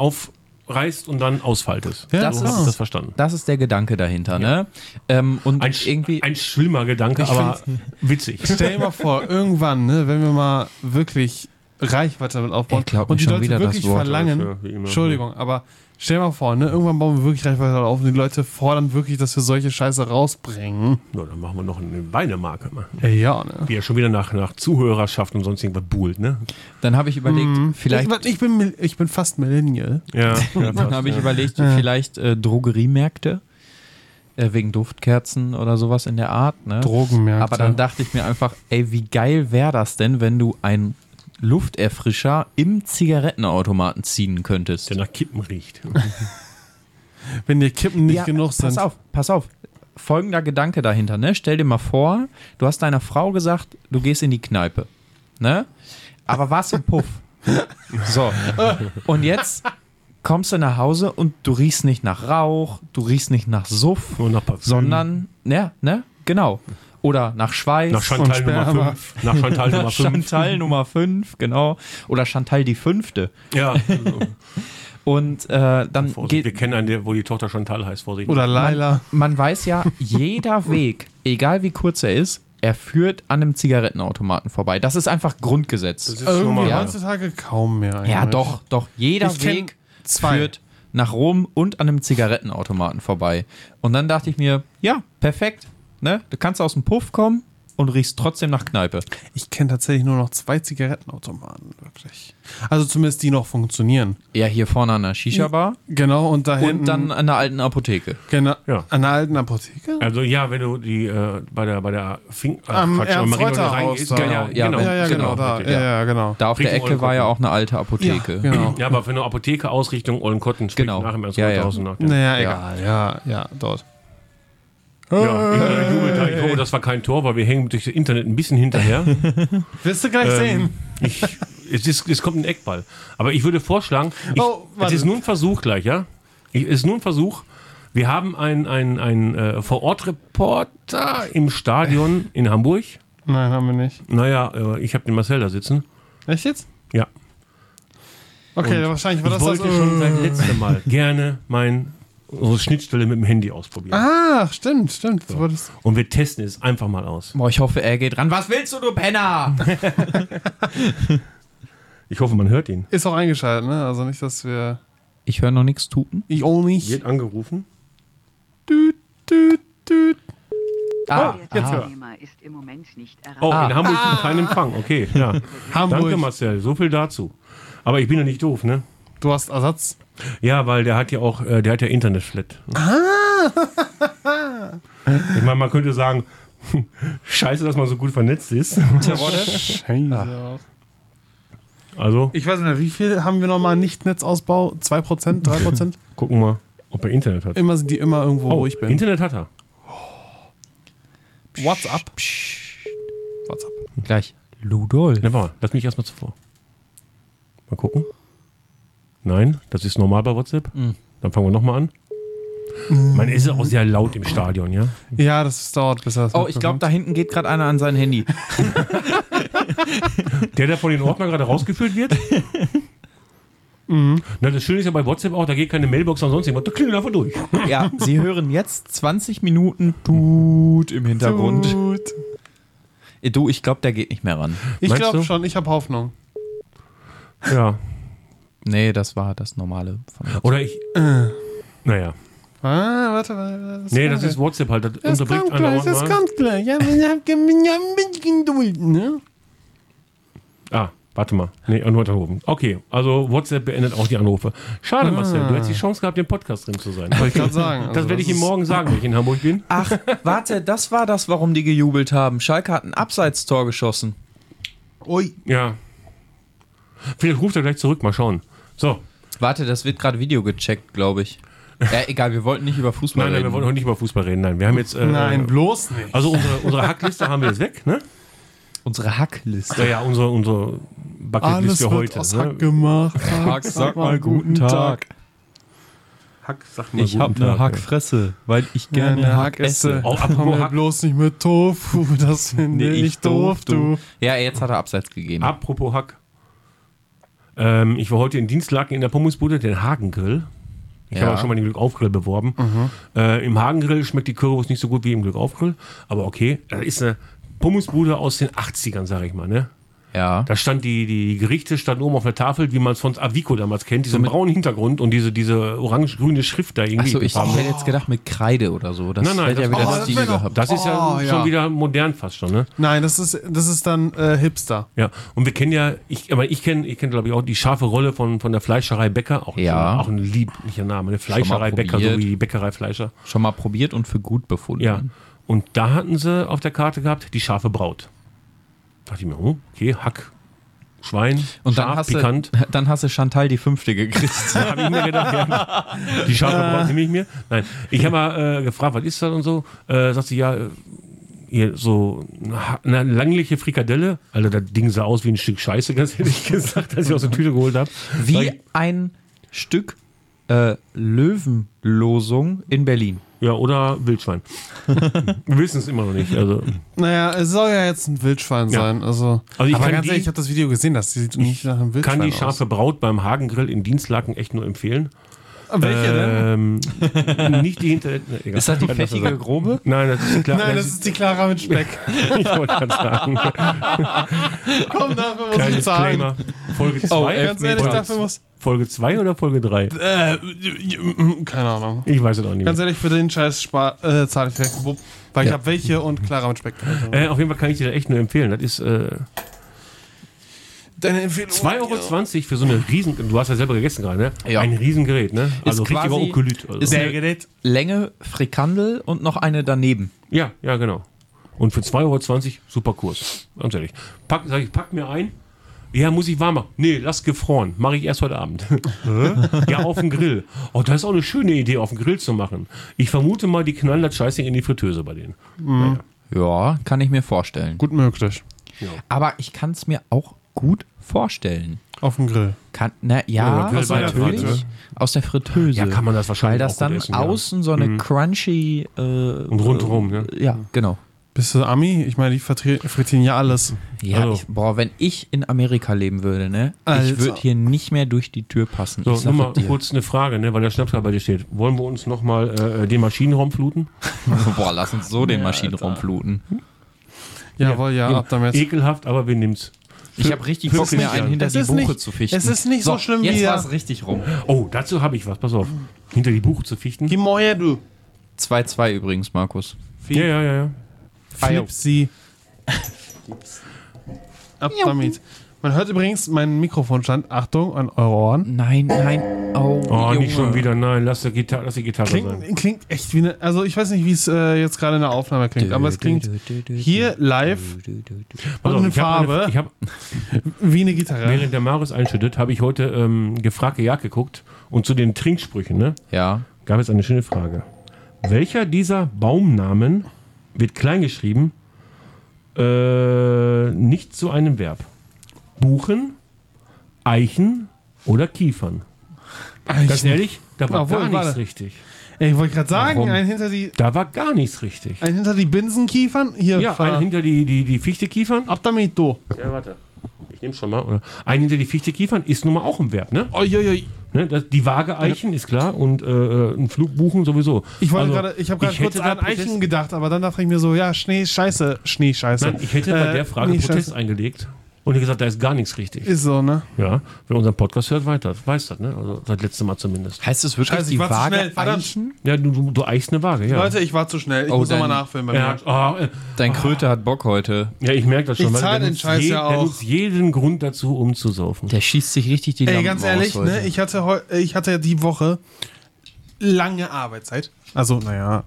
S2: aufreißt und dann ausfaltest.
S1: Ja,
S3: das
S2: so
S3: ist-
S2: habe ich das verstanden.
S3: Das ist der Gedanke dahinter. Ne? Ähm, und
S2: Ein, sch-
S3: irgendwie.
S2: ein schlimmer Gedanke, aber witzig.
S1: Stell dir mal vor, irgendwann, ne, wenn wir mal wirklich Reichweite damit aufbauen
S3: Ich glaub
S1: und
S3: mir
S1: die
S3: schon
S1: Leute
S3: wieder das
S1: wirklich
S3: Wort.
S1: verlangen,
S5: Ja, wie immer.
S1: Entschuldigung, aber stell dir mal vor, ne, irgendwann bauen wir wirklich Reichweite damit auf und die Leute fordern wirklich, dass wir solche Scheiße rausbringen.
S2: Na, dann machen wir noch eine Weinemarke. mal.
S1: Ja, ne.
S2: Die Äh, ja schon wieder nach, nach Zuhörerschaft und sonst irgendwas buhlt, ne?
S3: Dann habe ich überlegt,
S2: Mhm.
S3: vielleicht.
S1: Hm. Ich, ich, bin, ich bin fast Millennial.
S2: Ja.
S3: Dann habe ich überlegt, vielleicht äh, Drogeriemärkte. Äh, wegen Duftkerzen oder sowas in der Art. Ne?
S1: Drogenmärkte.
S3: Aber dann dachte ich mir einfach, ey, wie geil wäre das denn, wenn du einen Lufterfrischer im Zigarettenautomaten ziehen könntest?
S2: Der nach Kippen riecht.
S1: Wenn dir Kippen nicht
S3: Ja,
S1: genug
S3: pass
S1: sind.
S3: Pass auf, pass auf. Folgender Gedanke dahinter, ne? Stell dir mal vor, du hast deiner Frau gesagt, du gehst in die Kneipe, ne? Aber warst im Puff. So. Und jetzt kommst du nach Hause und du riechst nicht nach Rauch, du riechst nicht nach Suff,
S2: Nur nach Parfüm.
S3: sondern, ne, ne? Genau. Oder nach Schweiß.
S2: Nach Chantal
S1: Und
S2: Nummer
S1: Sperma.
S2: 5. Nach Chantal Nummer 5.
S3: Chantal Nummer 5, genau. Oder Chantal die Fünfte.
S2: Ja. also,
S3: Und äh, dann
S2: Vorsicht, wir
S3: geht,
S2: kennen einen, der, wo die Tochter Chantal heißt. Vorsicht.
S1: Oder Laila.
S3: man weiß ja, jeder Weg, egal wie kurz er ist, er führt an einem Zigarettenautomaten vorbei. Das ist einfach Grundgesetz.
S2: Das ist schon
S1: Irgendwie
S2: mal-
S1: heutzutage kaum mehr.
S3: ja,
S1: eigentlich.
S3: doch, doch. Jeder
S1: Ich kenn
S3: Weg
S1: zwei.
S3: führt nach Rom und an einem Zigarettenautomaten vorbei. Und dann dachte ich mir, ja, perfekt. Ne? Du kannst aus dem Puff kommen und riechst trotzdem nach Kneipe.
S1: Ich kenne tatsächlich nur noch zwei Zigarettenautomaten, wirklich. Also zumindest die noch funktionieren.
S3: Ja, hier vorne an der Shisha-Bar
S1: Genau, und da hinten.
S3: und dann an der alten Apotheke.
S1: genau,
S2: Ja.
S1: an der alten Apotheke?
S2: Also ja, wenn du die äh, bei der bei der Fing äh,
S1: Am
S2: Quatsch, am Marienhotel
S1: Ernst-Reuter-Haus
S2: reingehst,
S1: da.
S2: genau,
S3: Ja,
S2: genau,
S1: ja, ja, genau, da.
S2: richtig,
S1: Ja, ja, genau.
S3: Da auf
S2: Riech
S3: der
S2: im
S3: Ecke war ja
S2: Eulenkotten.
S3: auch eine alte Apotheke.
S1: genau.
S2: Ja, aber für eine Apotheke Ausrichtung Ollenkotten spricht
S3: Genau.
S2: nach dem ersten
S3: Ja, ja.
S2: Jahrtausend nach.
S1: Naja, egal, ja, ja, dort.
S2: Ja, Internet jubelt da. Ich hoffe, das war kein Tor, weil wir hängen durch das Internet ein bisschen hinterher.
S1: Wirst du gleich
S2: Ähm, ich, es, ist, es kommt ein Eckball. Aber ich würde vorschlagen, ich,
S1: Oh,
S2: es
S1: warte.
S2: ist nur ein Versuch gleich, ja? Ich, es ist nur ein Versuch. Wir haben einen ein, ein, äh, Vor-Ort-Reporter im Stadion in Hamburg.
S1: Nein, haben wir nicht.
S2: Naja, äh, ich habe den Marcel da sitzen.
S1: Echt jetzt?
S2: Ja.
S1: Okay, wahrscheinlich war
S2: Ich
S1: das äh, das.
S2: wollte schon beim letzten Mal gerne mein unsere Schnittstelle mit dem Handy ausprobieren.
S1: Ach, stimmt, stimmt. Du wolltest-
S2: Und wir testen es einfach mal aus.
S3: Boah, ich hoffe, er geht ran. Was willst du, du Penner?
S2: Ich hoffe, man hört ihn.
S1: Ist auch eingeschaltet, ne? Also nicht, dass wir.
S3: Ich höre noch nichts tuten.
S1: Ich auch nicht.
S5: Wird angerufen?
S1: Düt, düt, düt.
S3: Ah,
S1: jetzt
S3: ah.
S1: hör.
S9: Thema ist im Moment nicht
S1: Ah.
S2: Oh,
S9: erreichbar.
S2: in Hamburg ist kein Empfang. Okay, ja. Danke,
S1: Hamburg,
S2: Marcel. So viel dazu. Aber ich bin ja nicht doof, ne?
S1: du hast Ersatz.
S2: Ja, weil der hat ja auch, äh, der hat ja Internetflat. Ah. Ich meine, man könnte sagen, scheiße, dass man so gut vernetzt ist.
S1: Scheiße.
S2: Also,
S1: Ich weiß nicht, wie viel haben wir nochmal Nicht-Netzausbau? 2%, 3%?
S2: gucken wir, ob er Internet hat. Oh,
S1: Immer sind die immer irgendwo, wo ich bin.
S2: Internet hat er.
S1: WhatsApp. WhatsApp.
S3: Gleich. Ludol.
S2: Na, warte mal, lass mich erstmal zuvor. Mal gucken. Nein, das ist normal bei WhatsApp.
S1: Mhm.
S2: Dann fangen wir nochmal an. Man ist ja auch sehr laut im Stadion, ja?
S1: Ja, das dauert, bis er das
S3: Oh, ich glaube, da hinten geht gerade einer an sein Handy.
S2: Der, der von den Ordnern gerade rausgeführt wird? Mhm. Na, das Schöne ist ja bei WhatsApp auch, da geht keine Mailbox oder sonst irgendwas, da klingelt einfach durch.
S3: Ja, Sie hören jetzt 20 Minuten Tut im Hintergrund.
S1: Gut.
S3: Äh, Du, ich glaube, der geht nicht mehr ran.
S1: Ich
S2: Meinst
S1: glaube
S2: du?
S1: schon, ich habe Hoffnung.
S2: Ja.
S3: Nee, das war das normale. Von
S2: Oder ich.
S1: Äh.
S2: Naja.
S1: Ah, warte, warte, warte. das
S2: Nee,
S1: war-
S2: das ist WhatsApp halt, das,
S1: Das
S2: unterbricht
S1: kommt gleich,
S2: einen
S1: das
S2: auch mal.
S1: kommt gleich. Ja, ich hab ge- ja, ein bisschen Geduld, ne?
S2: Ah, warte mal. Nee, nur anrufen. Okay, also WhatsApp beendet auch die Anrufe.
S1: Ah.
S2: Schade, Marcel, du hättest die Chance gehabt, im Podcast drin zu sein.
S1: Wollte ich gerade sagen.
S2: das werde ich ihm morgen sagen, wenn ich in Hamburg bin.
S1: Ah.
S3: Ach, warte, das war das, warum die gejubelt haben. Schalke hat ein Abseitstor geschossen.
S1: Ui.
S2: Ja. Vielleicht ruft er gleich zurück, mal schauen. So,
S3: Warte, das wird gerade Video gecheckt, glaube ich. Ja, egal, wir wollten nicht über Fußball
S2: nein, nein, wir
S3: reden.
S2: wollen heute nicht über Fußball reden. Nein, wir haben jetzt. Äh,
S1: Nein, bloß nicht.
S2: Also unsere, unsere Hackliste haben wir jetzt weg, ne?
S3: Unsere Hackliste.
S2: Ja, ja, unsere, unsere Bucketlist für heute.
S1: aus
S2: ne?
S1: Hack gemacht.
S3: Hack, sag mal guten Tag.
S2: Hack, sag mal
S3: Ich
S2: guten
S3: habe eine
S2: Tag,
S3: Hackfresse, weil ich gerne
S1: Gerne
S3: Hack esse.
S2: Oh, apropos
S1: Komm mir
S2: Hack.
S1: äh, bloß nicht mit Tofu, das finde ich, doof, du.
S3: Ja, jetzt hat er Abseits gegeben.
S2: Apropos Hack. Ähm, ich war heute in Dienstlaken in der Pommesbude, den Hagengrill. Ich
S3: Ja.
S2: habe auch schon mal den Glück auf Grill beworben.
S1: Mhm.
S2: Äh, Im Hagengrill schmeckt die Currywurst nicht so gut wie im Glück auf Grill, aber okay. Das ist eine Pommesbude aus den 80ern, sag ich mal. Ne?
S3: Ja.
S2: Da stand die, die Gerichte standen oben auf der Tafel, wie man es von Avico damals kennt, diesen braunen Hintergrund und diese, diese orange-grüne Schrift da irgendwie.
S3: Achso, ich
S2: Farbe.
S3: hätte jetzt gedacht mit Kreide oder so. Das
S2: Nein, nein,
S3: hätte ja
S2: das-
S3: wieder
S2: oh,
S3: einen
S2: das
S3: Stil
S1: wär doch-
S3: gehabt.
S2: das ist ja
S1: Oh,
S2: schon
S1: ja.
S2: wieder modern fast schon, ne?
S1: Nein, das ist, das ist dann äh, Hipster.
S2: Ja, und wir kennen ja, ich, aber ich kenne, ich kenne glaube ich auch die scharfe Rolle von, von der Fleischerei Becker, auch,
S3: Ja.
S2: auch ein lieblicher Name, eine Fleischerei
S3: mal
S2: Becker, so
S3: probiert.
S2: wie die Bäckerei Fleischer.
S3: Schon mal probiert und für gut befunden.
S2: Ja, und da hatten sie auf der Karte gehabt die scharfe Braut. Dachte ich mir, oh, okay, Hack, Schwein,
S3: Und dann
S2: scharf,
S3: hast,
S2: pikant.
S3: du, dann hast du Chantal die fünfte gekriegt.
S2: Habe ich mir gedacht, ja, genau. die scharfe Braut nehme ich mir. Nein, ich habe mal äh, gefragt, was ist das und so. Äh, sagt sie, ja, äh, hier so eine ha- eine langliche Frikadelle. Alter, das Ding sah aus wie ein Stück Scheiße, ganz ehrlich gesagt, als ich aus der Tüte geholt habe.
S3: Wie ein Stück äh, Löwenlosung in Berlin.
S2: Ja, oder Wildschwein. Wir wissen es immer noch nicht. Also,
S1: Naja, es soll ja jetzt ein Wildschwein
S2: Ja.
S1: sein. Also,
S2: Also ich
S1: aber
S2: kann
S1: ganz
S2: die-
S1: ehrlich, ich habe das Video gesehen, das sieht nicht nach einem Wildschwein
S2: kann die
S1: aus.
S2: scharfe Braut beim Hagengrill in Dienstlaken echt nur empfehlen.
S1: Welche ne? denn?
S2: Ähm, nicht die hinter. Ne, egal.
S3: Ist das die fettige Grobe?
S2: Nein, das ist klar.
S1: Nein, das ist die Clara mit Speck.
S2: ich wollte gerade sagen.
S1: Komm, dafür muss
S2: Kleines
S1: ich zahlen. Oh,
S2: Disclaimer. Folge 2.
S1: Ganz ehrlich, dafür muss.
S2: Folge 2 oder Folge 3?
S1: Äh, mm, keine Ahnung.
S2: Ich weiß es auch nicht.
S1: Ganz
S2: Mehr.
S1: ehrlich, für den Scheiß spar, äh, zahle ich direkt. Wupp. Weil ich habe welche und Clara mit Speck.
S2: Äh, auf jeden Fall kann ich dir das echt nur empfehlen. Das ist äh,
S1: Deine Empfehlung.
S2: 2,20 Euro für so eine riesen... Du hast ja selber gegessen gerade, ne?
S3: Ja.
S2: Ein Riesengerät, ne? Also
S3: quasi-
S2: richtiger Okolyt. Also.
S3: ist eine Länge, Frikandel und noch eine daneben.
S2: Ja, ja, genau. Und für 2,20 Euro super Kurs. Ganz ehrlich. Pack, sag ich, pack mir ein. Ja, muss ich warm machen. Nee, lass gefroren. Mache ich erst heute Abend. ja, auf den Grill. Oh, das ist auch eine schöne Idee, auf den Grill zu machen. Ich vermute mal, die knallen das Scheißding in die Fritteuse bei denen.
S3: Ja, kann ich mir vorstellen.
S1: Gut möglich.
S3: Aber ich kann es mir auch gut vorstellen.
S1: Auf dem Grill.
S3: Kann, na, ja,
S2: Grill
S3: aus
S2: bei
S3: der
S2: der
S3: natürlich.
S2: Fritteuse.
S3: Aus der Fritteuse.
S2: Ja, kann man das wahrscheinlich
S3: Weil das
S2: auch
S3: dann
S2: gut essen, ja. Mhm.
S3: außen so eine crunchy. Äh, Und
S2: rundherum, ne?
S3: Ja, genau.
S1: Bist du Ami? Ich meine, die vertre- frittieren ja alles.
S3: Ja,
S2: Also.
S3: ich, boah, wenn ich in Amerika leben würde, ne?
S1: Alter.
S3: Ich würde hier nicht mehr durch die Tür passen. ich
S2: So,
S3: sag
S2: nochmal
S3: es dir.
S2: kurz eine Frage, ne, weil der Schnaps gerade bei dir steht. Wollen wir uns nochmal äh, den Maschinenraum fluten?
S3: Boah, lass uns so den Maschinenraum fluten.
S1: Jawohl, ja, ab damit.
S2: Ekelhaft, aber wir nehmen's.
S3: Ich habe richtig Bock, mir einen hinter
S1: Es
S3: die
S1: ist
S3: Buche
S1: nicht-
S3: zu fichten.
S1: es ist nicht so schlimm
S3: jetzt
S1: wie-
S3: Jetzt war richtig rum.
S2: Oh, dazu habe ich was. Pass auf. Hinter die Buche zu fichten.
S1: Gib mal her, du.
S3: 2-2 übrigens, Markus.
S2: Ja, ja, ja, ja.
S1: Flipsi. Ab damit. Man hört übrigens meinen Mikrofonstand, Achtung, an eure Ohren.
S3: Nein, nein. Oh,
S2: Oh, nicht
S3: Junge.
S2: schon wieder. Nein, lass die Gitarre, lass die Gitarre sein.
S1: Klingt, klingt echt wie eine. Also, ich weiß nicht, wie es äh, jetzt gerade in der Aufnahme klingt, aber es klingt hier live
S2: Pass auf,
S1: Und eine
S2: ich hab
S1: Farbe.
S2: ich hab,
S1: wie eine Gitarre.
S2: während der Marius einschüttet, habe ich heute ähm, gefragt, gejagt geguckt und zu den Trinksprüchen, ne?
S3: Ja.
S2: Gab es eine schöne Frage. Welcher dieser Baumnamen wird kleingeschrieben äh, nicht zu einem Verb? Buchen, Eichen oder Kiefern? Ganz ehrlich, da war
S1: Obwohl,
S2: gar nichts
S1: warte.
S2: richtig.
S1: Ah, Ey, ich wollte gerade sagen,
S2: Warum?
S1: ein hinter, die,
S2: Da war gar nichts richtig.
S1: ein hinter die Binsenkiefern. Hier,
S2: Ja,
S1: fahr.
S2: ein hinter die, die, die Fichte Kiefern.
S1: ab damit, du.
S2: Ja, warte. ich nehme schon mal. Oder ein hinter die Fichte kiefern ist nun mal auch ein Wert, ne? ne das, die Waage Eichen ist klar und äh, ein Flug buchen sowieso.
S1: Ich wollte
S2: Also,
S1: gerade, ich habe gerade
S2: ich
S1: kurz
S2: hätte
S1: an
S2: da Protest-
S1: Eichen gedacht, aber dann dachte ich mir so, ja, Schnee, scheiße, Schnee, scheiße.
S2: Nein, ich hätte bei
S1: Äh,
S2: der Frage
S1: nee,
S2: Protest
S1: scheiße.
S2: eingelegt und hätte gesagt, da ist gar nichts richtig.
S1: Ist so, ne?
S2: Ja, wer unseren Podcast hört, weiter, weiß das, ne? Also das letzte Mal zumindest.
S3: Heißt es wirklich
S1: Scheiße, Also, ich
S3: die
S1: war zu
S3: Waage
S1: schnell, verdammt.
S3: Eichen?
S2: Ja, du, du, du eichst eine Waage, ja.
S1: Leute, ich war zu schnell. Ich
S3: Oh,
S1: muss nochmal
S3: dann-
S1: nachfilmen. bei
S2: ja,
S1: mir.
S2: ah, äh,
S1: Oh.
S3: Dein Kröte hat Bock heute.
S2: ja, ich merke das schon.
S1: Ich
S2: weil der
S1: zahl den
S2: nutzt
S1: Scheiß ja
S2: Der
S1: auch.
S2: nutzt jeden Grund dazu, um zu saufen.
S3: Der schießt sich richtig die
S1: Ey,
S3: Lampen
S1: ganz ehrlich,
S3: aus heute.
S1: ne? Ich hatte, heu- ich hatte die Woche lange Arbeitszeit. Also, naja.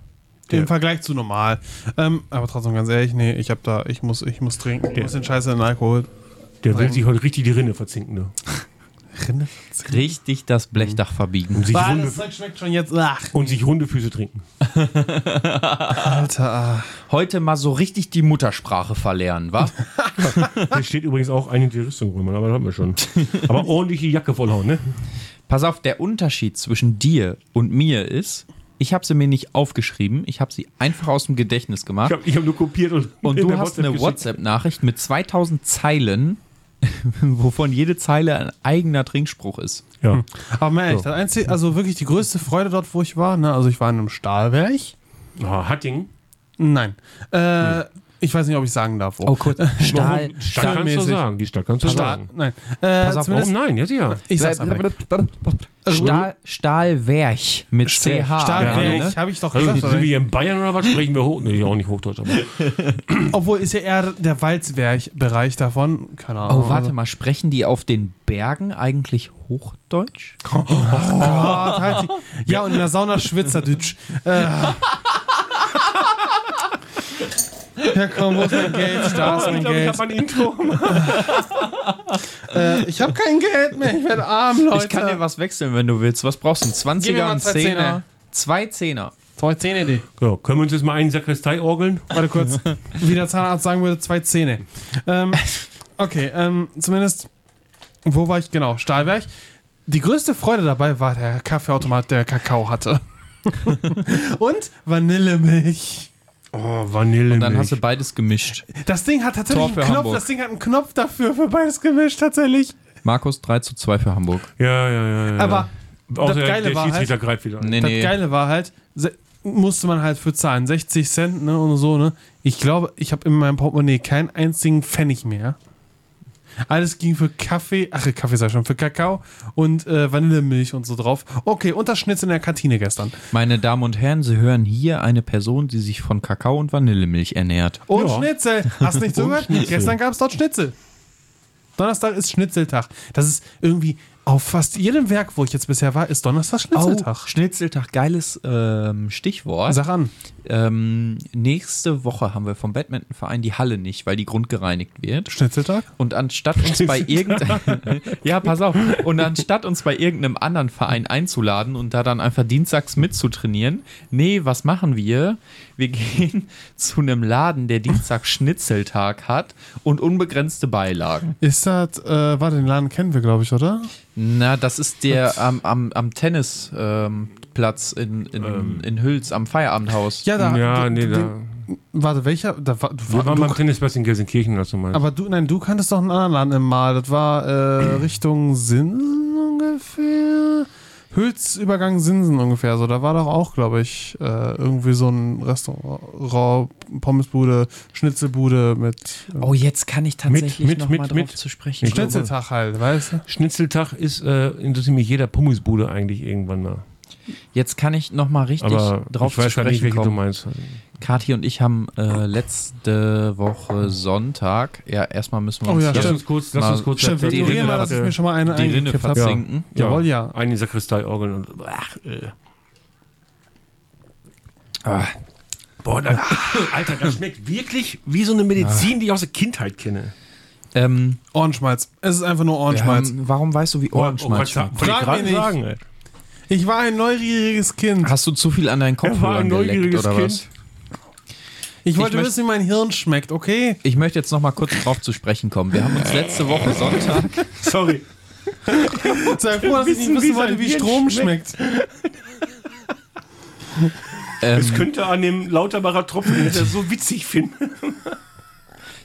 S1: Im Vergleich zu normal. Ähm, aber trotzdem ganz ehrlich, nee, ich hab da, ich muss, ich muss trinken. Ich muss den Scheiße in Alkohol.
S2: Der will sich heute richtig die Rinne verzinken, ne?
S1: Rinde.
S3: richtig das Blechdach verbiegen.
S2: Und sich,
S1: Bah,
S2: runde,
S1: das Zeug schmeckt schon jetzt. Ach,
S2: und sich runde Füße trinken.
S1: Alter. ah.
S3: Heute mal so richtig die Muttersprache verlernen, wa?
S2: Da steht übrigens auch eine in die Rüstung, Römer, aber das hatten wir schon. Aber ordentlich die Jacke vollhauen, ne?
S3: Pass auf, der Unterschied zwischen dir und mir ist, ich habe sie mir nicht aufgeschrieben, ich habe sie einfach aus dem Gedächtnis gemacht.
S2: Ich habe ich hab nur kopiert und.
S3: Und
S2: in
S3: du
S2: der
S3: hast eine
S2: geschickt.
S3: WhatsApp-Nachricht mit 2000 Zeilen, wovon jede Zeile ein eigener Trinkspruch ist.
S2: Ja.
S1: Aber mal ehrlich, das einzige, also wirklich die größte Freude dort, wo ich war, ne? Also ich war in einem Stahlwerk.
S2: Ah, Hatting.
S1: Nein. Äh, ich weiß nicht, ob ich sagen darf. wo.
S3: kurz.
S2: Stahl. Die Stadt kannst du
S1: Stahlmäßig.
S2: sagen. Die Stadt kannst du
S1: Stahl.
S2: sagen.
S1: Nein. Äh,
S3: Pass auf,
S1: zumindest-
S2: Warum nein? Ja, sicher. Also,
S1: Ich sag's einfach. nicht.
S3: Stahl, Stahlwerch mit
S1: Stahl-
S3: CH.
S1: Stahlwerk,
S3: ne?
S1: habe ich doch
S2: Also,
S1: gesagt.
S2: sind wir
S1: Oder?
S2: hier in Bayern oder was? Sprechen wir hoch? Nee, auch nicht Hochdeutsch, aber.
S1: Obwohl ist ja eher der Walzwerch-Bereich davon. Keine Ahnung.
S3: Oh, warte mal, sprechen die auf den Bergen eigentlich Hochdeutsch?
S1: Oh, halt die- ja, und in der Sauna schwitzt er Dütsch. Äh. Ja, komm, wo ist mein Geld? Da ist mein Geld.
S2: ein Intro.
S1: Äh, ich habe kein Geld mehr. Ich werde arm, Leute.
S3: Ich kann dir was wechseln, wenn du willst. Was brauchst du? Ein
S1: Gib mir
S3: 20er,
S1: mal
S3: ein 10er?
S1: zwei Zehner.
S3: Zwei Zehner.
S1: Zwei Zähne, die.
S2: Ja, können wir uns jetzt mal einen Sakristei orgeln?
S1: Warte kurz. Wie der Zahnarzt sagen würde, zwei Zähne. Ähm, okay, ähm, zumindest, wo war ich genau? Stahlwerk. Die größte Freude dabei war der Kaffeeautomat, der Kakao hatte. Und Vanillemilch.
S2: Oh, Vanille.
S3: Dann hast du beides gemischt.
S1: Das Ding hat tatsächlich
S3: Tor für
S1: einen Knopf.
S3: Hamburg.
S1: Das Ding hat einen Knopf dafür, für beides gemischt, tatsächlich.
S3: Markus 3 zu 2 für Hamburg.
S2: ja, ja, ja, ja.
S1: Aber
S2: Außer
S1: das Geile
S2: der
S1: war
S2: Schiedsrichter greift wieder. ein.
S3: Nee,
S1: das
S3: nee.
S1: Geile war halt, se- musste man halt für zahlen. 60 Cent, ne, und so, ne. Ich glaube, ich habe in meinem Portemonnaie keinen einzigen Pfennig mehr. Alles ging für Kaffee, ach, Kaffee sei schon, für Kakao und äh, Vanillemilch und so drauf. Okay, und das Schnitzel in der Kantine gestern.
S3: Meine Damen und Herren, Sie hören hier eine Person, die sich von Kakao und Vanillemilch ernährt.
S1: Und
S2: Ja.
S1: Schnitzel. Hast nicht zugehört?
S2: Schnitzel.
S1: Gestern gab es dort Schnitzel. Donnerstag ist Schnitzeltag. Das ist irgendwie auf fast jedem Werk, wo ich jetzt bisher war, ist Donnerstag Schnitzeltag.
S3: Oh, Schnitzeltag, geiles ähm, Stichwort.
S1: Sag an.
S3: Ähm, nächste Woche haben wir vom Badmintonverein die Halle nicht, weil die grundgereinigt wird.
S1: Schnitzeltag?
S3: Und anstatt uns bei irgendeinem ja pass auf und anstatt uns bei irgendeinem anderen Verein einzuladen und da dann einfach dienstags mitzutrainieren, nee, was machen wir? Wir gehen zu einem Laden, der Dienstag Schnitzeltag hat und unbegrenzte Beilagen.
S1: Ist das, äh, warte, den Laden kennen wir, glaube ich, oder?
S3: Na, das ist der am, am, am Tennisplatz ähm, Platz in, in, in Hüls am Feierabendhaus.
S1: Ja, da.
S2: Ähm. Ja,
S1: du-
S2: nee,
S1: du-
S2: da.
S1: Warte, welcher? Da war, du,
S2: Wir waren
S1: du,
S2: beim Tennisplatz in Gelsenkirchen, als du meinst.
S1: aber du, nein, du kanntest doch einen anderen Laden im Mal. Das war äh, Richtung Sinsen ungefähr. Hülsübergang Sinsen ungefähr. So, da war doch auch, glaube ich, äh, irgendwie so ein Restaurant, Pommesbude, Schnitzelbude mit äh,
S3: Oh, jetzt kann ich tatsächlich
S2: mit,
S3: noch
S2: mit,
S3: mal drauf
S2: mit.
S3: zu sprechen.
S2: Ich glaub-
S1: Schnitzeltag halt, weißt du?
S2: Schnitzeltag ist äh, in so ziemlich jeder Pommesbude eigentlich irgendwann mal.
S3: Jetzt kann ich noch mal richtig
S2: Aber
S3: drauf
S2: ich weiß
S3: zu
S2: gar
S3: sprechen
S2: nicht, welche du
S3: kommen.
S2: meinst.
S3: Kathi und ich haben äh, letzte Woche Sonntag, ja, erstmal müssen wir
S1: Oh
S3: uns
S1: ja,
S3: hier
S2: Lass
S1: stimmt.
S2: uns kurz, lass
S3: Mal-
S2: uns kurz
S1: Stimmt, wir
S3: die
S2: erzählen,
S1: ignorieren
S3: Rinne
S1: mal,
S2: was,
S1: dass ich
S2: äh,
S1: mir schon mal eine
S3: die Rinne
S1: eingekippt habe.
S3: verzinken.
S1: Jawohl, ja.
S2: Einen dieser Kristallorgeln und. Ach, äh.
S3: Ah.
S2: Boah, da, Alter, das schmeckt wirklich wie so eine Medizin, die ich aus der Kindheit kenne.
S3: Ähm,
S1: Ohrenschmalz. Es ist einfach nur
S3: wir
S1: Ohrenschmalz.
S3: haben, warum weißt du, wie Ohrenschmalz
S2: Oh, oh,
S3: schmeckt?
S2: wollte ich
S1: Frag
S2: gerade
S1: mich nicht.
S2: sagen, ey.
S1: Ich war ein neugieriges Kind.
S3: Hast du zu viel an deinen
S2: Er war ein
S3: Kopfhörern geleckt
S2: neugieriges
S3: oder was?
S2: Kind.
S1: Ich wollte
S3: möcht-
S1: wissen, wie mein Hirn schmeckt, okay?
S3: Ich möchte jetzt noch mal kurz drauf zu sprechen kommen. Wir haben
S2: Äh.
S3: uns letzte Woche Sonntag
S2: Sorry.
S1: Ähm. Sei froh, dass ich nicht
S2: wissen, wie
S1: wissen wollte,
S2: sein
S1: wie
S2: Hirn
S1: Strom schmeckt.
S2: Es könnte an dem Lauterbacher Tropfen, den ich das so witzig finde.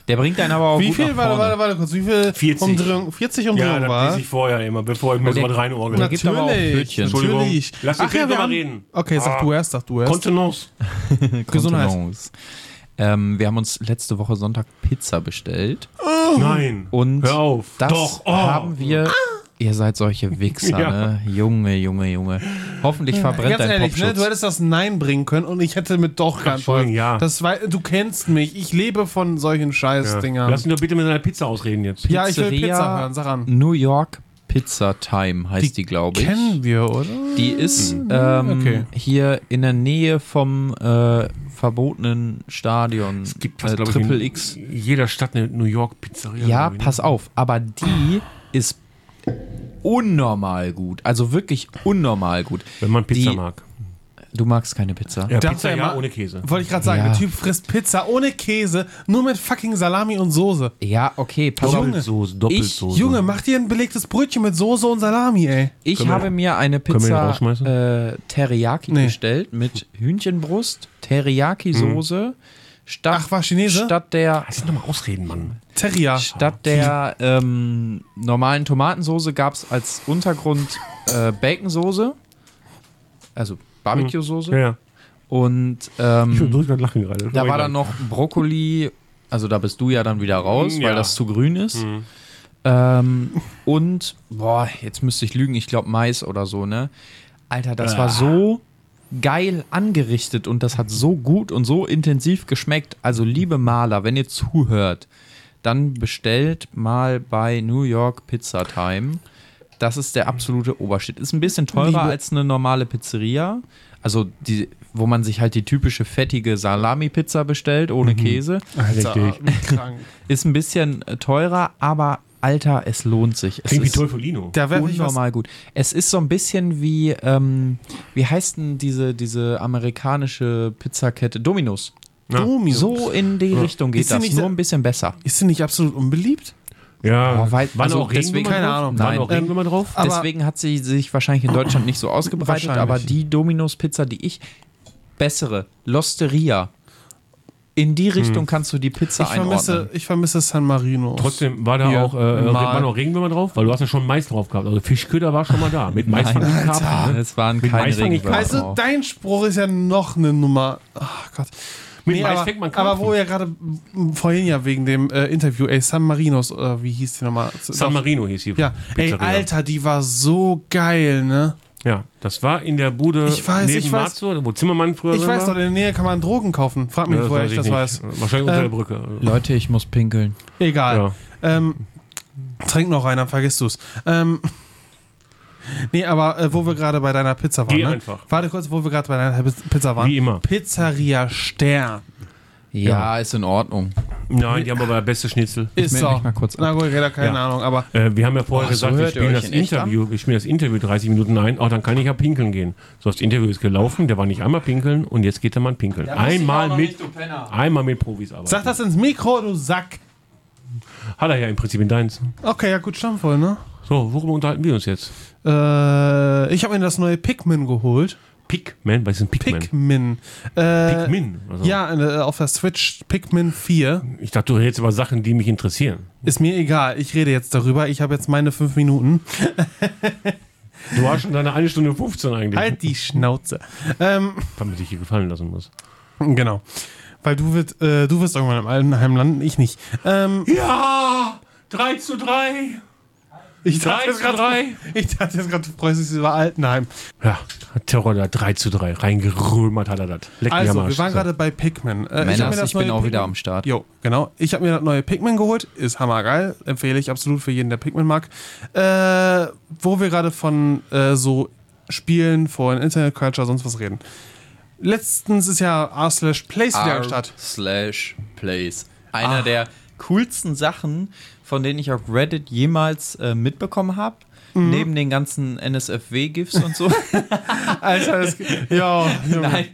S3: Der bringt einen
S2: Oh,
S3: aber auch
S1: Wie
S3: gut
S1: viel,
S3: nach
S1: warte,
S3: vorne.
S1: warte, warte kurz, wie viel
S2: 40.
S1: Umdrehung, 40 Umdrehungen
S2: Ja, das
S1: war?
S2: lese ich vorher immer, bevor ich mir so
S3: der-
S2: was reinorgel.
S3: der gibt aber auch
S1: Natürlich,
S3: Pfötchen.
S2: Entschuldigung.
S1: natürlich.
S2: Lass den Pilger
S1: wir
S2: mal
S1: haben-
S2: reden.
S1: Okay, sag
S2: Ah.
S1: du erst, sag du erst.
S2: Kontenance.
S1: Gesundheit.
S3: Kontenance. Ähm, wir haben uns letzte Woche Sonntag Pizza bestellt
S1: Oh.
S2: Nein.
S3: und
S2: Hör auf.
S3: das
S2: Doch. Oh.
S3: haben
S1: Ah.
S3: wir. Ihr seid solche Wichser,
S2: Ja.
S3: ne? Junge, Junge, Junge. Hoffentlich verbrennt
S1: Ganz
S3: dein
S1: ehrlich, ne,
S3: Popschutz.
S1: du hättest das Nein bringen können und ich hätte mit doch geantwortet.
S2: Entschuldigung, ja.
S1: Das war, du kennst mich. Ich lebe von solchen Scheißdingern.
S2: Lass ihn doch bitte mit seiner Pizza ausreden jetzt.
S1: Ja, ich will
S3: Pizzeria
S1: Pizza hören, sag an.
S3: New York Pizza Time heißt die, glaube ich.
S1: Kennen wir, oder?
S3: Die ist ähm,
S1: Okay.
S3: hier in der Nähe vom äh, verbotenen Stadion. Es
S1: Also
S3: äh,
S2: glaub
S3: Triple
S2: in
S3: X.
S2: Jeder Stadt eine New York Pizzeria.
S3: Ja,
S2: glaub ich, ne?
S3: pass auf, aber die ist unnormal gut. Also wirklich unnormal gut.
S2: Wenn man Pizza
S3: Die-
S2: mag.
S3: Du magst keine Pizza.
S2: Ja,
S1: Darf
S2: Pizza
S1: er
S2: ja
S1: mal-
S2: ohne Käse.
S1: Wollte ich gerade sagen,
S3: Ja.
S1: der Typ frisst Pizza ohne Käse, nur mit fucking Salami und Soße.
S3: Ja, okay, pass auf.
S2: Doppelsoße, Doppelsoße.
S1: Junge, mach dir ein belegtes Brötchen mit Soße und Salami, ey.
S3: Ich
S2: Können wir-
S3: habe mir eine
S2: wir den
S3: Pizza
S2: rausschmeißen?
S3: äh, Teriyaki
S1: Nee.
S3: bestellt mit Hühnchenbrust, Teriyaki-Soße.
S2: Mhm.
S3: Statt,
S1: Ach, war Chinese?
S3: Statt der,
S2: Lass ihn doch mal ausreden, Mann.
S1: Terrier.
S3: statt der ähm, normalen Tomatensoße gab es als Untergrund äh, Baconsoße, also Barbecue-Soße.
S2: Ja, Hm. ja.
S3: Und ähm,
S2: muss gerade lachen gerade.
S3: da war dann noch Brokkoli, also da bist du ja dann wieder raus,
S2: Mm,
S3: weil
S2: ja. Mm.
S3: das zu grün ist. Ähm, und, boah, jetzt müsste ich lügen, ich glaube Mais oder so, ne? Alter, das war so geil angerichtet und das hat so gut und so intensiv geschmeckt. Also, liebe Maler, wenn ihr zuhört, dann bestellt mal bei New York Pizza Time. Das ist der absolute Oberschnitt. Ist ein bisschen teurer
S1: Liebe-
S3: als eine normale Pizzeria. Also, die, wo man sich halt die typische fettige Salami-Pizza bestellt, ohne
S2: Mhm.
S3: Käse.
S1: Krank.
S3: Ist ein bisschen teurer, aber Alter, es lohnt sich. Es
S2: Klingt wie
S3: ist
S2: Teufelino.
S1: Da werfe ich was.
S3: unnormal gut. Es ist so ein bisschen wie, ähm, wie heißt denn diese, diese amerikanische Pizzakette? Dominos.
S1: Domino.
S3: So in die Richtung geht
S1: Ist sie
S3: das,
S1: nicht
S3: nur
S1: so-
S3: ein bisschen besser.
S1: Ist sie nicht absolut unbeliebt?
S2: Ja.
S3: Oh, weil-
S2: Wann
S3: also
S2: auch Regenwürmer
S3: deswegen-
S1: keine
S2: drauf?
S1: Ahnung.
S2: Wann
S3: Nein.
S2: auch Regenwürmer drauf?
S1: Aber-
S3: Deswegen hat sie sich wahrscheinlich in Deutschland nicht so ausgebreitet,
S1: Wahrscheinlich.
S3: aber die Dominos-Pizza, die ich bessere, Losteria. In die Richtung kannst du die Pizza
S1: Hm. Ich
S3: einordnen.
S1: vermisse, ich vermisse San Marino.
S2: Trotzdem war da
S1: Hier,
S2: auch, äh, Re-
S1: mal.
S2: waren auch Regenwürmer drauf, weil du hast ja schon Mais drauf gehabt. Also Fischköder war schon mal da. Mit Mais fand ich Karpfen, ne?
S3: Ah, es waren
S2: Mit
S3: keine
S2: Mais fang ich
S3: Regenwürmer
S2: Karpfen.
S1: Weißt du,
S3: drauf.
S1: Also, dein Spruch ist ja noch eine Nummer. Ach Gott.
S2: Mit Mais
S1: aber,
S2: fängt man Karpfen.
S1: aber wo wir gerade m, vorhin ja wegen dem äh, Interview, ey, San Marinos, oder wie hieß die nochmal?
S2: San Marino hieß die
S1: Ja, ey,
S2: Pizzeria.
S1: Alter, die war so geil, ne?
S2: Ja, das war in der Bude
S1: Ich weiß,
S2: neben
S1: ich weiß.
S2: Marzo, wo Zimmermann früher
S1: Ich
S2: drin
S1: weiß doch,
S2: war.
S1: in der Nähe kann man Drogen kaufen. Frag mich,
S2: Ja,
S1: woher ich das
S2: nicht.
S1: weiß.
S2: Wahrscheinlich unter
S1: Ähm,
S2: der Brücke.
S3: Leute, ich muss pinkeln.
S1: Egal.
S2: Ja.
S1: Ähm, trink noch einer, vergisst du's. Ähm, nee, aber äh, wo wir gerade bei deiner Pizza waren.
S2: Geh
S1: ne?
S2: einfach.
S1: Warte kurz, wo wir gerade bei deiner Piz- Pizza waren.
S2: Wie immer.
S1: Pizzeria Stern.
S3: Ja, ist in Ordnung.
S2: Nein, die haben aber beste Schnitzel.
S1: Ist
S3: meld mich
S1: so.
S3: mal kurz ab.
S1: Na gut, Räder, keine
S2: Ja.
S1: Ahnung, aber
S2: Äh, wir haben ja vorher gesagt, wir
S3: hört ihr
S2: spielen
S3: euch
S2: das
S3: in echt
S2: Interview, wir spielen das Interview 30 Minuten ein, auch dann kann ich ja pinkeln gehen. So, das Interview ist gelaufen, der war nicht einmal pinkeln und jetzt geht der Mann pinkeln. Einmal mit, einmal mit Profis arbeiten.
S1: sag das ins Mikro, du Sack.
S2: Hat er ja im Prinzip in deins.
S1: Okay, ja gut, stammvoll, ne?
S2: So, worüber unterhalten wir uns jetzt?
S1: Äh, ich habe mir das neue Pikmin geholt.
S2: Pikmin, was ist ein Pikmin?
S1: Pikmin. Äh,
S2: Pikmin. Also,
S1: Ja, äh, auf der Switch Pikmin 4.
S2: Ich dachte, du redest über Sachen, die mich interessieren.
S1: Ist mir egal, ich rede jetzt darüber. Ich habe jetzt meine fünf Minuten.
S2: Du warst schon deine eine Stunde 15 eigentlich.
S1: Halt die Schnauze. Ähm,
S2: Damit ich hier gefallen lassen muss.
S1: genau. Weil du wirst, äh, du wirst irgendwann im Altenheim landen, ich nicht. Ähm,
S2: Ja! 3 zu 3!
S1: ich
S2: 3 zu
S1: grad-
S2: 3!
S1: ich dachte jetzt gerade, du freust dich über Altenheim.
S2: Ja, hat Terror da 3 zu 3 reingerömert hat er das. Leck mich am
S1: Also,
S2: Arsch.
S1: wir waren
S2: So.
S1: gerade bei Pikmin. Äh, hab
S3: Männers,
S1: mir
S3: ich,
S1: das
S3: bin
S1: neue
S3: auch
S1: Pikmin-
S3: wieder am Start.
S1: Jo, genau. Ich habe mir das neue Pikmin geholt. Ist hammergeil. Empfehle ich absolut für jeden, der Pikmin mag. Äh, wo wir gerade von äh, so Spielen, von Internet Culture, sonst was reden. Letztens ist ja r/plays wieder
S3: R
S1: am Start.
S3: slash Place. Einer der coolsten Sachen, von denen ich auf Reddit jemals äh, mitbekommen habe.
S1: Mhm.
S3: Neben den ganzen NSFW-GIFs und so.
S1: Alter, das. ja, Junge.
S3: nein,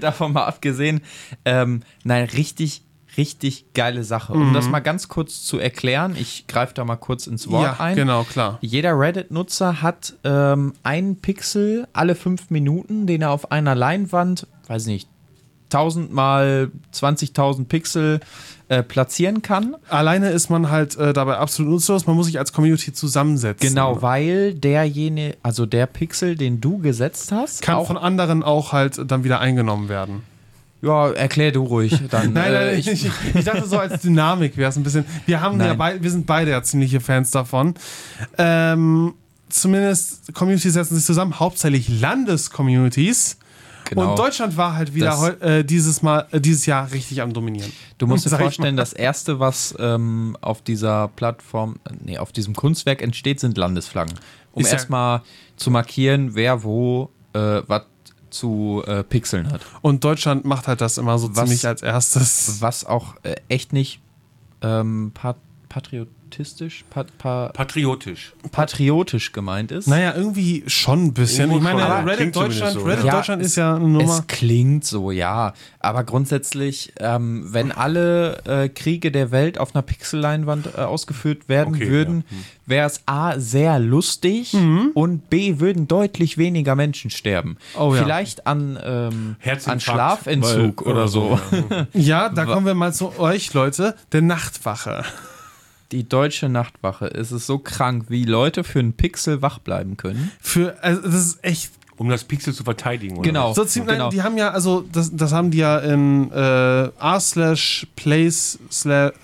S3: davon mal abgesehen. Ähm, nein, richtig, richtig geile Sache. Um
S1: Mhm.
S3: das mal ganz kurz zu erklären, ich greife da mal kurz ins Wort
S1: ja,
S3: ein.
S1: genau, klar.
S3: Jeder Reddit-Nutzer hat ähm, einen Pixel alle fünf Minuten, den er auf einer Leinwand, weiß nicht, 1000 mal 20.000 Pixel äh, platzieren kann.
S1: Alleine ist man halt äh, dabei absolut nutzlos. Man muss sich als Community zusammensetzen.
S3: Genau, weil derjenige, also der Pixel, den du gesetzt hast,
S1: Kann auch von anderen auch halt dann wieder eingenommen werden.
S3: ja, erklär du ruhig dann.
S1: Nein,
S3: äh,
S1: nein, ich, ich, ich dachte so als Dynamik wäre es ein bisschen. Wir haben ja
S3: Nein.
S1: bei, wir sind beide ja ziemliche Fans davon. Ähm, zumindest Communities setzen sich zusammen, hauptsächlich Landescommunities.
S3: Genau.
S1: Und Deutschland war halt wieder
S3: Das-
S1: heu, äh, dieses Mal äh, dieses Jahr richtig am dominieren.
S3: Du musst dir
S1: Sag ich
S3: vorstellen,
S1: mal.
S3: das erste, was ähm, auf dieser Plattform, äh, nee, auf diesem Kunstwerk entsteht, sind Landesflaggen. Um
S1: Ist ja-
S3: erstmal zu markieren, wer wo äh, was zu äh, pixeln hat.
S1: Und Deutschland macht halt das immer so
S3: Was-
S1: ziemlich als erstes.
S3: Was auch äh, echt nicht ähm, pat patriotistisch, pat pa
S2: Patriotisch.
S3: patriotisch gemeint ist.
S1: Naja, irgendwie schon ein bisschen.
S2: Irgendwo
S1: Ich meine,
S2: schon, aber
S1: Reddit
S2: klingt zumindest
S1: Deutschland,
S2: so,
S1: Reddit
S3: ja.
S1: Deutschland
S3: Ja,
S1: ist ja eine Nummer.
S3: Es klingt so, ja. Aber grundsätzlich, ähm, wenn alle äh, Kriege der Welt auf einer Pixelleinwand äh, ausgeführt werden
S2: Okay, Hm.
S3: würden, wäre es A sehr lustig
S1: Mhm.
S3: und B würden deutlich weniger Menschen sterben.
S1: Oh ja.
S3: Vielleicht an, ähm, an
S2: Herzinfarkt,
S3: Schlafentzug
S2: weil- oh,
S3: oder so.
S1: Ja, da kommen wir mal zu euch, Leute, der Nachtwache.
S3: Die deutsche Nachtwache. Es ist so krank, wie Leute für einen Pixel wach bleiben können.
S1: Für, also das ist echt
S2: Um das Pixel zu verteidigen. Oder
S3: Genau.
S2: was?
S1: So ziemlich,
S3: Genau.
S1: nein, die haben ja, also das, das haben die ja in äh, r/place.de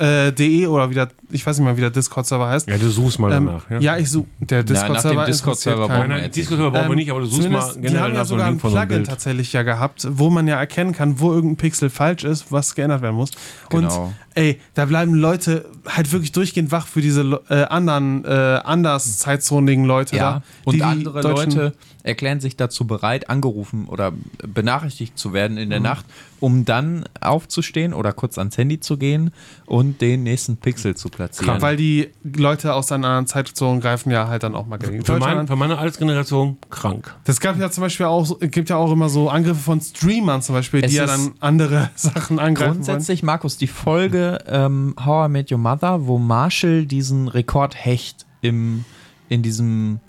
S1: äh, oder wieder, ich weiß nicht mal, wie der Discord-Server heißt.
S2: Ja, du suchst mal
S1: ähm,
S2: danach.
S1: ja. ich so, der Discord-Server
S3: dem Discord-Server
S1: interessiert
S3: brauchen
S1: keinen.
S2: Nein, nein, Diskussion brauchen wir
S1: Ähm,
S2: nicht, aber du suchst mal
S1: zumindest, die haben ja
S2: nach so
S1: sogar
S2: einem Link
S1: ein
S2: von so einem
S1: Plugin
S2: Bild.
S1: tatsächlich ja gehabt, wo man ja erkennen kann, wo irgendein Pixel falsch ist, was geändert werden muss.
S3: Genau.
S1: Und ey, da bleiben Leute halt wirklich durchgehend wach für diese Le- äh, anderen, äh, anders zeitzonigen Leute da.
S3: Ja, und
S1: die die
S3: andere
S1: Deutschen-
S3: Leute erklären sich dazu bereit, angerufen oder benachrichtigt zu werden in
S2: Mhm.
S3: der Nacht, um dann aufzustehen oder kurz ans Handy zu gehen und den nächsten Pixel zu platzieren.
S1: Weil die Leute aus einer anderen Zeitzonen greifen ja halt dann auch mal gegen
S2: Für, mein,
S1: Deutschland.
S2: für meine Altersgeneration krank.
S1: Das gab ja zum Beispiel auch, so- gibt ja auch immer so Angriffe von Streamern zum Beispiel,
S3: Es
S1: die ja
S3: ist
S1: dann andere Sachen angreifen
S3: Grundsätzlich, Markus, die Folge ähm, How I Met Your Mother, wo Marshall diesen Rekord hecht im, in diesem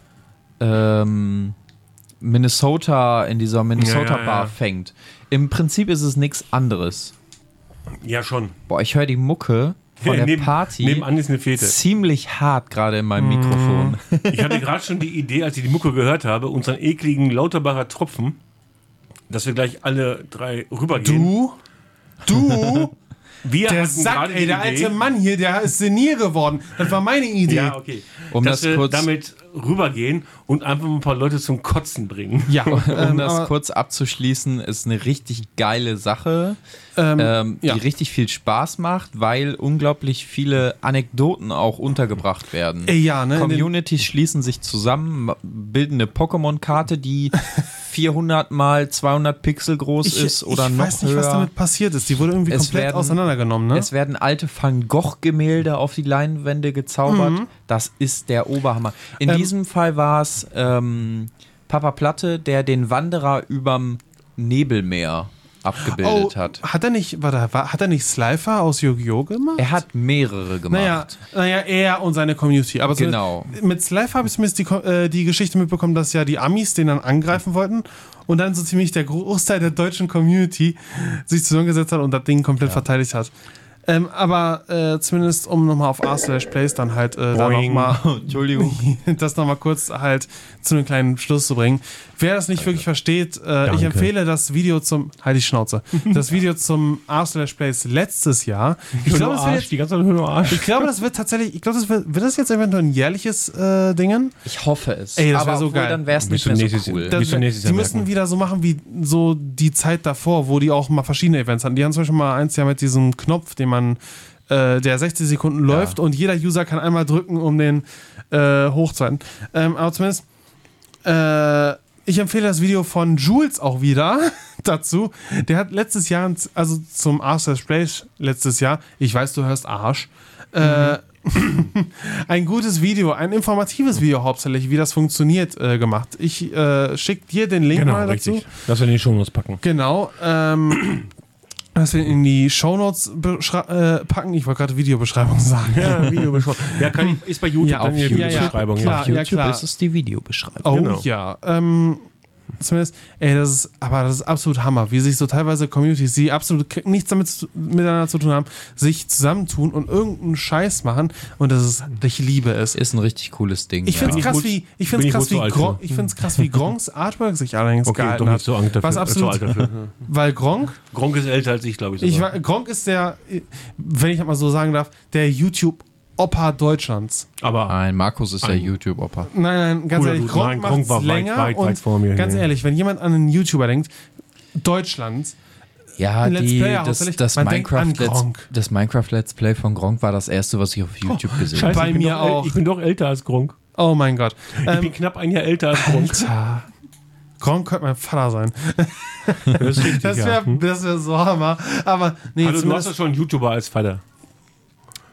S3: ähm, Minnesota, in dieser Minnesota
S2: ja,
S3: Bar
S2: ja.
S3: fängt. Im Prinzip ist es nichts anderes.
S2: Ja, schon.
S3: Boah, ich höre die Mucke von der
S2: Neben-
S3: Party.
S2: Nebenan ist eine Fete.
S3: ziemlich hart gerade in
S1: Mhm.
S3: meinem Mikrofon.
S2: Ich hatte gerade schon die Idee, als ich die Mucke gehört habe, unseren ekligen Lauterbacher Tropfen, dass wir gleich alle drei rübergehen.
S1: wollen. Du, du,
S2: wir
S1: der
S2: hatten
S1: Sack,
S2: gerade die
S1: ey, der
S2: Idee-
S1: alte Mann hier, der ist senil geworden. Das war meine Idee.
S2: Ja, okay.
S3: Um
S2: dass
S3: das
S2: wir
S3: kurz-
S2: damit rübergehen und einfach mal ein paar Leute zum Kotzen bringen.
S1: Ja,
S3: Um
S1: ähm,
S3: das
S1: aber-
S3: kurz abzuschließen, ist eine richtig geile Sache, ähm,
S1: ja.
S3: die richtig viel Spaß macht, weil unglaublich viele Anekdoten auch untergebracht werden.
S1: Ey, ja, ne, in den-
S3: Communities schließen sich zusammen, ma- bilden eine Pokémon-Karte, die 400 mal 200 Pixel groß ist oder
S1: ich
S3: noch
S1: weiß nicht,
S3: höher.
S1: was damit passiert ist. Die wurde irgendwie
S3: Es
S1: komplett
S3: werden-
S1: auseinandergenommen, ne?
S3: Es werden alte Van Gogh-Gemälde auf die Leinwände gezaubert. Das ist der Oberhammer. In
S1: Mhm. Ähm,
S3: diesem Fall war es ähm, Papa Platte, der den Wanderer überm Nebelmeer abgebildet hat.
S1: Oh, hat er nicht, warte, war, hat er nicht Slifer aus Yu-Gi-Oh! gemacht?
S3: Er hat mehrere gemacht.
S1: Naja, naja, er und seine Community. Aber zumindest-
S3: Genau.
S1: mit Slife habe ich zumindest die, Ko- äh, die Geschichte mitbekommen, dass ja die Amis den dann angreifen wollten und dann so ziemlich der Großteil der deutschen Community sich zusammengesetzt hat und das Ding komplett verteidigt hat. Ähm, aber äh, zumindest um nochmal auf r/place dann halt äh, da noch
S2: Boing.
S1: mal,
S3: Entschuldigung.
S1: das nochmal kurz halt zu einem kleinen Schluss zu bringen. Wer das nicht wirklich versteht, äh, ich empfehle das Video zum, halt die Schnauze, das Video zum r/place letztes Jahr. Ich glaube, das wird jetzt
S2: die ganze Zeit nur Arsch.
S1: ich glaube, das wird tatsächlich, ich glaube, das wird, wird das jetzt eventuell ein jährliches äh, Dingen?
S3: Ich hoffe es.
S1: Ey, das
S3: Aber
S1: wär so
S3: obwohl,
S1: geil.
S3: dann wäre es
S2: Bis
S3: nicht
S2: zum
S3: mehr so
S2: nächsten-
S3: cool.
S2: Da- Bis
S1: Das,
S2: zum nächsten
S1: die
S2: Jahr
S1: müssen
S2: merken.
S1: wieder so machen wie so die Zeit davor, wo die auch mal verschiedene Events hatten. Die haben zum Beispiel mal eins ja mit diesem Knopf, den man, äh, der 60 Sekunden läuft und jeder User kann einmal drücken, um den äh, hochzuhalten. Ähm, aber zumindest, äh, ich empfehle das Video von Jules auch wieder dazu. Der hat letztes Jahr, ein- also zum Arsch der Splash letztes Jahr, ich weiß, du hörst Arsch, äh,
S2: Mhm.
S1: ein gutes Video, ein informatives Video hauptsächlich, wie das funktioniert, äh, gemacht. Ich äh, schicke dir den Link
S2: Genau,
S1: mal dazu.
S2: richtig. Lass wir den schon uns packen.
S1: Genau. Ähm, dass wir in die Shownotes beschra- äh, packen. Ich wollte gerade Videobeschreibung sagen.
S2: Ja, Videobeschreibung. Ja, kann, ist bei YouTube.
S1: Ja, auf
S2: dann die
S1: YouTube.
S2: Videobeschreibung.
S1: Ja, ja,
S3: YouTube
S1: klar.
S3: ist es die Videobeschreibung.
S1: Oh
S2: Genau.
S1: ja. Oh Ähm, Zumindest, ey, das ist, aber das ist absolut Hammer, wie sich so teilweise Communities, die absolut k- nichts damit zu, miteinander zu tun haben, sich zusammentun und irgendeinen Scheiß machen und das ist, ich liebe es.
S3: Ist ein richtig cooles Ding.
S1: Ich finde es
S3: ja.
S1: krass,
S2: gut-
S1: wie, ich
S2: bin
S1: find's
S2: ich wohl
S1: krass, wie
S2: zu alt
S1: Gronk,
S2: für.
S1: ich find's krass, wie Gronks Artwork sich allerdings
S2: Okay,
S1: gehalten
S2: doch nicht
S1: hat.
S2: so alt dafür.
S1: Was
S2: äh,
S1: absolut,
S2: Zu alt dafür.
S1: weil Gronk,
S2: Gronk ist älter als ich, glaube ich.
S1: ich,
S2: sogar.
S1: wa- Gronk ist der, wenn ich das mal so sagen darf, der YouTube-Opa Deutschlands.
S2: aber
S3: Nein, Markus ist der
S2: Ein-
S3: YouTube-Opa.
S1: Nein, nein, ganz
S2: Cooler
S1: ehrlich,
S2: Dude.
S1: Gronk,
S2: Nein,
S1: macht's
S2: Gronk war weit,
S1: länger
S2: weit,
S1: und
S2: weit vor mir,
S1: ganz
S2: ja.
S1: ehrlich, wenn jemand an einen YouTuber denkt, Deutschlands,
S3: Ja,
S1: Ein Let's
S3: die,
S1: Player,
S3: das,
S1: hauptsächlich,
S3: das
S1: man denkt an
S3: Minecraft-Let's
S1: Gronk. Oh,
S3: das Minecraft Let's Play von Gronk war das erste, was ich auf YouTube gesehen habe.
S2: Scheiße,
S1: bei
S2: ich bin
S1: mir
S2: doch äl-
S1: auch.
S2: Ich bin doch älter als Gronk.
S1: oh mein Gott.
S2: Ich bin
S1: Ähm,
S2: knapp ein Jahr älter als Gronk.
S1: Alter. Gronk könnte mein Vater sein.
S2: Das ist richtig,
S1: Das
S2: ja.
S1: wäre das wär so hammer. Aber nee,
S2: hm? Also du hast
S1: zumindest-
S2: ja schon einen YouTuber als Vater.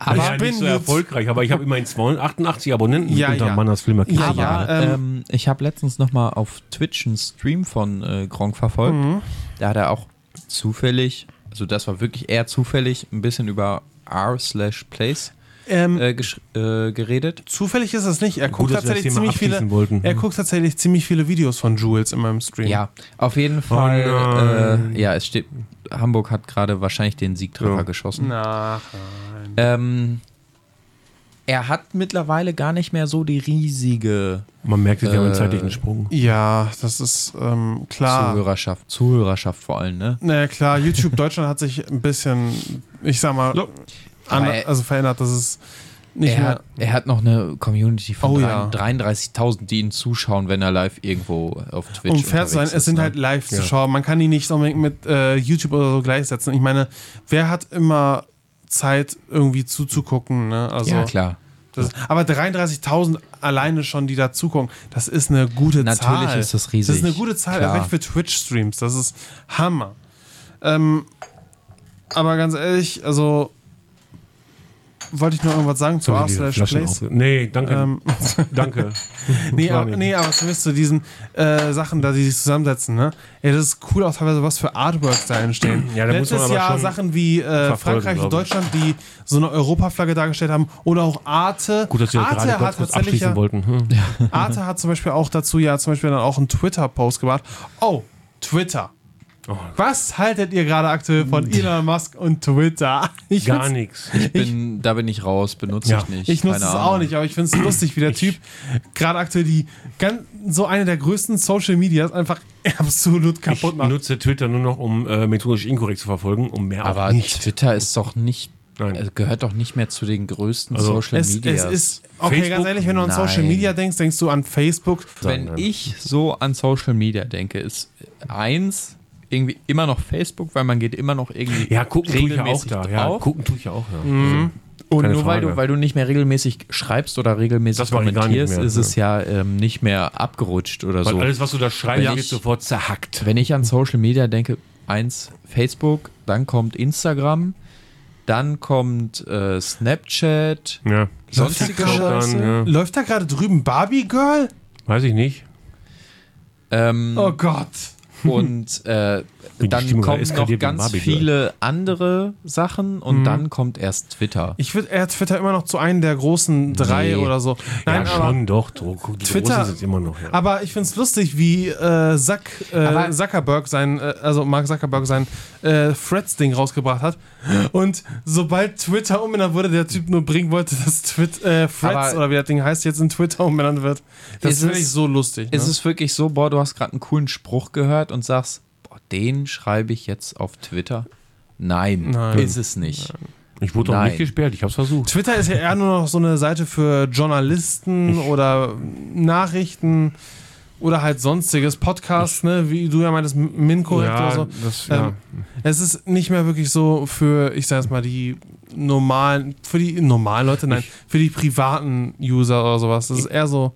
S2: Also,
S1: Aber
S2: ja,
S1: ich
S2: nicht
S1: bin
S2: so
S1: jetzt-
S2: erfolgreich, aber ich habe immerhin 288 Abonnenten
S1: Ja, ja.
S2: Mann als Flimmer.
S1: Ja,
S3: Aber
S1: ja, ähm,
S3: ähm, ich habe letztens nochmal auf Twitch einen Stream von äh, Gronk verfolgt. Da hat er auch zufällig, also das war wirklich eher zufällig, ein bisschen über r slash plays
S1: ähm,
S3: äh, gesch- äh, geredet.
S1: zufällig ist es nicht. Er guckt
S2: Gut, dass wir das
S1: tatsächlich
S2: Thema
S1: ziemlich viele.
S2: abschließen wollten.
S1: Er guckt tatsächlich ziemlich viele Videos von Jules in meinem Stream.
S3: Ja, auf jeden Fall. äh, ja, es steht, Hamburg hat gerade wahrscheinlich den Siegtreffer geschossen.
S1: Na,
S3: Ähm, er hat mittlerweile gar nicht mehr so die riesige
S2: Man merkt es ja
S3: Äh,
S2: beim zeitlichen Sprung.
S1: ja, das ist ähm, klar.
S3: Zuhörerschaft, Zuhörerschaft vor allem, ne?
S1: Naja, klar, YouTube Deutschland hat sich ein bisschen, ich sag mal, an,
S3: Aber, äh,
S1: also verändert, dass es nicht
S3: Er
S1: mehr.
S3: hat, er hat noch eine Community von
S1: Oh,
S3: drei-
S1: ja.
S3: 33.000, die ihn zuschauen, wenn er live irgendwo auf Twitch
S1: Um fair zu sein,
S3: unterwegs
S1: es sind
S3: ne?
S1: halt Live-Zuschauer. Man kann die nicht unbedingt mit äh, YouTube oder so gleichsetzen. Ich meine, wer hat immer Zeit, irgendwie zuzugucken? Ne? Also,
S3: ja, klar.
S1: Das, aber 33.000 alleine schon, die da zugucken, das ist eine gute
S3: Natürlich
S1: Zahl.
S3: ist das riesig,
S1: Das ist eine gute Zahl,
S3: klar.
S1: erreicht für Twitch-Streams. Das ist Hammer. Ähm, aber ganz ehrlich, also wollte ich noch irgendwas sagen zu R/Slash Plays?
S2: Nee, danke.
S1: Ähm,
S2: danke.
S1: nee,
S2: war
S1: aber,
S2: nicht.
S1: nee, aber zumindest zu diesen äh, Sachen, da die sich zusammensetzen, ne? Ey, das ist cool, auch teilweise, was für Artworks da entstehen.
S2: Ja, da muss man
S1: Letztes
S2: aber
S1: Jahr
S2: schon
S1: Sachen wie äh,
S2: verfolgen,
S1: Frankreich und
S2: glaube ich.
S1: Deutschland, die so eine Europaflagge dargestellt haben oder auch Arte.
S2: Gut, dass wir das
S1: Arte
S2: gerade ganz
S1: hat
S2: kurz
S1: tatsächlich
S2: abschließen
S1: ja,
S2: wollten. Hm.
S1: Arte hat zum Beispiel auch dazu ja zum Beispiel dann auch einen Twitter-Post gemacht. Oh, Twitter.
S2: Oh.
S1: Was haltet ihr gerade aktuell von Elon Musk und Twitter? Ich
S2: Hm. Gar
S1: find's-
S2: nichts.
S3: Bin, da bin ich raus, benutze
S2: Ja.
S3: ich nicht.
S1: Ich nutze
S3: keine
S1: es
S3: Ahnung.
S1: auch nicht, aber ich finde es lustig, wie der Typ gerade aktuell die ganz, so eine der größten Social Medias einfach absolut
S2: Ich
S1: kaputt macht.
S2: nutze Twitter nur noch, um äh, methodisch inkorrekt zu verfolgen, um mehr
S3: Aber
S2: auch nicht.
S3: Twitter ist doch nicht,
S2: Nein.
S3: äh, gehört doch nicht mehr zu den größten
S2: Also,
S3: Social
S1: Es,
S3: Media.
S1: es ist, okay, ganz
S2: Facebook?
S1: ehrlich, wenn du an Social
S3: Nein.
S1: Media denkst, denkst du an Facebook.
S3: Wenn
S2: Nein.
S3: ich so an Social Media denke, ist eins irgendwie immer noch Facebook, weil man geht immer noch irgendwie
S2: Ja, gucken tue ich ja auch
S3: regelmäßig
S2: da. Ja,
S3: drauf.
S2: gucken tue ich ja auch da.
S1: Mhm.
S3: Und
S2: Keine
S3: nur weil
S2: Frage.
S3: du, weil du nicht mehr regelmäßig schreibst oder regelmäßig
S2: Das mache ich gar nicht
S3: kommentierst,
S2: mehr,
S3: ist es ja ähm, nicht mehr abgerutscht oder
S2: Weil
S3: so.
S2: alles, was du da schreibst,
S3: Ja.
S2: wird sofort zerhackt.
S3: Wenn ich an Social Media denke, eins Facebook, dann kommt Instagram, dann kommt äh, Snapchat,
S2: Ja.
S3: sonstige
S1: Läuft da
S3: Scheiße.
S2: Dann, ja.
S1: Läuft da gerade drüben Barbie Girl?
S2: Weiß ich nicht.
S3: Ähm,
S1: Oh Gott.
S3: Und äh,
S2: die
S3: dann
S2: Stimmung
S3: kommen
S2: eskaliert
S3: noch
S2: wie
S3: ganz
S2: Barbie-Girl. Mhm.
S3: viele andere Sachen und dann kommt erst Twitter.
S1: Ich würde er Twitter immer noch zu einem der großen drei
S3: Nee.
S1: oder so. Nein,
S2: ja,
S1: aber,
S2: schon, doch. doch. Die
S1: Twitter-
S2: Großen sind immer noch. Ja.
S1: aber ich finde es lustig, wie äh, Zack, äh,
S3: Aber-
S1: Zuckerberg sein, äh, also Mark Zuckerberg sein äh, Threads-Ding rausgebracht hat. Und sobald Twitter umbenannt wurde, der Typ nur bringen wollte, dass Twit, äh, Threads
S3: Aber-
S1: oder wie das Ding heißt, jetzt in Twitter umbenannt wird. Das
S3: Ist
S1: finde
S3: es-
S1: ich so lustig.
S3: Ist
S1: ne?
S3: es wirklich so, boah, du hast gerade einen coolen Spruch gehört und sagst, boah, den schreibe ich jetzt auf Twitter? Nein,
S1: Nein.
S3: ist es nicht.
S2: Ich wurde auch
S3: Nein.
S2: nicht gesperrt. Ich habe es versucht.
S1: Twitter ist ja eher nur noch so eine Seite für Journalisten oder Nachrichten oder halt sonstiges Podcasts, ne? wie du ja meintest, Minkorrekt oder so.
S2: das,
S1: Ähm, Es ist nicht mehr wirklich so für, ich sag jetzt mal, die normalen, für die normalen Leute, nein, für die privaten User oder sowas. Das ist eher so,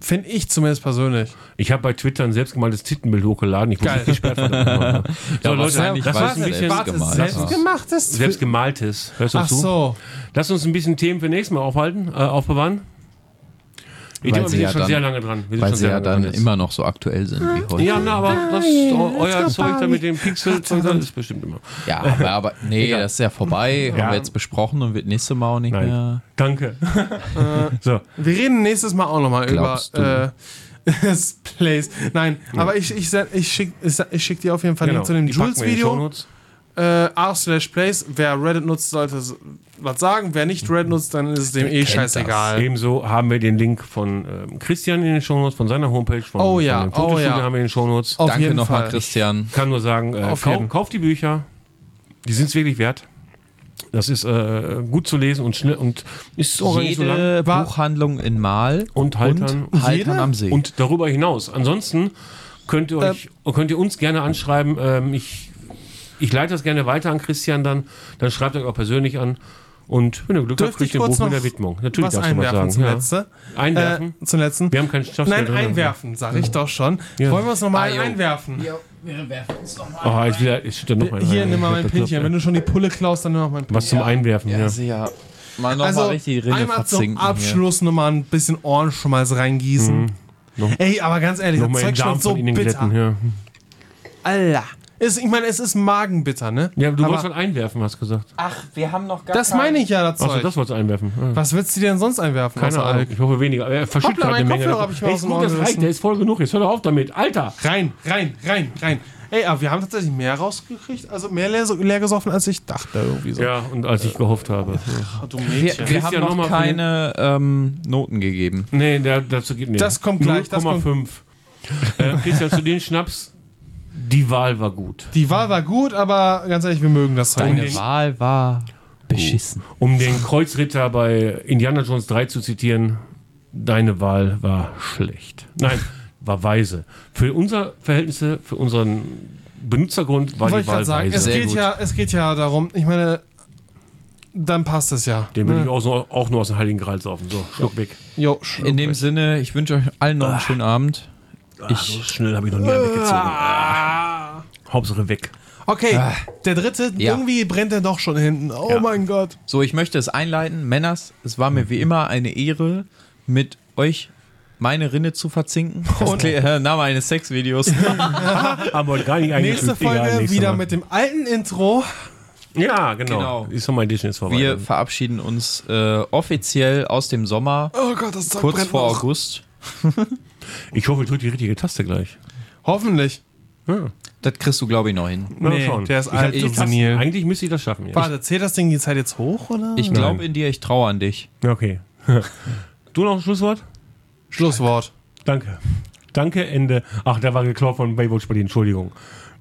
S1: finde ich zumindest persönlich.
S2: Ich habe bei Twitter ein selbstgemaltes Tittenbild hochgeladen. Ich wurde
S1: Geil.
S2: nicht gesperrt. verdammt nochmal. so,
S3: Ja,
S2: Leute,
S3: wahrscheinlich
S2: lass
S3: war
S2: uns
S3: es
S2: ein bisschen
S3: selbst gemalt.
S1: Selbstgemachtes Twi-
S2: selbstgemaltes. Hörst du
S1: Ach
S2: zu?
S1: so.
S2: Lass uns ein bisschen Themen für nächstes Mal aufhalten, äh, aufbewahren. Ich
S3: Weil
S2: denke, wir
S3: sie
S2: sind
S3: ja
S2: schon
S3: dann-
S2: sehr lange dran. Wir sind
S3: Weil
S2: schon
S3: sie
S2: sehr
S3: ja
S2: lange
S3: dann
S2: dran jetzt.
S3: immer noch so aktuell sind wie heute.
S2: Ja, na, aber das, eu- euer Zeug da mit dem Pixel, Zeug, das ist bestimmt immer.
S3: Ja, aber, aber nee, das ist ja vorbei, haben wir jetzt besprochen und wird nächste Mal auch nicht
S2: Nein.
S3: mehr.
S2: Danke. so,
S1: Wir reden nächstes Mal auch nochmal über
S3: Glaubst
S1: äh, Das Place. Nein, aber ich, ich, send- ich schicke ich schick dir auf jeden Fall den Link zu dem
S2: Genau, die packen wir in die
S1: Jules-Video.
S2: Shownotes.
S1: Äh, r slash Place. Wer Reddit nutzt, sollte s- was sagen. Wer nicht Reddit nutzt, dann ist es dem eh scheißegal.
S2: Ebenso haben wir den Link von ähm, Christian in den Shownotes, von seiner Homepage, von,
S1: Oh ja,
S2: von dem Fotostudio
S1: oh ja.
S2: haben wir in den Shownotes.
S1: Auf
S3: Danke
S1: jeden
S3: nochmal,
S1: Fall.
S3: Christian.
S2: Ich kann nur sagen, äh,
S1: Auf jeden.
S2: kauf, kauf die Bücher. Die sind es wirklich wert. Das ist äh, gut zu lesen und schnell und ist auch gar nicht so lang.
S3: Jede Buchhandlung in Mal
S2: Und Haltern.
S3: und Haltern am See.
S2: Und darüber hinaus. Ansonsten könnt ihr, euch,
S1: Ähm.
S2: könnt ihr uns gerne anschreiben. Ähm, ich, ich leite das gerne weiter an Christian dann. Dann schreibt euch auch persönlich an. Und wenn ihr Glück habt,
S1: Dürfte
S2: kriegt
S1: ich
S2: ihr ein
S1: kurz
S2: Buch
S1: noch
S2: mit der Widmung. Natürlich
S1: was
S2: darfst du was
S1: einwerfen
S2: sagen.
S1: zum,
S2: ja.
S1: Letzte?
S2: Einwerfen.
S1: Äh, zum letzten?
S2: Wir haben keinen Stoff.
S1: Nein,
S2: drin.
S1: einwerfen, sag ich doch schon. Wollen wir uns nochmal einwerfen?
S2: Oh, jetzt wieder, jetzt steht da noch einer.
S1: Äh, Hier, nimm mal mein
S2: Bekloppt,
S1: Pinchen.
S2: ey.
S1: Wenn du schon die Pulle klaust, dann nimm auch mein Pinchen.
S2: Was zum Einwerfen, ja.
S3: ja. Mal noch
S1: Also,
S3: mal richtig die Rille
S1: einmal zum
S3: verzinken hier.
S1: Abschluss nochmal ein bisschen Ohrenschmalz reingießen. Ey, aber ganz ehrlich, das
S2: Nochmal den
S1: Zeug
S2: Darm
S1: schmeckt so
S2: von ihnen
S1: bitter.
S2: glätten, ja.
S1: Alter. Es, ich meine, es ist magenbitter, ne?
S2: Ja, du wolltest
S1: aber
S2: was einwerfen, hast du gesagt.
S3: Ach, wir haben noch gar
S1: das meine ich ja, das
S2: Achso,
S1: Zeug.
S2: das wolltest du einwerfen. Ja.
S1: was willst du dir denn sonst einwerfen?
S2: Keine
S1: außer
S2: Ahnung,
S1: Alk?
S2: ich hoffe weniger. Aber Er verschüttet
S1: Hoppla,
S2: gerade eine
S1: mein
S2: Menge.
S1: Kopfhörer
S2: davon.
S1: hab ich mir
S2: Ey,
S1: aus
S2: ist
S1: dem
S2: gut,
S1: Ohr
S2: das
S1: gerissen.
S2: reicht, der ist voll genug. Jetzt hör doch auf damit. Alter!
S1: Rein, rein, rein, rein. Ey, aber wir haben tatsächlich mehr rausgekriegt, also mehr leer, leer gesoffen, als ich dachte irgendwie so. Äh,
S2: Ja, und als ich gehofft habe.
S1: Ach, du
S3: Wir, wir
S2: Christian,
S3: haben
S2: noch mal
S3: noch
S2: für
S3: keine ähm, Noten gegeben.
S2: Nee, der, dazu geht nicht.
S1: Das kommt gleich, das kommt-
S2: 0,5. Äh, Christian, zu den Schnaps, die Wahl war gut.
S1: Die Wahl war gut, aber ganz ehrlich, wir mögen das Zeug
S3: Deine
S1: nicht.
S3: Wahl war beschissen.
S2: Um den Kreuzritter bei Indiana Jones 3 zu zitieren, deine Wahl war schlecht. Nein, war weise. Für unsere Verhältnisse, für unseren Benutzergrund war
S1: Wollte ich
S2: die Wahl
S1: gerade sagen, es
S2: weise.
S3: Sehr
S1: geht,
S3: gut.
S1: ja, es geht ja darum, ich meine, dann passt es ja. ne?
S2: Den will ich auch, so, auch nur aus dem Heiligen Gral saufen. So, Schluck weg.
S1: Jo,
S3: In dem Sinne, ich wünsche euch allen noch einen schönen Abend.
S2: so schnell habe ich noch nie einen weggezogen.
S1: Ah.
S2: Hauptsache weg.
S1: Okay, der dritte,
S3: Ah. Ja.
S1: irgendwie brennt er doch schon hinten. Oh mein Gott.
S3: So, ich möchte es einleiten. Männers, es war mir wie immer eine Ehre, mit euch meine Rinne zu verzinken. Das ist der Name eines Sexvideos.
S2: Haben wir heute gar nicht
S1: Nächste
S2: eingefügt.
S1: Folge
S2: Egal, nächstes
S1: wieder
S2: Mal.
S1: mit dem alten Intro.
S2: Ja, genau.
S3: Genau.
S2: Die Summer Edition ist vorbei.
S3: Wir verabschieden uns äh, offiziell aus dem Sommer,
S1: Oh Gott, das Zeug
S3: kurz
S1: brennt
S3: vor
S1: noch.
S3: August.
S2: ich hoffe, ich drücke die richtige Taste gleich.
S1: Hoffentlich.
S3: Das kriegst du, glaube ich, noch hin.
S2: Mal
S1: Nee,
S2: schauen.
S1: der ist
S2: Ich
S1: alt
S2: hab-
S1: und
S2: ich hab's-
S1: senil.
S2: Eigentlich müsste ich das schaffen. Jetzt.
S1: Warte, zählt das Ding die Zeit jetzt hoch, oder?
S3: Ich glaube in dir, ich traue an dich.
S2: Ja, Okay. du noch ein Schlusswort?
S1: Schlusswort.
S2: Danke. Danke, Ende. Ach, da war geklaut von Baywatch Berlin. Entschuldigung.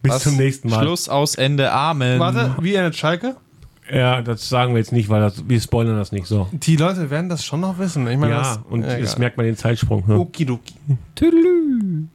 S2: Bis
S3: Was?
S2: zum nächsten Mal.
S3: Schluss aus Ende. Amen.
S1: Warte, wie endet Schalke?
S2: Ja, das sagen wir jetzt nicht, weil das, wir spoilern das nicht so.
S1: Die Leute werden das schon noch wissen. Ich meine,
S2: Ja,
S1: das,
S2: und
S1: egal.
S2: jetzt merkt man den Zeitsprung. Ne?
S1: Okidoki.
S3: Tüdelü.